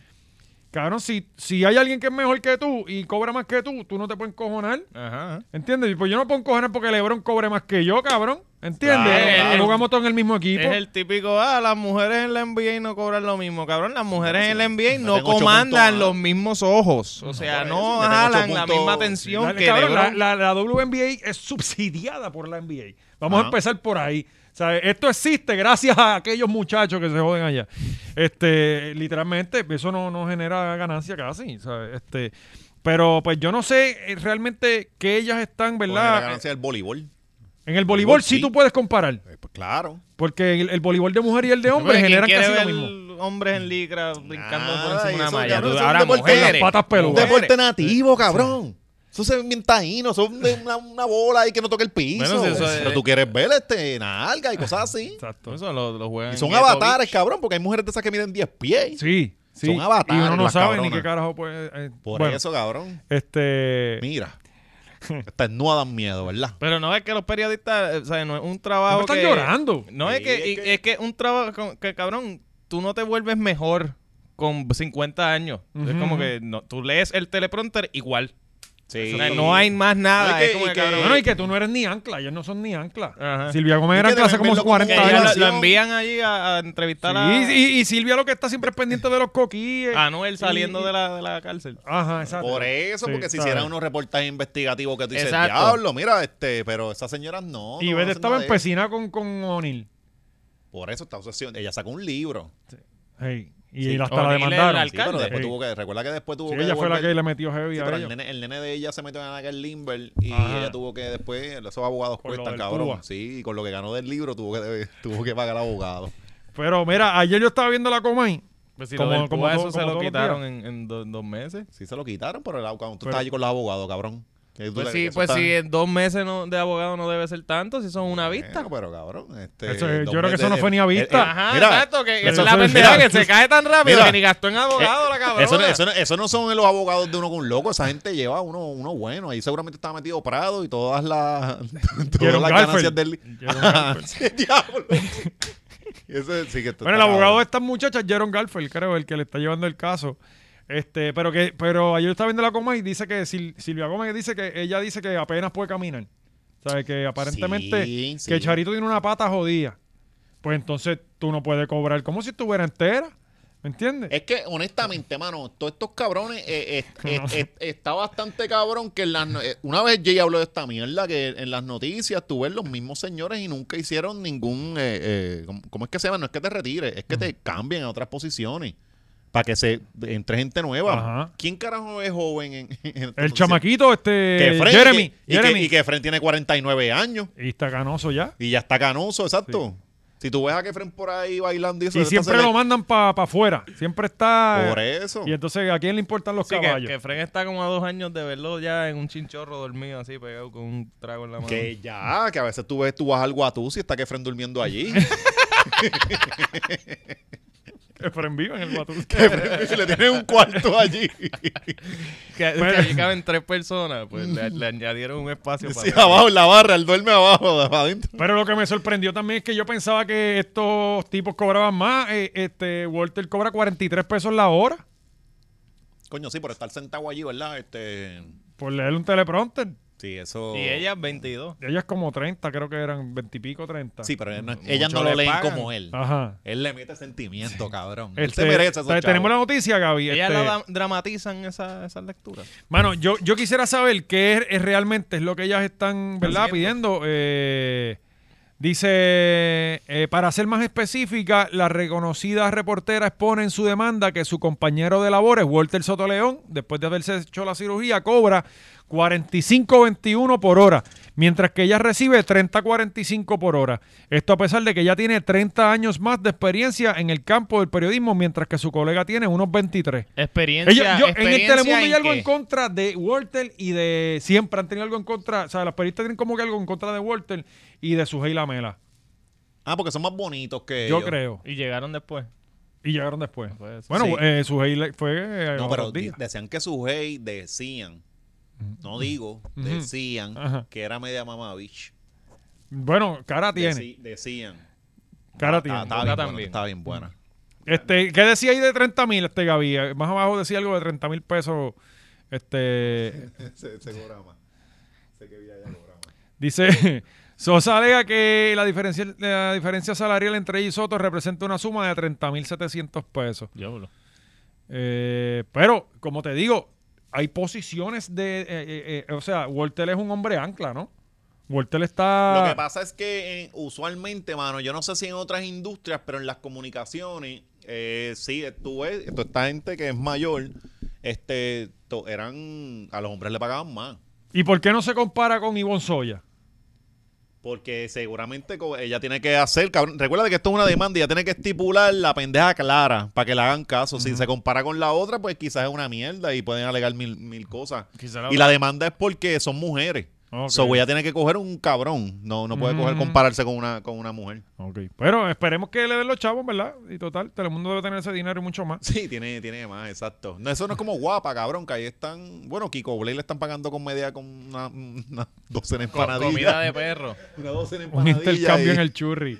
Speaker 1: Cabrón, si, si hay alguien que es mejor que tú y cobra más que tú, tú no te puedes cojonar.
Speaker 3: Ajá.
Speaker 1: ¿Entiendes? Y Pues yo no puedo cojonar porque Lebron cobre más que yo, cabrón. ¿Entiendes?
Speaker 2: Claro,
Speaker 1: Eh,
Speaker 2: claro.
Speaker 1: Jugamos todos en el mismo equipo.
Speaker 3: Es el típico, ah, las mujeres en la NBA no cobran lo mismo. Cabrón, las mujeres en la NBA
Speaker 2: Yo
Speaker 3: no
Speaker 2: tengo ocho
Speaker 3: comandan
Speaker 2: puntos más.
Speaker 3: los mismos ojos. O sea,
Speaker 2: Yo
Speaker 3: no
Speaker 2: tengo ocho
Speaker 3: jalan la
Speaker 2: puntos.
Speaker 3: misma atención
Speaker 1: Dale,
Speaker 3: que
Speaker 1: cabrón, la,
Speaker 3: LeBron.
Speaker 1: la- la WNBA es subsidiada por la NBA. Vamos a
Speaker 2: Ajá.
Speaker 1: empezar por ahí. O sea, esto existe gracias a aquellos muchachos que se joden allá. Este, literalmente, eso no, no genera ganancia casi. ¿sabes? Este, Pero pues yo no sé eh, realmente que ellas están,
Speaker 2: Con
Speaker 1: ¿verdad?
Speaker 2: la ganancia del voleibol.
Speaker 1: En el voleibol sí
Speaker 2: sí.
Speaker 1: tú puedes comparar.
Speaker 2: Eh, pues claro.
Speaker 1: Porque el, el voleibol de mujer y el de hombre
Speaker 3: Hombre, ¿quién
Speaker 1: generan
Speaker 3: quiere
Speaker 1: casi lo
Speaker 3: ver
Speaker 1: mismo.
Speaker 3: Hombres en licra brincando
Speaker 2: Nada,
Speaker 3: por encima de una
Speaker 2: eso,
Speaker 3: malla.
Speaker 2: cabrón, eso
Speaker 3: Tú-
Speaker 2: es un
Speaker 3: Ahora
Speaker 2: deporte con las
Speaker 3: mujeres.
Speaker 1: patas
Speaker 2: Un
Speaker 1: peludas.
Speaker 3: mujeres.
Speaker 2: deporte nativo, cabrón. Eso se ven bien taíno, son de una, una bola ahí que no toca el piso.
Speaker 3: Bueno, si eso es-
Speaker 2: Pero tú quieres ver este nalga y cosas así.
Speaker 1: Exacto.
Speaker 3: Eso lo, lo juegan
Speaker 2: Y son
Speaker 3: en Ghetto
Speaker 2: avatares, cabrón, porque hay mujeres de esas que miden 10 pies.
Speaker 1: Sí, sí.
Speaker 2: Son avatares,
Speaker 1: Y uno no
Speaker 2: las
Speaker 1: sabe ni
Speaker 2: cabronas.
Speaker 1: qué carajo puede. eh,
Speaker 2: Por
Speaker 1: bueno,
Speaker 2: eso, cabrón.
Speaker 1: Este.
Speaker 2: Mira. Estas no dan miedo, ¿verdad?
Speaker 3: Pero no es que los periodistas, eh, o sea, no es un trabajo
Speaker 1: Siempre
Speaker 3: que...
Speaker 1: están llorando.
Speaker 3: No es
Speaker 2: Sí,
Speaker 3: que,
Speaker 2: es
Speaker 3: y-
Speaker 2: que-
Speaker 3: es que un trabajo con- que, cabrón, tú no te vuelves mejor con 50 años. Es
Speaker 1: Ujú,
Speaker 3: como
Speaker 1: ujú.
Speaker 3: que no, tú lees el teleprompter igual.
Speaker 2: Sí.
Speaker 3: O sea, no hay más nada.
Speaker 2: No, y que-
Speaker 3: es como
Speaker 2: y
Speaker 3: que,
Speaker 2: que-
Speaker 3: cabrón,
Speaker 1: Bueno, y que tú no eres ni ancla, ellos no son ni ancla.
Speaker 3: Ajá.
Speaker 1: Silvia Gómez
Speaker 2: Y
Speaker 1: era
Speaker 2: que
Speaker 1: ancla hace
Speaker 2: deben
Speaker 1: como
Speaker 2: verlo como
Speaker 1: 40
Speaker 3: que ya
Speaker 1: años.
Speaker 3: lo,
Speaker 2: relación.
Speaker 3: lo envían allí a, a entrevistar
Speaker 1: Sí,
Speaker 3: a,
Speaker 1: y, y Silvia lo que está siempre es pendiente de los coquilles.
Speaker 3: a Anuel saliendo
Speaker 1: y-
Speaker 3: de, la, de la cárcel.
Speaker 1: Ajá, exacto.
Speaker 2: Por eso,
Speaker 1: Sí,
Speaker 2: porque si
Speaker 1: ¿sabes?
Speaker 2: hicieran unos reportajes investigativos que tú dices,
Speaker 3: Exacto.
Speaker 2: diablo, mira, este, pero esas señoras no.
Speaker 1: Y
Speaker 2: no
Speaker 1: Beth
Speaker 2: hacen
Speaker 1: estaba
Speaker 2: nada de eso".
Speaker 1: empecina con, con O'Neill.
Speaker 2: Por eso está obsesión. Ella sacó un libro.
Speaker 1: Hey, Y
Speaker 2: Sí,
Speaker 1: hasta la
Speaker 3: O'Neill es el
Speaker 1: demandaron.
Speaker 2: Sí, pero
Speaker 3: Alcalde.
Speaker 2: después
Speaker 1: Sí.
Speaker 2: tuvo que, recuerda que después tuvo
Speaker 1: Sí,
Speaker 2: que
Speaker 1: ella fue la
Speaker 2: devolver-
Speaker 1: que le metió heavy
Speaker 2: Sí,
Speaker 1: a
Speaker 2: pero el
Speaker 1: ella.
Speaker 2: nene, el nene de ella se metió en aquel Limber y
Speaker 1: Ajá.
Speaker 2: ella tuvo que después, esos abogados
Speaker 1: Con lo
Speaker 2: cuestan,
Speaker 1: del
Speaker 2: cabrón.
Speaker 1: Cuba.
Speaker 2: Sí, con lo que ganó del libro tuvo que, tuvo que pagar abogado.
Speaker 1: Pero mira, ayer yo estaba viendo la Comay.
Speaker 3: Pues si
Speaker 1: Como-
Speaker 3: lo del
Speaker 1: como
Speaker 3: Cuba,
Speaker 1: todo-
Speaker 3: eso se
Speaker 1: como
Speaker 3: lo
Speaker 1: todos los
Speaker 3: quitaron en, en do- dos meses.
Speaker 2: Sí se lo quitaron, pero el abogado, tú
Speaker 1: Pero-
Speaker 2: estás allí con los abogados, cabrón. Que tú
Speaker 3: Pues
Speaker 2: le-
Speaker 3: sí,
Speaker 2: eso
Speaker 3: pues
Speaker 2: está-
Speaker 3: sí, en dos meses no- de abogado no debe ser tanto, si son una vista.
Speaker 2: Bueno, pero cabrón, este,
Speaker 1: Eso es- yo
Speaker 2: dos
Speaker 1: creo que
Speaker 2: meses
Speaker 1: eso no
Speaker 2: de-
Speaker 1: fue ni a
Speaker 2: eh,
Speaker 1: vista.
Speaker 2: eh,
Speaker 3: Ajá,
Speaker 2: mira,
Speaker 3: exacto, que
Speaker 1: Pero
Speaker 3: esa es la
Speaker 1: eso es-
Speaker 3: pendeja
Speaker 1: mira,
Speaker 3: que se cae tan rápido
Speaker 2: mira.
Speaker 3: que ni gastó en abogado la cabrona.
Speaker 2: Eh, Eso, no- eso, no- eso no son los abogados de uno con un loco, esa gente lleva uno, uno bueno. Ahí seguramente estaba metido Prado y todas las, todas
Speaker 1: Jerome
Speaker 2: las
Speaker 1: Garfield.
Speaker 2: ganancias del.
Speaker 1: Jerome
Speaker 2: Ajá, sí, diablo. Ese sí que está
Speaker 1: Bueno, el
Speaker 2: cabrón.
Speaker 1: abogado de estas muchachas, Jaron Garfield, creo, el que le está llevando el caso. Este, pero que, pero ayer estaba viendo la Comay y dice que Sil- Silvia Gómez dice que ella dice que apenas puede caminar. O sea, que aparentemente
Speaker 2: Sí, sí.
Speaker 1: que Charito tiene una pata jodida. Pues entonces tú no puedes cobrar como si estuviera entera. ¿Me entiendes?
Speaker 2: Es que honestamente, mano, todos estos cabrones eh, eh, eh, eh, está bastante cabrón que en las no- eh, una vez Jay habló de esta mierda que en las noticias tú ves los mismos señores y nunca hicieron ningún eh, eh, ¿cómo- ¿cómo es que se llama? No es que te retires, es que te cambien a otras posiciones para que se entre gente nueva.
Speaker 1: Ajá.
Speaker 2: ¿Quién carajo es joven en, en esta
Speaker 1: el
Speaker 2: posición?
Speaker 1: chamaquito, este
Speaker 2: que Fren,
Speaker 1: Jeremy,
Speaker 2: que- y,
Speaker 1: Jeremy.
Speaker 2: Que, y que Fren tiene 49 años
Speaker 1: Y está canoso ya.
Speaker 2: y ya está canoso, exacto. Si tú ves a que Fren por ahí bailando y eso,
Speaker 1: Y
Speaker 2: esta se
Speaker 1: siempre
Speaker 2: le-
Speaker 1: lo mandan para afuera. Siempre está.
Speaker 2: por eso.
Speaker 1: Y entonces, ¿a quién le importan los
Speaker 3: Sí, que,
Speaker 1: caballos?
Speaker 3: que Fren está como a dos años de verlo ya en un chinchorro dormido así, pegado con un trago en la mano.
Speaker 2: Que ya, que a veces tú ves, tú vas al Guatuz y está que Fren durmiendo allí.
Speaker 1: Que Fren vive en el Guatú.
Speaker 2: Que Fren- y le tienen un cuarto allí.
Speaker 3: Que, que
Speaker 1: Bueno.
Speaker 3: allí caben tres personas, pues le, le añadieron un espacio
Speaker 2: Sí,
Speaker 3: para...
Speaker 2: abajo en la barra, él duerme abajo, de- adentro.
Speaker 1: Pero lo que me sorprendió también es que yo pensaba que estos tipos cobraban más. Eh, este Walter cobra 43 pesos la hora
Speaker 2: Coño, sí, por estar sentado allí, ¿verdad? Este,
Speaker 1: por leer un teleprompter.
Speaker 2: sí, eso.
Speaker 3: Y ella 22.
Speaker 1: Y Ellas como 30, creo que eran 20 y pico, 30.
Speaker 2: Sí, pero ella no- ellas
Speaker 3: Mucho
Speaker 2: no lo
Speaker 3: le
Speaker 2: leen
Speaker 3: pagan.
Speaker 2: como él.
Speaker 1: Ajá.
Speaker 2: Él le mete sentimiento, cabrón.
Speaker 1: Ah.
Speaker 2: él
Speaker 1: Este,
Speaker 2: se merece
Speaker 1: te-
Speaker 2: eso.
Speaker 1: tenemos la noticia, Gaby.
Speaker 3: Ellas
Speaker 1: este-
Speaker 3: la da- dramatizan esa, esa lectura.
Speaker 1: Mano, yo, yo quisiera saber qué es, es realmente es lo que ellas están, ¿verdad?
Speaker 3: Haciendo.
Speaker 1: Pidiendo. Eh, dice, eh, para ser más específica, la reconocida reportera expone en su demanda que su compañero de labores, Walter Sotoleón, después de haberse hecho la cirugía, cobra 45.21 por hora, mientras que ella recibe 30.45 por hora. Esto a pesar de que ella tiene 30 años más de experiencia en el campo del periodismo, mientras que su colega tiene unos 23.
Speaker 3: Experiencia,
Speaker 1: Ellos- yo- en el Telemundo hay algo en contra de Walter y de. Siempre han tenido algo en contra. O sea, los periodistas tienen como que algo en contra de Walter y de Sujei Lamela.
Speaker 2: Ah, porque son más bonitos que.
Speaker 1: Yo
Speaker 2: ellos.
Speaker 1: creo.
Speaker 3: Y llegaron después.
Speaker 1: Y llegaron después.
Speaker 3: Pues,
Speaker 1: bueno,
Speaker 2: sí.
Speaker 1: eh, Sujei le- fue. eh,
Speaker 2: No,
Speaker 1: a
Speaker 2: pero
Speaker 1: los
Speaker 2: di-
Speaker 1: días.
Speaker 2: decían que su hey decían. No digo,
Speaker 1: Ujú.
Speaker 2: decían
Speaker 1: Ajá.
Speaker 2: que era media mamá bitch.
Speaker 1: Bueno, cara tiene.
Speaker 2: Deci- decían.
Speaker 1: Cara
Speaker 2: Está-
Speaker 1: tiene.
Speaker 2: Ah, está
Speaker 3: Está
Speaker 2: bien
Speaker 3: tan
Speaker 2: buena,
Speaker 3: bien.
Speaker 2: está bien buena.
Speaker 1: Este, ¿Qué decía ahí de 30 mil, este Gaby? Eh, Más abajo decía algo de 30 mil pesos. Este.
Speaker 2: Ese, cobra más. Sé que Villa ya cobra más.
Speaker 1: Dice, Sosa alega que la diferencia, la diferencia salarial entre ella y Soto representa una suma de 30.700 pesos. Eh, pero, como te digo, hay posiciones de... eh, eh, eh, o sea, Walter es un hombre ancla, ¿no? Walter
Speaker 2: Lo que
Speaker 1: está...
Speaker 2: pasa es que eh, usualmente, mano, yo no sé si en otras industrias, pero en las comunicaciones, eh, sí, tú ves, esto, esta gente que es mayor, este, to- esto, eran a los hombres le pagaban más.
Speaker 1: ¿Y por qué no se compara con Ivonne Soya?
Speaker 2: Porque seguramente co- ella tiene que hacer, cabrón. Recuerda que esto es una demanda y ella tiene que estipular la pendeja clara para que le hagan caso. Si se compara con la otra, pues quizás es una mierda y pueden alegar mil, mil cosas.
Speaker 1: Quizá la-
Speaker 2: Y la demanda es porque son mujeres.
Speaker 1: Ok.
Speaker 2: So ella tiene que coger un cabrón. No, no puede coger
Speaker 1: Mm.
Speaker 2: compararse con una, con una mujer.
Speaker 1: Ok. Pero esperemos que le den los chavos, ¿verdad? Y total, Telemundo debe tener ese dinero y mucho más.
Speaker 2: Sí, tiene, tiene más, exacto. No, eso no es como guapa, cabrón, que ahí están. Bueno, Kiko Blay le están pagando con media con una, una docena
Speaker 3: Co- comida
Speaker 2: empanadilla.
Speaker 3: de perro.
Speaker 2: Una docena
Speaker 1: Un
Speaker 2: empanadilla.
Speaker 1: intercambio
Speaker 2: y-
Speaker 1: en el churri.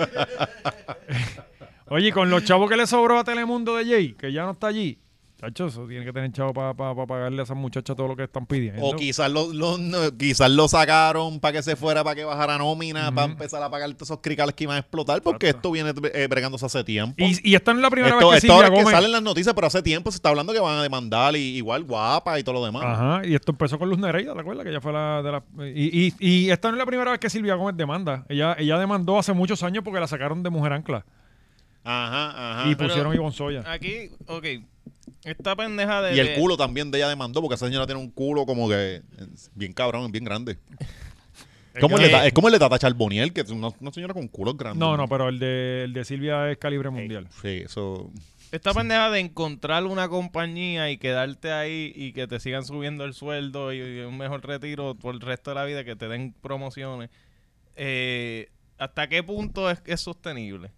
Speaker 1: Oye, con los chavos que le sobró a Telemundo de Jay, que ya no está allí. Chacho, eso tiene que tener chavo para pagarle a esas muchachas todo lo que están pidiendo.
Speaker 2: O quizás lo, lo- no, quizás lo sacaron para que se fuera, para que bajara nómina, para empezar a pagar todos esos cricales que iban a explotar, porque esto viene eh, bregándose hace tiempo.
Speaker 1: y, y esta no es la primera
Speaker 2: esto
Speaker 1: vez que
Speaker 2: esto
Speaker 1: Silvia
Speaker 2: ahora es que
Speaker 1: Gómez.
Speaker 2: salen las noticias, pero hace tiempo se está hablando que van a demandar y, igual guapa y todo lo demás.
Speaker 1: Ajá, y esto empezó con Luz Nereida, ¿te acuerdas? Que ella fue la de la... Y, y- y esta no es la primera vez que Silvia Gómez demanda. Ella, ella demandó hace muchos años porque la sacaron de Mujer Ancla
Speaker 2: Ajá, ajá.
Speaker 1: y
Speaker 2: Y,
Speaker 3: pero-
Speaker 1: pusieron a Ivonne Soya.
Speaker 2: Ah,
Speaker 3: Aquí, ok. Esta pendeja de.
Speaker 2: el
Speaker 3: de-
Speaker 2: culo también de ella demandó, porque esa señora tiene un culo como que eh, bien cabrón, bien grande. Como el de Ta- es como el de Tata Charboniel, que es una, una señora con culo grande.
Speaker 1: No, no, pero el de, el de Silvia es calibre mundial.
Speaker 2: Sí, eso.
Speaker 3: Esta pendeja de encontrar una compañía y quedarte ahí y que te sigan subiendo el sueldo y, y un mejor retiro por el resto de la vida, que te den promociones. Eh, ¿Hasta qué punto es, es sostenible?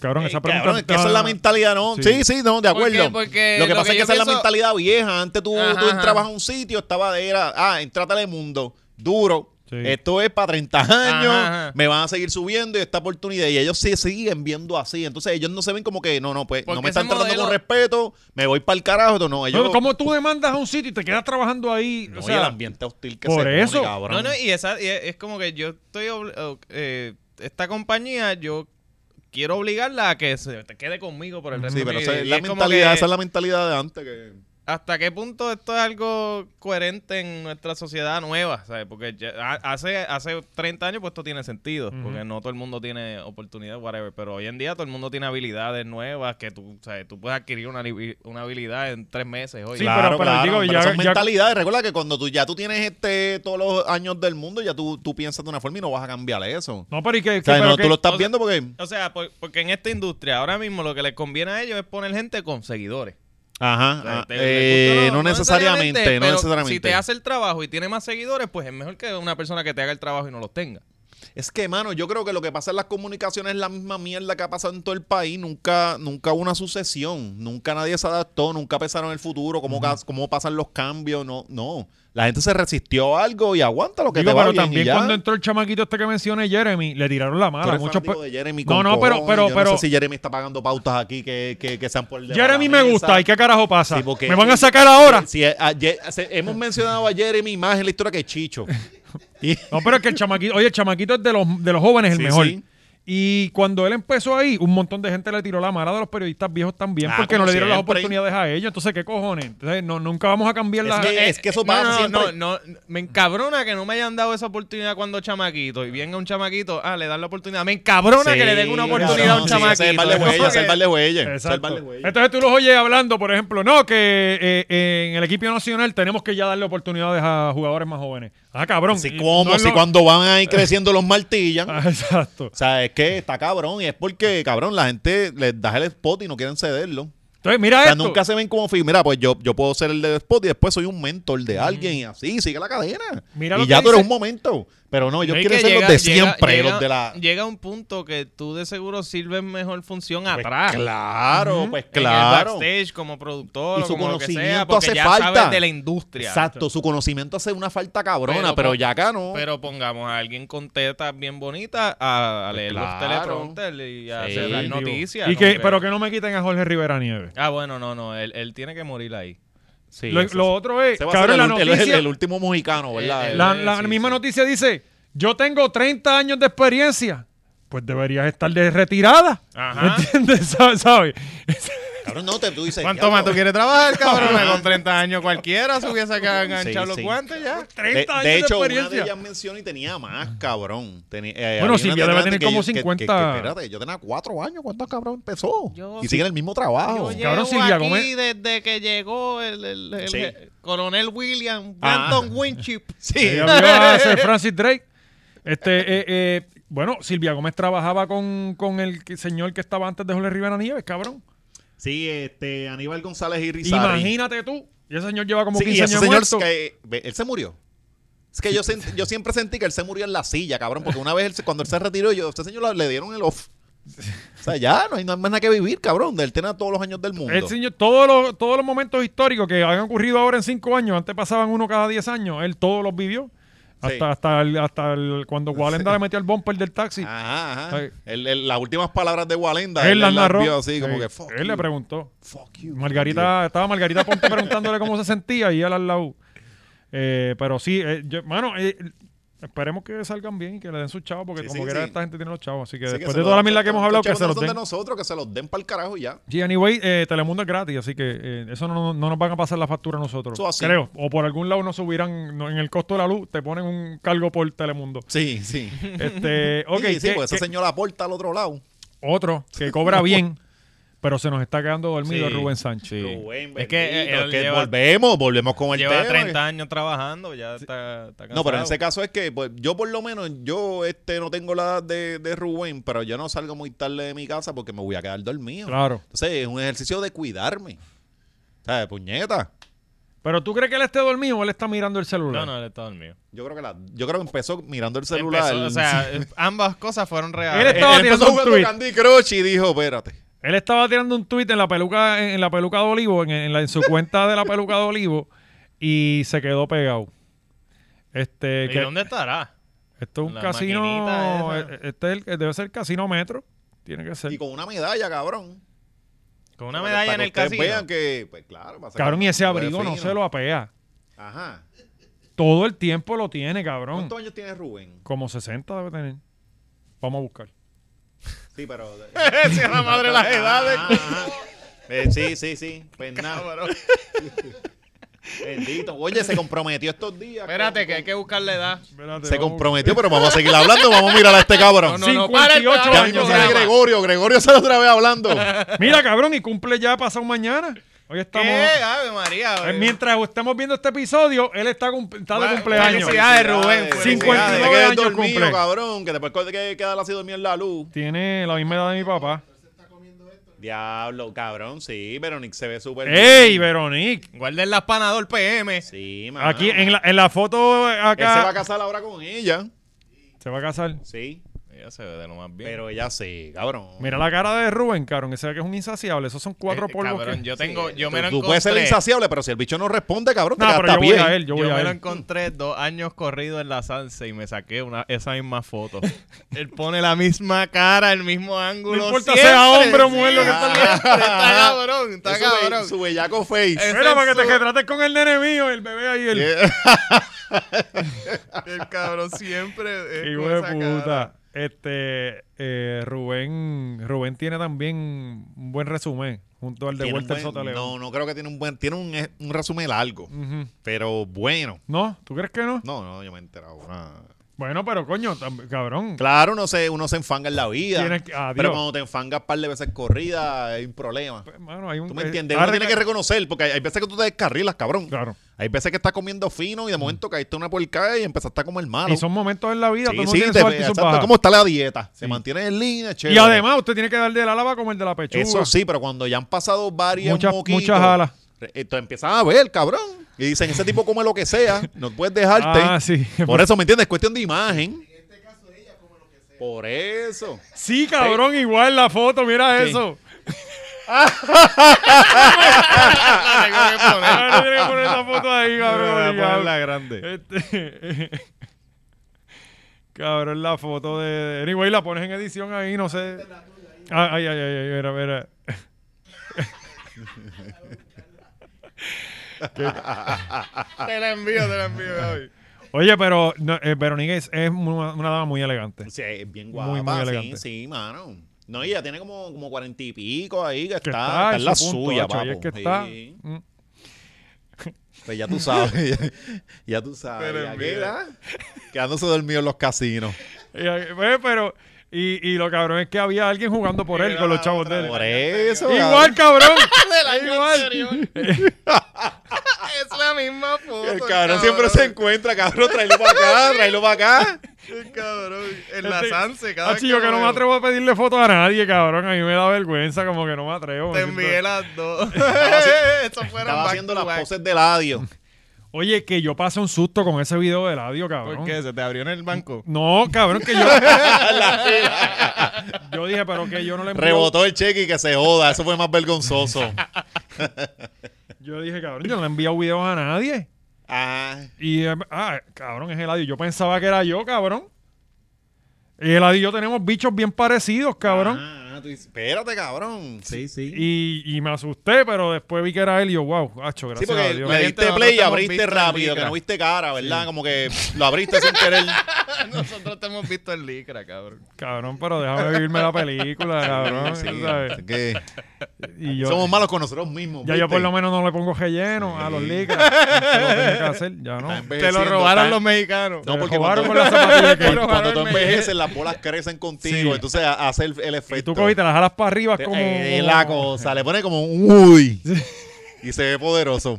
Speaker 1: Cabrón,
Speaker 2: Eh,
Speaker 1: esa pregunta...
Speaker 2: cabrón, es que esa es la mentalidad, ¿no?
Speaker 1: Sí.
Speaker 2: Sí, sí, no, de
Speaker 3: ¿Por
Speaker 2: acuerdo.
Speaker 3: qué? Porque
Speaker 2: lo que
Speaker 3: lo
Speaker 2: pasa es
Speaker 3: que
Speaker 2: que
Speaker 3: yo
Speaker 2: esa es la
Speaker 3: pienso-
Speaker 2: mentalidad vieja. Antes tú,
Speaker 3: Ajá,
Speaker 2: tú
Speaker 3: ajá.
Speaker 2: entrabas a un sitio, estaba de era, ah, entra a Telemundo, duro.
Speaker 1: Sí.
Speaker 2: Esto es para 30 años,
Speaker 3: Ajá, ajá.
Speaker 2: me van a seguir subiendo y esta oportunidad. Y ellos sí siguen viendo así. Entonces ellos no se ven como que, no, no, pues no
Speaker 3: Porque
Speaker 2: me están
Speaker 3: ese
Speaker 2: tratando con
Speaker 3: modelo-
Speaker 2: respeto, me voy para el carajo. No, ellos.
Speaker 1: Pero ¿Cómo tú demandas a un sitio y te quedas trabajando ahí?
Speaker 2: No,
Speaker 1: o
Speaker 2: y
Speaker 1: sea,
Speaker 2: el ambiente hostil que
Speaker 1: por
Speaker 2: se pone,
Speaker 1: eso.
Speaker 2: cabrón.
Speaker 3: No, no, y, esa, y es es como que yo estoy. obli- oh, eh, esta compañía, yo quiero obligarla a que se te quede conmigo por el resto
Speaker 2: Sí,
Speaker 3: de
Speaker 2: pero
Speaker 3: mi
Speaker 2: esa
Speaker 3: vida.
Speaker 2: es
Speaker 3: Y
Speaker 2: la
Speaker 3: es como
Speaker 2: mentalidad,
Speaker 3: que,
Speaker 2: esa es la mentalidad de antes que.
Speaker 3: ¿Hasta qué punto esto es algo coherente en nuestra sociedad nueva? ¿sabes? Porque ya- ha- hace, hace 30 años, pues esto tiene sentido.
Speaker 1: Ujú.
Speaker 3: Porque no todo el mundo tiene oportunidad, whatever. Pero hoy en día todo el mundo tiene habilidades nuevas que tú, ¿sabes? tú puedes adquirir una, li- una habilidad en tres meses hoy.
Speaker 1: Sí, pero- pero digo, ya-
Speaker 2: son
Speaker 1: ya-
Speaker 2: mentalidades. Recuerda que cuando tú ya tú tienes este todos los años del mundo, ya tú, tú piensas de una forma y no vas a cambiar eso.
Speaker 1: No, pero ¿y qué?
Speaker 2: O sea,
Speaker 1: qué- pero
Speaker 2: no, tú
Speaker 1: qué-
Speaker 2: lo estás
Speaker 3: o sea-
Speaker 2: viendo porque.
Speaker 3: O sea, por- porque en esta industria ahora mismo lo que les conviene a ellos es poner gente con seguidores.
Speaker 2: Ajá.
Speaker 3: O sea,
Speaker 2: ah,
Speaker 3: te-
Speaker 2: eh,
Speaker 3: te gusta,
Speaker 2: no, necesariamente, no
Speaker 3: pero
Speaker 2: necesariamente.
Speaker 3: Si te hace el trabajo y tiene más seguidores, pues es mejor que una persona que te haga el trabajo y no los tenga.
Speaker 2: Es que, mano, yo creo que lo que pasa en las comunicaciones es la misma mierda que ha pasado en todo el país. Nunca, nunca hubo una sucesión. Nunca nadie se adaptó. Nunca pensaron en el futuro. Cómo, ca- cómo pasan los cambios. No, no. La gente se resistió a algo y aguanta lo que
Speaker 1: Digo,
Speaker 2: te va
Speaker 1: pero
Speaker 2: bien y
Speaker 1: también
Speaker 2: ya.
Speaker 1: cuando entró el chamaquito este que mencioné, Jeremy, le tiraron la
Speaker 2: Tú
Speaker 1: mala.
Speaker 2: eres
Speaker 1: Muchos
Speaker 2: fanático
Speaker 1: pe-
Speaker 2: de Jeremy
Speaker 1: no,
Speaker 2: con
Speaker 1: no, pero,
Speaker 2: cojones,
Speaker 1: pero,
Speaker 2: yo
Speaker 1: pero
Speaker 2: no sé si Jeremy está pagando pautas aquí que, que, que sean por debajo de
Speaker 1: Jeremy
Speaker 2: la
Speaker 1: me
Speaker 2: mesa.
Speaker 1: gusta. ¿Y qué carajo pasa?
Speaker 2: Sí, porque-
Speaker 1: ¿Me van a sacar ahora?
Speaker 2: Si, a- Ye- se- hemos mencionado a Jeremy más en la historia que Chicho. Y-
Speaker 1: No, pero es que el chamaquito, oye, el chamaquito es de los, de los jóvenes el
Speaker 2: Sí,
Speaker 1: mejor.
Speaker 2: sí.
Speaker 1: Y cuando él empezó ahí, un montón de gente le tiró la mala de los periodistas viejos también
Speaker 2: Ah,
Speaker 1: porque no
Speaker 2: como
Speaker 1: le dieron las
Speaker 2: siempre.
Speaker 1: oportunidades a ellos. Entonces, ¿qué cojones? Entonces, no, nunca vamos a cambiar la...
Speaker 2: Es que-
Speaker 3: Eh,
Speaker 2: eso
Speaker 3: no,
Speaker 2: pasa
Speaker 3: no,
Speaker 2: siempre.
Speaker 3: No, no, me encabrona que no me hayan dado esa oportunidad cuando chamaquito. Y venga un chamaquito, ah, le dan la oportunidad. Me encabrona que le den una
Speaker 2: Sí,
Speaker 3: oportunidad a
Speaker 2: cabrón,
Speaker 3: un
Speaker 2: sí, ese
Speaker 3: chamaquito.
Speaker 2: es el par de
Speaker 3: Es como
Speaker 2: huellas, ese es el
Speaker 3: que-
Speaker 2: par de huellas, ese es el
Speaker 1: Exacto.
Speaker 2: par de huellas.
Speaker 1: Entonces tú los oyes hablando, por ejemplo, no, que eh, eh, en el equipo nacional tenemos que ya darle oportunidades a jugadores más jóvenes. Ah, cabrón.
Speaker 2: Si
Speaker 1: Y
Speaker 2: como,
Speaker 1: no es
Speaker 2: si
Speaker 1: lo-
Speaker 2: cuando van ahí creciendo los martillan.
Speaker 1: Ah, exacto.
Speaker 2: O sea, es que está cabrón. Y es porque, cabrón, la gente les da el spot y no quieren cederlo.
Speaker 1: Entonces, mira
Speaker 2: O sea,
Speaker 1: esto.
Speaker 2: nunca se ven como, fi- mira, pues yo, yo puedo ser el del spot y después soy un mentor de alguien y así, sigue la cadena.
Speaker 1: Mira lo
Speaker 2: y
Speaker 1: que
Speaker 2: ya tú eres
Speaker 1: dice-
Speaker 2: un momento. Pero no, ellos
Speaker 3: Es
Speaker 2: quieren
Speaker 3: que
Speaker 2: ser
Speaker 3: llega-
Speaker 2: los de
Speaker 3: llega-
Speaker 2: siempre,
Speaker 3: llega-
Speaker 2: los de la...
Speaker 3: Llega un punto que tú de seguro sirves mejor función
Speaker 2: Pues
Speaker 3: atrás.
Speaker 2: Claro, pues
Speaker 3: En el
Speaker 2: claro.
Speaker 3: backstage, como productor,
Speaker 2: Y
Speaker 3: o
Speaker 2: su
Speaker 3: como lo que sea,
Speaker 2: conocimiento
Speaker 3: porque
Speaker 2: hace
Speaker 3: ya
Speaker 2: falta.
Speaker 3: sabes de la industria.
Speaker 2: Exacto, su conocimiento hace una falta cabrona, pero,
Speaker 3: Pero,
Speaker 2: ya acá no.
Speaker 3: Pero pongamos a alguien con tetas bien bonitas a, a leer
Speaker 2: Claro.
Speaker 3: los teleprompters y a
Speaker 2: Sí,
Speaker 3: hacer las
Speaker 1: Digo,
Speaker 3: noticias.
Speaker 1: Y
Speaker 3: como
Speaker 1: que, pero que no me quiten a Jorge Rivera Nieves.
Speaker 3: Ah, bueno, no, no. Él, él tiene que morir ahí.
Speaker 2: Sí,
Speaker 1: lo,
Speaker 2: eso sí.
Speaker 1: lo otro es,
Speaker 2: Ese va a
Speaker 1: cabrón,
Speaker 2: ser
Speaker 1: la
Speaker 2: el, ul- el-
Speaker 1: noticia,
Speaker 2: el- el último mexicano, ¿verdad?
Speaker 3: Eh,
Speaker 2: El-
Speaker 1: la, la
Speaker 3: sí,
Speaker 1: misma
Speaker 3: sí.
Speaker 1: noticia dice, yo tengo 30 años de experiencia, pues deberías estar de retirada.
Speaker 3: Ajá.
Speaker 1: ¿Me entiendes? ¿Sabes?
Speaker 2: Cabrón, no, te, tú dices.
Speaker 3: ¿Cuánto
Speaker 2: diablo.
Speaker 3: más tú quieres trabajar, cabrón? Con 30 años cualquiera se hubiese enganchado
Speaker 2: Sí,
Speaker 3: los
Speaker 2: sí.
Speaker 3: guantes ya.
Speaker 1: 30
Speaker 2: de,
Speaker 1: años
Speaker 2: de
Speaker 1: de
Speaker 2: hecho, una de
Speaker 1: experiencia.
Speaker 2: ellas mencionó y tenía más, cabrón. Tenía, eh,
Speaker 1: Bueno,
Speaker 2: había
Speaker 1: Silvia
Speaker 2: una
Speaker 1: debe
Speaker 2: de
Speaker 1: tener
Speaker 2: que
Speaker 1: como
Speaker 2: yo- que- que-
Speaker 1: 50.
Speaker 2: que- espérate, yo tenía cuatro años cuando cabrón empezó.
Speaker 3: Yo-
Speaker 2: y sigue en el mismo
Speaker 1: Yo-
Speaker 2: trabajo.
Speaker 1: Oh, Cabrón, Silvia Gómez.
Speaker 3: desde que llegó el, el- el
Speaker 2: Sí.
Speaker 3: coronel William
Speaker 2: Ah.
Speaker 3: Winship.
Speaker 1: Ella vio a Sir Francis Drake. Este, eh, eh, bueno, Silvia Gómez trabajaba con, con el que- señor que estaba antes de Jorge Rivera Nieves, cabrón.
Speaker 2: Sí, este, Aníbal González y
Speaker 1: Imagínate tú. Y ese señor lleva como
Speaker 2: Sí,
Speaker 1: 15
Speaker 2: y ese
Speaker 1: años
Speaker 2: señor
Speaker 1: muerto.
Speaker 2: que- ve, él se murió. Es que yo, sent- yo siempre sentí que él se murió en la silla, cabrón, porque una vez él se- cuando él se retiró, yo, este señor lo- le dieron el off. O sea, ya no hay nada más nada que vivir, cabrón. Él tenía todos los años del mundo.
Speaker 1: El señor, todos los, todos los momentos históricos que han ocurrido ahora en cinco años, antes pasaban uno cada 10 años, él todos los vivió. Hasta,
Speaker 2: Sí.
Speaker 1: hasta, el- hasta el- cuando Walenda le metió el bumper del taxi.
Speaker 2: Ah, Ajá, ajá.
Speaker 1: Ay.
Speaker 2: Él- él- las últimas palabras de Walenda,
Speaker 1: él las narró.
Speaker 2: vio así, como
Speaker 1: Sí.
Speaker 2: que fuck
Speaker 1: él
Speaker 2: you,
Speaker 1: le preguntó.
Speaker 2: fuck you,
Speaker 1: Margarita, estaba Margarita Ponte preguntándole cómo se sentía y él al lado. Eh, pero sí, eh, yo- mano, eh, esperemos que salgan bien y que le den sus chavos, porque
Speaker 2: Sí,
Speaker 1: como
Speaker 2: sí,
Speaker 1: quiera
Speaker 2: sí.
Speaker 1: esta gente tiene los chavos. Así que
Speaker 2: Sí, que
Speaker 1: después de
Speaker 2: se lo-
Speaker 1: toda la mierda que hemos
Speaker 2: los
Speaker 1: hablado, que
Speaker 2: chavos
Speaker 1: se
Speaker 2: no
Speaker 1: los
Speaker 2: son
Speaker 1: den.
Speaker 2: de nosotros, que se los den para el carajo y ya.
Speaker 1: Sí, anyway, eh, Telemundo es gratis, así que eh, eso no, no nos van a pasar la factura a nosotros.
Speaker 2: Eso así.
Speaker 1: Creo. O por algún lado nos subirán, no, en el costo de la luz, te ponen un cargo por Telemundo.
Speaker 2: Sí, sí.
Speaker 1: Este, ok,
Speaker 2: sí, pues, sí,
Speaker 1: que-
Speaker 2: porque ese
Speaker 1: que-
Speaker 2: señor aporta al otro lado.
Speaker 1: otro que cobra bien, pero se nos está quedando dormido
Speaker 2: Sí.
Speaker 1: Rubén Sánchez.
Speaker 3: Es que, eh, él
Speaker 2: que
Speaker 3: lleva-
Speaker 2: volvemos, volvemos con el
Speaker 3: Lleva
Speaker 2: tema. eh.
Speaker 3: 30 años trabajando, ya está, está
Speaker 2: No, pero en
Speaker 3: cansado.
Speaker 2: ese caso es que pues, yo por lo menos, yo este no tengo la edad de, de Rubén, pero yo no salgo muy tarde de mi casa porque me voy a quedar dormido.
Speaker 1: Claro.
Speaker 2: Entonces es un ejercicio de cuidarme. ¿Sabes? Puñeta.
Speaker 1: Pero tú crees que él esté dormido o él está mirando el celular.
Speaker 3: No, no, él está dormido.
Speaker 2: Yo creo que la, yo creo que empezó mirando el celular.
Speaker 3: Empezó, o sea, eh, ambas cosas fueron
Speaker 1: Él
Speaker 3: reales.
Speaker 1: estaba
Speaker 2: Él
Speaker 1: tirando
Speaker 2: empezó
Speaker 1: un
Speaker 2: jugando
Speaker 1: tweet.
Speaker 2: Candy Crush y dijo, espérate.
Speaker 1: Él estaba tirando un tuit en la peluca, en la peluca de olivo, en, en la- en su cuenta de la peluca de olivo, y se quedó pegado. Este,
Speaker 3: ¿Y
Speaker 1: que-
Speaker 3: dónde estará?
Speaker 1: Esto es un
Speaker 3: La
Speaker 1: casino.
Speaker 3: maquinita esa.
Speaker 1: eh, Este es el- debe ser casino metro. Tiene que ser.
Speaker 2: Y con una medalla, cabrón.
Speaker 3: Con una
Speaker 2: Para que-
Speaker 3: medalla
Speaker 2: para
Speaker 3: en
Speaker 2: que
Speaker 3: el
Speaker 2: ustedes
Speaker 3: casino.
Speaker 2: vean que, pues claro. va a ser
Speaker 1: Cabrón, y ese
Speaker 2: fue
Speaker 1: abrigo no
Speaker 2: fino.
Speaker 1: se lo apea.
Speaker 2: Ajá.
Speaker 1: Todo el tiempo lo tiene, cabrón.
Speaker 2: ¿Cuántos años tiene Rubén?
Speaker 1: Como 60 debe tener. Vamos a buscar.
Speaker 2: Sí, pero...
Speaker 3: Si a la madre las edades.
Speaker 1: Ah,
Speaker 2: Ajá, ajá. Eh, sí, sí, sí. Pues nada. Bendito. Oye, se comprometió estos días.
Speaker 3: Espérate,
Speaker 2: con-
Speaker 3: que hay que buscar la edad.
Speaker 1: Espérate,
Speaker 2: Se
Speaker 1: vamos.
Speaker 2: comprometió, pero vamos a seguir hablando. Vamos a mirar a este cabrón.
Speaker 3: No, no,
Speaker 1: 58
Speaker 3: para el
Speaker 2: Ya
Speaker 3: programa.
Speaker 2: mismo
Speaker 1: años.
Speaker 2: sale
Speaker 1: nada más.
Speaker 2: Gregorio. Gregorio sale otra vez hablando.
Speaker 1: Mira, cabrón, y cumple ya pasado mañana. Hoy estamos.
Speaker 3: ¿Qué? Ave María.
Speaker 1: Eh,
Speaker 3: güey.
Speaker 1: mientras estamos viendo este episodio, él está, cum- está de
Speaker 3: Bueno,
Speaker 1: cumpleaños.
Speaker 3: felicidades. Felicidades, Rubén.
Speaker 2: Felicidades.
Speaker 1: 59
Speaker 2: Te quedas
Speaker 1: años
Speaker 2: dormido,
Speaker 1: cumple.
Speaker 2: cabrón. Que después de que quedar así dormido en la luz.
Speaker 1: Tiene la misma edad de mi papá.
Speaker 2: Diablo, cabrón. Sí, Veronique se ve súper
Speaker 1: ¡Ey, Veronique!
Speaker 3: Guarden las panador PM.
Speaker 2: Sí, mano.
Speaker 1: Aquí
Speaker 3: Ah.
Speaker 1: en la, en la foto eh,
Speaker 2: Él se va a
Speaker 1: acá.
Speaker 2: casar ahora con ella.
Speaker 1: Se va a casar.
Speaker 2: Sí.
Speaker 3: Ella se ve de lo más bien. Eh,
Speaker 2: Pero ella sí, cabrón.
Speaker 1: Mira la cara de Rubén, cabrón. Ese que es un insaciable. Esos son cuatro
Speaker 3: Eh,
Speaker 1: polvos.
Speaker 3: cabrón,
Speaker 1: que-
Speaker 3: yo tengo, yo me
Speaker 2: Tú,
Speaker 3: lo
Speaker 2: tú puedes ser
Speaker 3: encontré.
Speaker 2: insaciable, pero si el bicho no responde, cabrón,
Speaker 1: No,
Speaker 2: te
Speaker 1: pero
Speaker 2: quedas
Speaker 1: yo voy
Speaker 2: bien.
Speaker 1: a él. Yo
Speaker 3: Yo,
Speaker 1: voy a
Speaker 3: me lo
Speaker 1: él.
Speaker 3: encontré dos años corrido en la salsa y me saqué una, esa misma foto. Él pone la misma cara, el mismo ángulo.
Speaker 1: importa
Speaker 3: siempre,
Speaker 1: sea hombre o mujer lo que está al lado.
Speaker 3: siempre. Está cabrón, está
Speaker 2: Es su be-
Speaker 3: cabrón.
Speaker 2: Su bellaco face.
Speaker 3: Eh,
Speaker 1: Mira, para que te
Speaker 3: Censo.
Speaker 1: retrates con el nene mío, el bebé ahí. El
Speaker 3: El cabrón siempre. es
Speaker 1: hijo
Speaker 3: con
Speaker 1: de
Speaker 3: esa cara.
Speaker 1: puta. Este, eh, Rubén, Rubén tiene también un buen resumen junto al de
Speaker 2: Tiene un
Speaker 1: Walter
Speaker 2: buen-
Speaker 1: Sotaleón.
Speaker 2: no, no creo que tiene un buen. Tiene un, un resumen largo.
Speaker 1: Ujú.
Speaker 2: Pero bueno.
Speaker 1: No, ¿tú crees que no?
Speaker 2: No, no, yo me he enterado. nada.
Speaker 1: Bueno, pero coño, tam- cabrón.
Speaker 2: Claro, uno se, uno se enfanga en la vida.
Speaker 1: Tienes que- ah, adiós.
Speaker 2: pero cuando te enfangas un par de veces corrida, hay un problema.
Speaker 1: Mano, hay un,
Speaker 2: ¿Tú me
Speaker 1: eh,
Speaker 2: entiendes?
Speaker 1: ha
Speaker 2: Uno tiene
Speaker 1: reca-
Speaker 2: que reconocer, porque hay, hay veces que tú te descarrilas, cabrón.
Speaker 1: Claro. Mm.
Speaker 2: Hay veces que estás comiendo fino y de momento caíste una porcada y empezaste a comer malo.
Speaker 1: Y son momentos en la vida. todo el mundo
Speaker 2: sí, sí,
Speaker 1: tiene
Speaker 2: te,
Speaker 1: su alta y sus
Speaker 2: exacto,
Speaker 1: bajas.
Speaker 2: ¿cómo está la dieta? Se
Speaker 1: Sí.
Speaker 2: mantiene en línea, chévere.
Speaker 1: Y además, usted tiene que darle la lava como el de la pechuga.
Speaker 2: Eso sí, pero cuando ya han pasado varias
Speaker 1: Muchas-
Speaker 2: moquitos,
Speaker 1: muchas alas.
Speaker 2: eh, te empiezan a ver, cabrón. Y dicen, ese tipo come lo que sea, no puedes dejarte.
Speaker 1: Ah, sí.
Speaker 2: Por eso, ¿me entiendes? Es cuestión de imagen. Por eso.
Speaker 1: Sí, cabrón, igual la foto, mira
Speaker 3: Sí.
Speaker 1: eso.
Speaker 3: Ah, tengo que poner.
Speaker 1: Ah, tiene que poner esa foto ahí,
Speaker 3: Voy a
Speaker 1: cabrón.
Speaker 3: poner la
Speaker 1: ya.
Speaker 3: grande.
Speaker 1: Este, cabrón, la foto de. Anyway, la pones en edición ahí, no sé. Ah, Ay, ay, ay, ay, mira, mira.
Speaker 3: Te la envío, te la envío, Gaby.
Speaker 1: Oye, pero no, eh, Veronique es, es una, una dama muy elegante.
Speaker 2: Sí, es bien
Speaker 1: Muy,
Speaker 2: guapa.
Speaker 1: muy elegante.
Speaker 2: Sí, sí, mano. No, y ella tiene como, como cuarenta y pico ahí, que,
Speaker 1: Que está
Speaker 2: está, está
Speaker 1: en
Speaker 2: en la
Speaker 1: su punto,
Speaker 2: suya,
Speaker 1: hacho, ahí
Speaker 2: papo.
Speaker 1: es que está.
Speaker 2: Sí.
Speaker 1: Mm.
Speaker 2: Pues ya tú sabes, ya, ya tú sabes.
Speaker 3: Pero
Speaker 2: ya
Speaker 3: mira.
Speaker 2: queda. Quedándose dormido en los casinos.
Speaker 1: Y, eh, pues, pero, y, y lo cabrón es que había alguien jugando por él
Speaker 3: Era
Speaker 1: con los
Speaker 3: la
Speaker 1: chavos
Speaker 3: otra
Speaker 1: de él.
Speaker 2: Por eso.
Speaker 1: Igual, cabrón.
Speaker 3: Igual.
Speaker 1: Igual.
Speaker 3: es la misma foto.
Speaker 2: El cabrón siempre se encuentra, cabrón, tráelo para acá, tráelo para acá.
Speaker 3: El cabrón. Enlazarse cada
Speaker 1: Así Este, yo Ah, que
Speaker 3: lo
Speaker 1: no me
Speaker 3: veo.
Speaker 1: atrevo a pedirle fotos a nadie, cabrón. A mí me da vergüenza, como que no me atrevo.
Speaker 3: Te
Speaker 1: me siento-
Speaker 3: envié las dos. Eso fueron
Speaker 2: Estaba
Speaker 3: back
Speaker 2: haciendo
Speaker 3: to
Speaker 2: las
Speaker 3: back.
Speaker 2: poses de ladio.
Speaker 1: Oye, que yo pasé un susto con ese video de ladio, cabrón.
Speaker 3: ¿Por qué? ¿Se te abrió en el banco?
Speaker 1: No, cabrón, que yo. yo dije, pero que yo no le envío.
Speaker 2: Rebotó el cheque y que se joda. Eso fue más vergonzoso.
Speaker 1: Yo dije, cabrón, yo no le he enviado videos a nadie.
Speaker 2: Ah,
Speaker 1: Y, eh, ah, cabrón, es Eladio. Yo pensaba que era yo, cabrón. Y Eladio y yo tenemos bichos bien parecidos, cabrón.
Speaker 2: ah, tú dices, espérate, cabrón. Sí,
Speaker 6: Sí, sí.
Speaker 1: Y, y me asusté, pero después vi que era él y yo, wow, hacho, gracias
Speaker 2: porque
Speaker 1: a Dios.
Speaker 2: le
Speaker 3: Obviamente
Speaker 2: diste play y
Speaker 3: nosotros
Speaker 2: abriste
Speaker 3: hemos visto
Speaker 2: rápido,
Speaker 3: en
Speaker 2: que
Speaker 3: Liga.
Speaker 2: no viste cara, ¿verdad? Como que lo abriste sin querer.
Speaker 3: Ah, Nosotros te hemos visto en licra, cabrón.
Speaker 1: Cabrón, pero déjame vivirme la película, cabrón.
Speaker 2: Sí,
Speaker 1: ¿sabes?
Speaker 2: así que
Speaker 1: Y yo,
Speaker 2: somos malos con nosotros mismos.
Speaker 1: ya yo por lo
Speaker 2: ¿viste?
Speaker 1: menos no le pongo relleno a los licras. Eso lo tenía que hacer, ya no.
Speaker 2: Están
Speaker 3: Te lo
Speaker 2: envejeciendo,
Speaker 3: robaron
Speaker 2: están-
Speaker 3: los mexicanos.
Speaker 1: Se
Speaker 2: Pues, No, porque
Speaker 1: robaron
Speaker 2: cuando-
Speaker 1: con las zapatillas que-
Speaker 2: Cuando, cuando tú
Speaker 3: Robaron el medio.
Speaker 2: envejeces, las bolas crecen contigo.
Speaker 1: Sí.
Speaker 2: Entonces ha- hace el, el
Speaker 1: Y
Speaker 2: efecto.
Speaker 1: tú cogiste las alas para arriba, es
Speaker 2: Te-
Speaker 1: como...
Speaker 2: eh, la cosa. Le pone como un uy. Y se ve poderoso.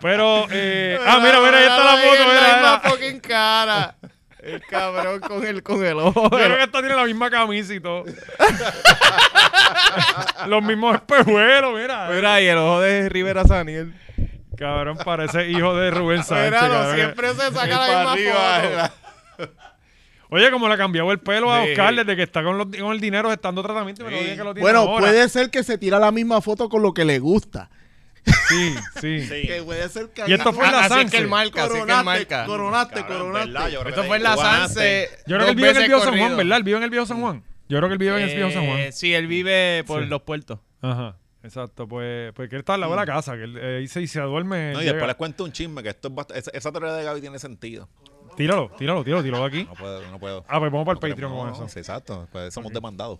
Speaker 1: Pero, eh, ah, mira, mira, ahí está la
Speaker 3: ahí
Speaker 1: foto,
Speaker 3: en
Speaker 1: mira,
Speaker 3: misma
Speaker 1: mira.
Speaker 3: fucking cara. El cabrón con el, con el ojo.
Speaker 1: Yo creo que esta tiene la misma camisa y todo. Los mismos espejuelos, mira.
Speaker 3: Mira, y el ojo de Rivera Saniel.
Speaker 1: Cabrón, parece hijo de Rubén Sánchez.
Speaker 3: Mira, no,
Speaker 1: cabrón.
Speaker 3: siempre se saca
Speaker 2: Para
Speaker 3: la misma
Speaker 2: arriba,
Speaker 3: foto.
Speaker 2: era.
Speaker 1: Oye, como le ha cambiado el pelo a
Speaker 3: Sí.
Speaker 1: Oscar desde que está con, los- con el dinero estando tratamiento y me lo digan que lo tiene
Speaker 4: Bueno,
Speaker 1: ahora.
Speaker 4: puede ser que se tira la misma foto con lo que le gusta.
Speaker 1: Sí, sí.
Speaker 4: Que puede ser que
Speaker 1: Y esto
Speaker 4: haya-
Speaker 1: fue en la
Speaker 3: Ah, Así es que
Speaker 1: Sanse.
Speaker 3: el marca, así es que el marca.
Speaker 4: coronaste,
Speaker 2: Cabrón, ¿verdad? Yo creo
Speaker 3: Esto
Speaker 2: que
Speaker 3: fue en
Speaker 2: te
Speaker 3: la
Speaker 2: encobaste.
Speaker 3: Sanse.
Speaker 1: Yo creo que él vive en el viejo San Juan, ¿verdad? Él vive en el viejo San Juan. Yo creo que él vive en el viejo San Juan.
Speaker 3: Eh, sí, él vive por
Speaker 1: Sí.
Speaker 3: los puertos.
Speaker 1: Ajá. Exacto, pues, pues que él está al lado de la casa, que él eh, ahí se, se duerme.
Speaker 2: Mm. No, y
Speaker 1: llega.
Speaker 2: después les cuento un chisme que esto es bast- esa, esa teoría de Gaby tiene sentido.
Speaker 1: Tíralo, tíralo, tíralo, tíralo de aquí.
Speaker 2: No puedo, no puedo.
Speaker 1: Ah, pues vamos para el
Speaker 2: Pero
Speaker 1: Patreon
Speaker 2: no,
Speaker 1: con
Speaker 2: no,
Speaker 1: eso.
Speaker 2: sí, exacto. Pues somos demandados.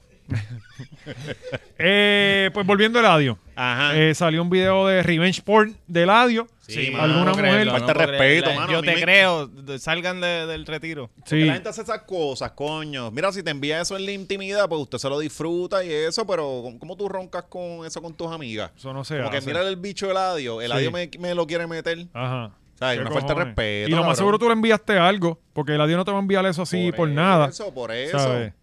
Speaker 1: Eh, pues volviendo a Eladio.
Speaker 2: Ajá.
Speaker 1: Eh, salió un video de Revenge Porn de Eladio.
Speaker 2: Sí, mano,
Speaker 1: Alguna
Speaker 2: no
Speaker 1: mujer.
Speaker 2: no. Falta respeto, mano,
Speaker 3: Yo
Speaker 2: a mí
Speaker 3: te
Speaker 2: me-
Speaker 3: creo. de- Salgan de- del retiro.
Speaker 1: Sí.
Speaker 2: La gente hace esas cosas, coño. Mira, si te envía eso en la intimidad, pues usted se lo disfruta y eso, pero ¿cómo, cómo tú roncas con eso con tus amigas?
Speaker 1: Eso no se
Speaker 2: Porque
Speaker 1: hace.
Speaker 2: mira el bicho Eladio. Eladio me, me lo quiere meter.
Speaker 1: Ajá.
Speaker 2: ¿Sabes?
Speaker 1: ¿Qué
Speaker 2: Una falta de
Speaker 1: cojones?
Speaker 2: respeto,
Speaker 1: Y lo más
Speaker 2: cabrón.
Speaker 1: seguro tú le enviaste algo, porque Eladio no te va a enviar eso así por, nada.
Speaker 2: Eso, por eso.
Speaker 1: ¿sabes?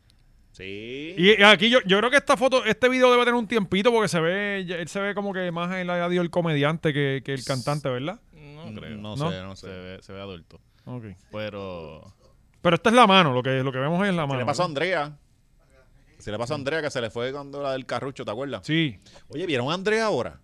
Speaker 2: Sí.
Speaker 1: Y aquí yo, yo creo que esta foto, este video debe tener un tiempito porque se ve, él se ve como que más el Eladio el comediante que, que el cantante, ¿verdad?
Speaker 3: No creo.
Speaker 2: no,
Speaker 1: ¿No?
Speaker 2: sé, no sé.
Speaker 3: Se, ve, se ve adulto.
Speaker 1: Ok.
Speaker 3: Pero.
Speaker 1: Pero esta es la mano, lo que, lo que vemos es la
Speaker 2: Se
Speaker 1: mano.
Speaker 2: le pasó a
Speaker 1: ¿verdad?
Speaker 2: Andrea. Se le pasó a Andrea que se le fue cuando la del carrucho, ¿te acuerdas?
Speaker 1: Sí.
Speaker 2: Oye, ¿vieron a Andrea ahora?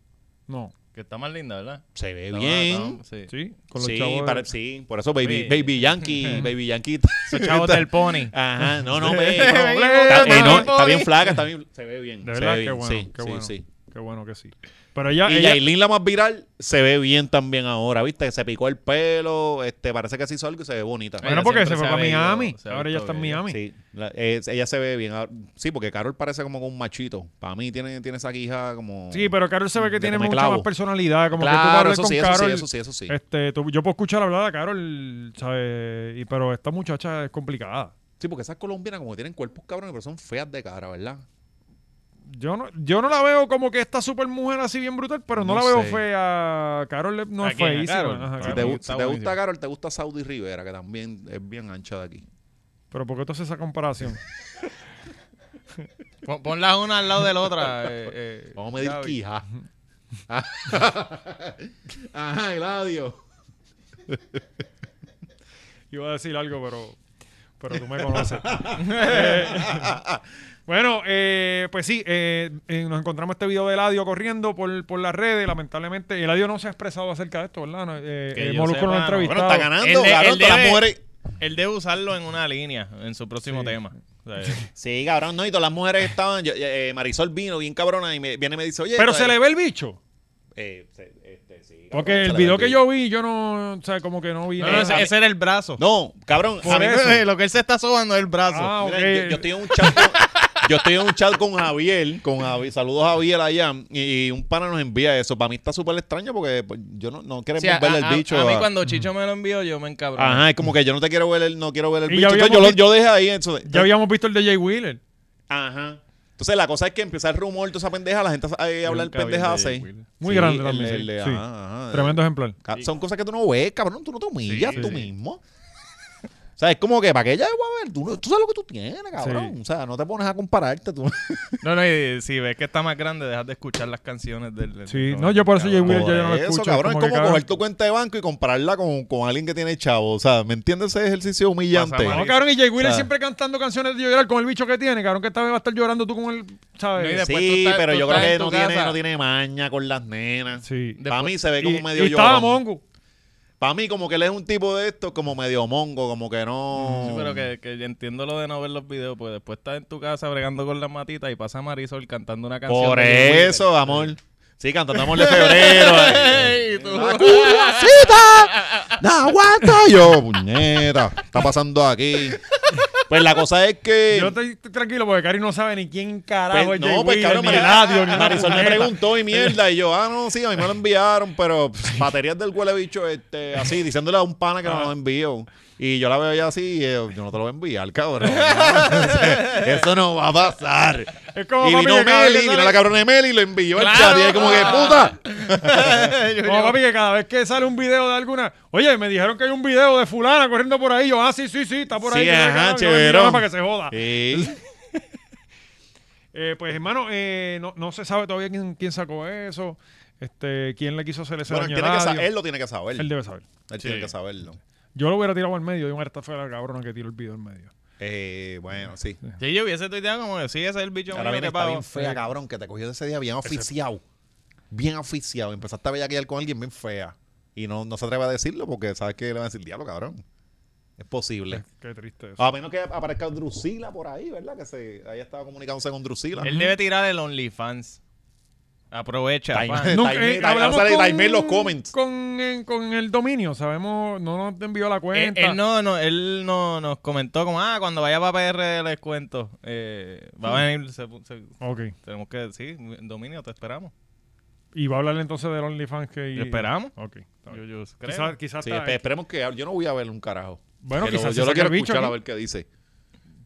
Speaker 1: No.
Speaker 3: Que está más linda, ¿verdad?
Speaker 2: Se ve
Speaker 3: Está más-
Speaker 2: bien.
Speaker 3: está- sí.
Speaker 1: Sí. Con los
Speaker 2: Sí,
Speaker 1: chavos de-
Speaker 2: pare- sí, por eso Baby,
Speaker 3: Sí.
Speaker 2: baby Yankee, Baby Yankee.
Speaker 3: Esos chavos del pony.
Speaker 2: Ajá, no, no,
Speaker 1: Sí,
Speaker 2: baby.
Speaker 1: problema.
Speaker 2: Está, eh, no,
Speaker 3: Del
Speaker 2: está bien
Speaker 3: pony.
Speaker 2: flaca, está bien, se ve bien.
Speaker 1: De
Speaker 2: se
Speaker 1: verdad,
Speaker 2: ve
Speaker 1: qué
Speaker 2: bien,
Speaker 1: bueno.
Speaker 2: sí,
Speaker 1: qué
Speaker 2: sí,
Speaker 1: bueno.
Speaker 2: sí.
Speaker 1: Qué bueno que sí. Pero ella.
Speaker 2: Y
Speaker 1: ella-
Speaker 2: Yailin, la más viral, se ve bien también ahora, ¿viste? Se picó el pelo, este, parece que se hizo algo y se ve bonita.
Speaker 1: bueno,
Speaker 3: Ella
Speaker 1: porque se fue
Speaker 3: siempre se
Speaker 1: para
Speaker 3: ha ido,
Speaker 1: Miami.
Speaker 3: se ha
Speaker 1: Ahora ella
Speaker 3: visto
Speaker 1: está en
Speaker 3: bella.
Speaker 1: Miami.
Speaker 2: Eh, Sí, la- eh, ella se ve bien. ahora- Sí, porque Carol parece como un machito. Para mí tiene, tiene esa quija como...
Speaker 1: Sí, pero Carol se ve que
Speaker 2: De
Speaker 1: tiene
Speaker 2: comer
Speaker 1: mucha
Speaker 2: clavo.
Speaker 1: más personalidad. Como que tú
Speaker 2: claro,
Speaker 1: hablas
Speaker 2: eso
Speaker 1: con
Speaker 2: sí, eso
Speaker 1: Carol.
Speaker 2: sí, eso sí, eso sí.
Speaker 1: Este, tú- yo puedo escuchar hablar a Carol, ¿sabes? Y, pero esta muchacha es complicada.
Speaker 2: Sí, porque esas colombianas como que tienen cuerpos cabrones, pero son feas de cara, ¿verdad?
Speaker 1: Yo no, yo no la veo como que esta super mujer así bien brutal, pero no,
Speaker 2: No
Speaker 1: la veo
Speaker 2: sé.
Speaker 1: fea. Carol le- no
Speaker 3: ¿A
Speaker 1: es
Speaker 3: quién? ¿A
Speaker 1: feísima.
Speaker 3: Carol?
Speaker 1: Ajá,
Speaker 3: Si
Speaker 2: Si
Speaker 1: Carol.
Speaker 2: te,
Speaker 3: mí
Speaker 2: gu-
Speaker 3: está
Speaker 2: si te
Speaker 3: buenísimo.
Speaker 2: gusta Carol, te gusta Saudi Rivera, que también es bien ancha de aquí.
Speaker 1: Pero ¿por qué tú haces esa comparación?
Speaker 3: Pon- Ponlas una al lado de la otra. eh, eh,
Speaker 2: Vamos a medir
Speaker 3: Gaby.
Speaker 2: quija. Ajá, Eladio.
Speaker 1: Iba a decir algo, pero, pero tú me conoces. Eh, bueno, eh, pues sí, eh, eh, nos encontramos este video de Eladio corriendo por, por las redes. Lamentablemente, Eladio no se ha expresado acerca de esto, ¿verdad? No, eh,
Speaker 3: Que
Speaker 1: eh,
Speaker 3: yo
Speaker 1: Molusco no lo ha
Speaker 3: sepa, no.
Speaker 1: entrevistado.
Speaker 2: Bueno, está ganando,
Speaker 3: Él de-
Speaker 2: cabrón.
Speaker 3: él
Speaker 2: Todas las
Speaker 3: debe-
Speaker 2: mujeres.
Speaker 3: Él debe usarlo en una línea, en su próximo
Speaker 1: Sí.
Speaker 3: tema. O sea,
Speaker 2: Sí, cabrón, eh, no. Y todas las mujeres estaban. yo- eh, Marisol vino bien cabrona y me, viene y me dice, oye.
Speaker 1: pero
Speaker 2: eh,
Speaker 1: se le ve el bicho.
Speaker 2: Eh, se- este, sí, cabrón,
Speaker 1: Porque
Speaker 2: se
Speaker 1: el
Speaker 2: le
Speaker 1: video que
Speaker 2: vendió.
Speaker 1: yo vi, yo no, o sea, como que no vi.
Speaker 3: No,
Speaker 1: nada.
Speaker 3: no, ese, ese era el brazo.
Speaker 2: No, cabrón,
Speaker 1: Por
Speaker 2: a mí me-
Speaker 1: eso.
Speaker 3: Lo que él se está sobando es el brazo.
Speaker 1: Ah, ok.
Speaker 2: Mira, yo, yo estoy en un chat con, yo estoy en un chat con Javier, con Javi- saludos a Javier allá, y, un pana nos envía eso. Para mí está súper extraño porque pues, yo no, no quiero
Speaker 3: Sí, a,
Speaker 2: verle
Speaker 3: a-
Speaker 2: el bicho.
Speaker 3: a mí
Speaker 2: a-
Speaker 3: cuando Chicho me lo envió, yo me encabroné.
Speaker 2: Ajá, es como que yo no te quiero ver el, no quiero ver el
Speaker 1: Y ya
Speaker 2: bicho. Entonces, yo,
Speaker 1: habíamos
Speaker 2: lo- yo dejé ahí eso.
Speaker 1: Ya habíamos visto el de Jay Wheeler.
Speaker 2: Ajá. Entonces la cosa es que empieza el rumor, toda esa pendeja, la gente ahí habla el
Speaker 3: nunca vi el
Speaker 2: pendeja
Speaker 3: de
Speaker 2: así.
Speaker 3: Jay Wheeler.
Speaker 1: Muy
Speaker 2: Sí,
Speaker 1: grande
Speaker 2: el-
Speaker 1: también. sí,
Speaker 2: el de-
Speaker 1: sí.
Speaker 2: ajá, ajá.
Speaker 1: Tremendo ejemplar.
Speaker 2: Ca- Son cosas que tú no ves, cabrón. Tú no te humillas
Speaker 3: Sí,
Speaker 2: tú
Speaker 3: sí.
Speaker 2: mismo. O sea, es como que para que ella va a ver, tú, no- tú sabes lo que tú tienes, cabrón.
Speaker 1: Sí.
Speaker 2: O sea, no te pones a compararte tú.
Speaker 3: No, no, y si ves que está más grande, dejas de escuchar las canciones del. del-
Speaker 1: Sí, no, yo por eso Jay
Speaker 3: cabrón.
Speaker 1: Wheeler ya yo no lo
Speaker 2: Por eso,
Speaker 1: escucho.
Speaker 2: cabrón, es
Speaker 1: que
Speaker 2: como
Speaker 1: cada-
Speaker 2: coger tu cuenta de banco y compararla con, con alguien que tiene chavo. O sea, ¿me entiendes ese ejercicio humillante?
Speaker 3: Pasa
Speaker 1: No,
Speaker 3: mal.
Speaker 1: cabrón, y Jay Wheeler
Speaker 2: O sea.
Speaker 1: siempre cantando canciones de llorar con el bicho que tiene, cabrón, que esta vez va a estar llorando tú con él,
Speaker 3: No, y
Speaker 1: ¿sabes?
Speaker 3: después tú
Speaker 2: Sí,
Speaker 3: estás-
Speaker 2: pero
Speaker 3: tú
Speaker 2: yo creo
Speaker 3: estás
Speaker 2: que
Speaker 3: en tu
Speaker 2: no tiene,
Speaker 3: casa.
Speaker 2: no tiene maña con las nenas.
Speaker 1: Sí.
Speaker 2: Para mí se ve como
Speaker 1: Y,
Speaker 2: medio
Speaker 1: y estaba
Speaker 2: llorón.
Speaker 1: Mongo.
Speaker 2: Para mí como que él es un tipo de estos como medio mongo, como que no...
Speaker 3: Sí, pero que, que yo entiendo lo de no ver los videos, pues después estás en tu casa bregando con las matitas y pasa Marisol cantando una canción.
Speaker 2: Por
Speaker 3: de Jay Wheeler.
Speaker 2: eso, amor. Sí, cantando Amor de Febrero. eh.
Speaker 3: Ey, tú.
Speaker 2: ¡La curiosita! ¡No aguanta! Yo, puñeta, está pasando aquí. Pues la cosa es que...
Speaker 1: Yo estoy estoy tranquilo porque Cari no sabe ni quién carajo
Speaker 2: Pues,
Speaker 1: es Jay
Speaker 2: no, pues
Speaker 1: Wheeler,
Speaker 2: cabrón,
Speaker 1: ni
Speaker 2: Mari-
Speaker 1: Eladio, ni
Speaker 2: Marisol me
Speaker 1: nada.
Speaker 2: preguntó y mierda. Y yo, ah, no, sí, a mí me lo enviaron, pero pff, baterías del huele bicho, este, así, diciéndole a un pana que no lo envió. Y yo la veo ya así, y yo, yo no te lo voy a enviar, cabrón. Eso no va a pasar.
Speaker 1: Es como
Speaker 2: y
Speaker 1: papi
Speaker 2: vino
Speaker 1: que cada vez
Speaker 2: Meli,
Speaker 1: que
Speaker 2: vino
Speaker 1: sale-
Speaker 2: la cabrona de Meli y lo envió al
Speaker 3: Claro.
Speaker 2: chat. Y es como que, puta.
Speaker 1: No, papi, que cada vez que sale un video de alguna. Oye, me dijeron que hay un video de fulana corriendo por ahí. Yo, ah, sí, sí, sí, está por
Speaker 2: Sí,
Speaker 1: ahí. que
Speaker 2: ajá,
Speaker 1: no hay canal, yo,
Speaker 2: chéverón.
Speaker 1: mira, Para que se joda.
Speaker 2: Sí.
Speaker 1: Eh, pues, hermano, eh, no, no se sabe todavía quién, quién sacó eso. Este, quién le quiso hacer ese
Speaker 2: Bueno, él,
Speaker 1: daño
Speaker 2: tiene que
Speaker 1: a
Speaker 2: sa-
Speaker 1: Eladio.
Speaker 2: él lo tiene que saber.
Speaker 1: Él debe saber.
Speaker 2: Él tiene que saberlo.
Speaker 1: Yo lo hubiera tirado al medio. Y una esta fue la cabrona que tiró el video al medio.
Speaker 2: Eh, bueno, sí.
Speaker 3: Sí, yo hubiese tuiteado como que sí, ese es el bicho
Speaker 2: Ahora
Speaker 3: mío
Speaker 2: viene
Speaker 3: que
Speaker 2: está
Speaker 3: pago.
Speaker 2: bien fea, cabrón, que te cogió de ese día bien oficiado. Bien oficiado. Empezaste a bellaquear con alguien bien fea. Y no, no se atreve a decirlo porque sabes que le van a decir diablo, cabrón. Es posible.
Speaker 1: Qué triste eso.
Speaker 2: A menos que aparezca Drusila por ahí, ¿verdad? Que se haya estado comunicándose con Drusila.
Speaker 3: Él debe tirar el OnlyFans. Aprovecha,
Speaker 2: Time.
Speaker 3: fan.
Speaker 2: No.
Speaker 1: Nunca-
Speaker 2: Taimé-
Speaker 1: eh,
Speaker 2: Taimé-
Speaker 1: hablamos
Speaker 2: sale
Speaker 1: con-
Speaker 2: Taimé en los comments.
Speaker 1: Con, en- con el dominio, sabemos, no nos envió la
Speaker 3: Él,
Speaker 1: cuenta.
Speaker 3: Eh, él no, no, él no, nos comentó como, ah, cuando vaya para PR les cuento. Eh, va a venir, se- se-
Speaker 1: Ok.
Speaker 3: tenemos que, sí, dominio, te esperamos.
Speaker 1: Y va a hablar entonces del OnlyFans que...
Speaker 3: Lo esperamos.
Speaker 1: Ok. está bien.
Speaker 3: Yo, yo creo.
Speaker 1: Quizás quizás
Speaker 2: Sí,
Speaker 1: está-
Speaker 2: espe- esperemos que. Yo no voy a ver un carajo.
Speaker 1: Bueno,
Speaker 2: Que lo-
Speaker 1: quizás se
Speaker 2: yo lo
Speaker 1: saque el
Speaker 2: quiero
Speaker 1: bicho
Speaker 2: escuchar a
Speaker 1: aquí.
Speaker 2: ver qué dice.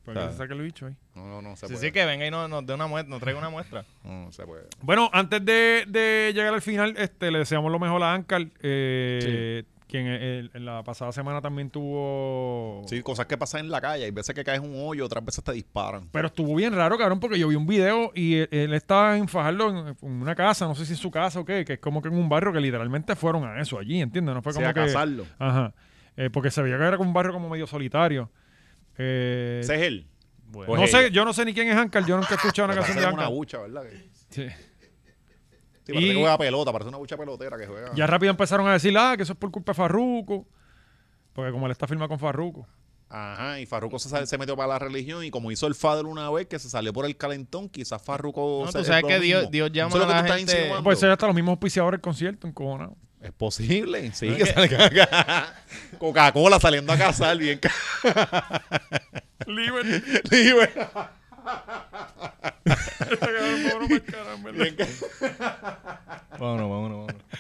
Speaker 1: para que
Speaker 2: Ah.
Speaker 1: se saque el bicho ahí.
Speaker 2: No, no, no se
Speaker 3: Sí,
Speaker 2: puede.
Speaker 3: sí, que venga y nos, nos dé una muestra, nos traiga una muestra.
Speaker 2: No, no se puede.
Speaker 1: Bueno, antes de, de llegar al final, este, le deseamos lo mejor a Ankar, eh, quien eh, en la pasada semana también tuvo...
Speaker 2: Sí, cosas que pasan en la calle. Hay veces que caes en un hoyo, otras veces te disparan.
Speaker 1: Pero estuvo bien raro, cabrón, porque yo vi un video y él, él estaba en Fajardo, en, en una casa, no sé si es su casa o qué, que es como que en un barrio que literalmente fueron a eso allí, ¿entiendes? No fue
Speaker 2: Sí,
Speaker 1: como
Speaker 2: a
Speaker 1: que...
Speaker 2: casarlo.
Speaker 1: Ajá. Eh, porque se veía que era como un barrio como medio solitario. Eh,
Speaker 2: Ese es él.
Speaker 3: Bueno.
Speaker 2: Pues
Speaker 1: no sé,
Speaker 2: ella.
Speaker 1: yo no sé ni quién es Ankar, yo nunca he escuchado una
Speaker 2: Lo que
Speaker 1: canción
Speaker 2: pasa
Speaker 1: de
Speaker 2: es una
Speaker 1: Ankar.
Speaker 2: bucha, ¿verdad? Que-
Speaker 1: Sí.
Speaker 2: Sí, parece
Speaker 1: Y-
Speaker 2: que juega pelota, parece una bucha pelotera que juega.
Speaker 1: Ya rápido empezaron a decir, ah, que eso es por culpa de Farruco. Porque como él está firmado con Farruco.
Speaker 2: Ajá, y Farruko se, sal- se metió para la religión y como hizo el Fadel una vez que se salió por el calentón, quizás Farruko...
Speaker 3: No,
Speaker 2: se-
Speaker 3: tú sabes
Speaker 2: es lo
Speaker 3: que Dios-
Speaker 2: mismo.
Speaker 3: Dios llama
Speaker 2: Eso es lo que
Speaker 3: a la
Speaker 2: tú estás
Speaker 3: gente-
Speaker 2: insinuando.
Speaker 1: Puede ser Pues hasta los mismos auspiciadores del concierto, encojonado.
Speaker 2: Es posible, sí, que salga acá. Coca-Cola saliendo a cazar bien ca-
Speaker 1: Libre.
Speaker 2: libre.
Speaker 1: Este cabrón, vámonos pa'l carajo, en verdad.
Speaker 3: Vámonos, vámonos, vámonos.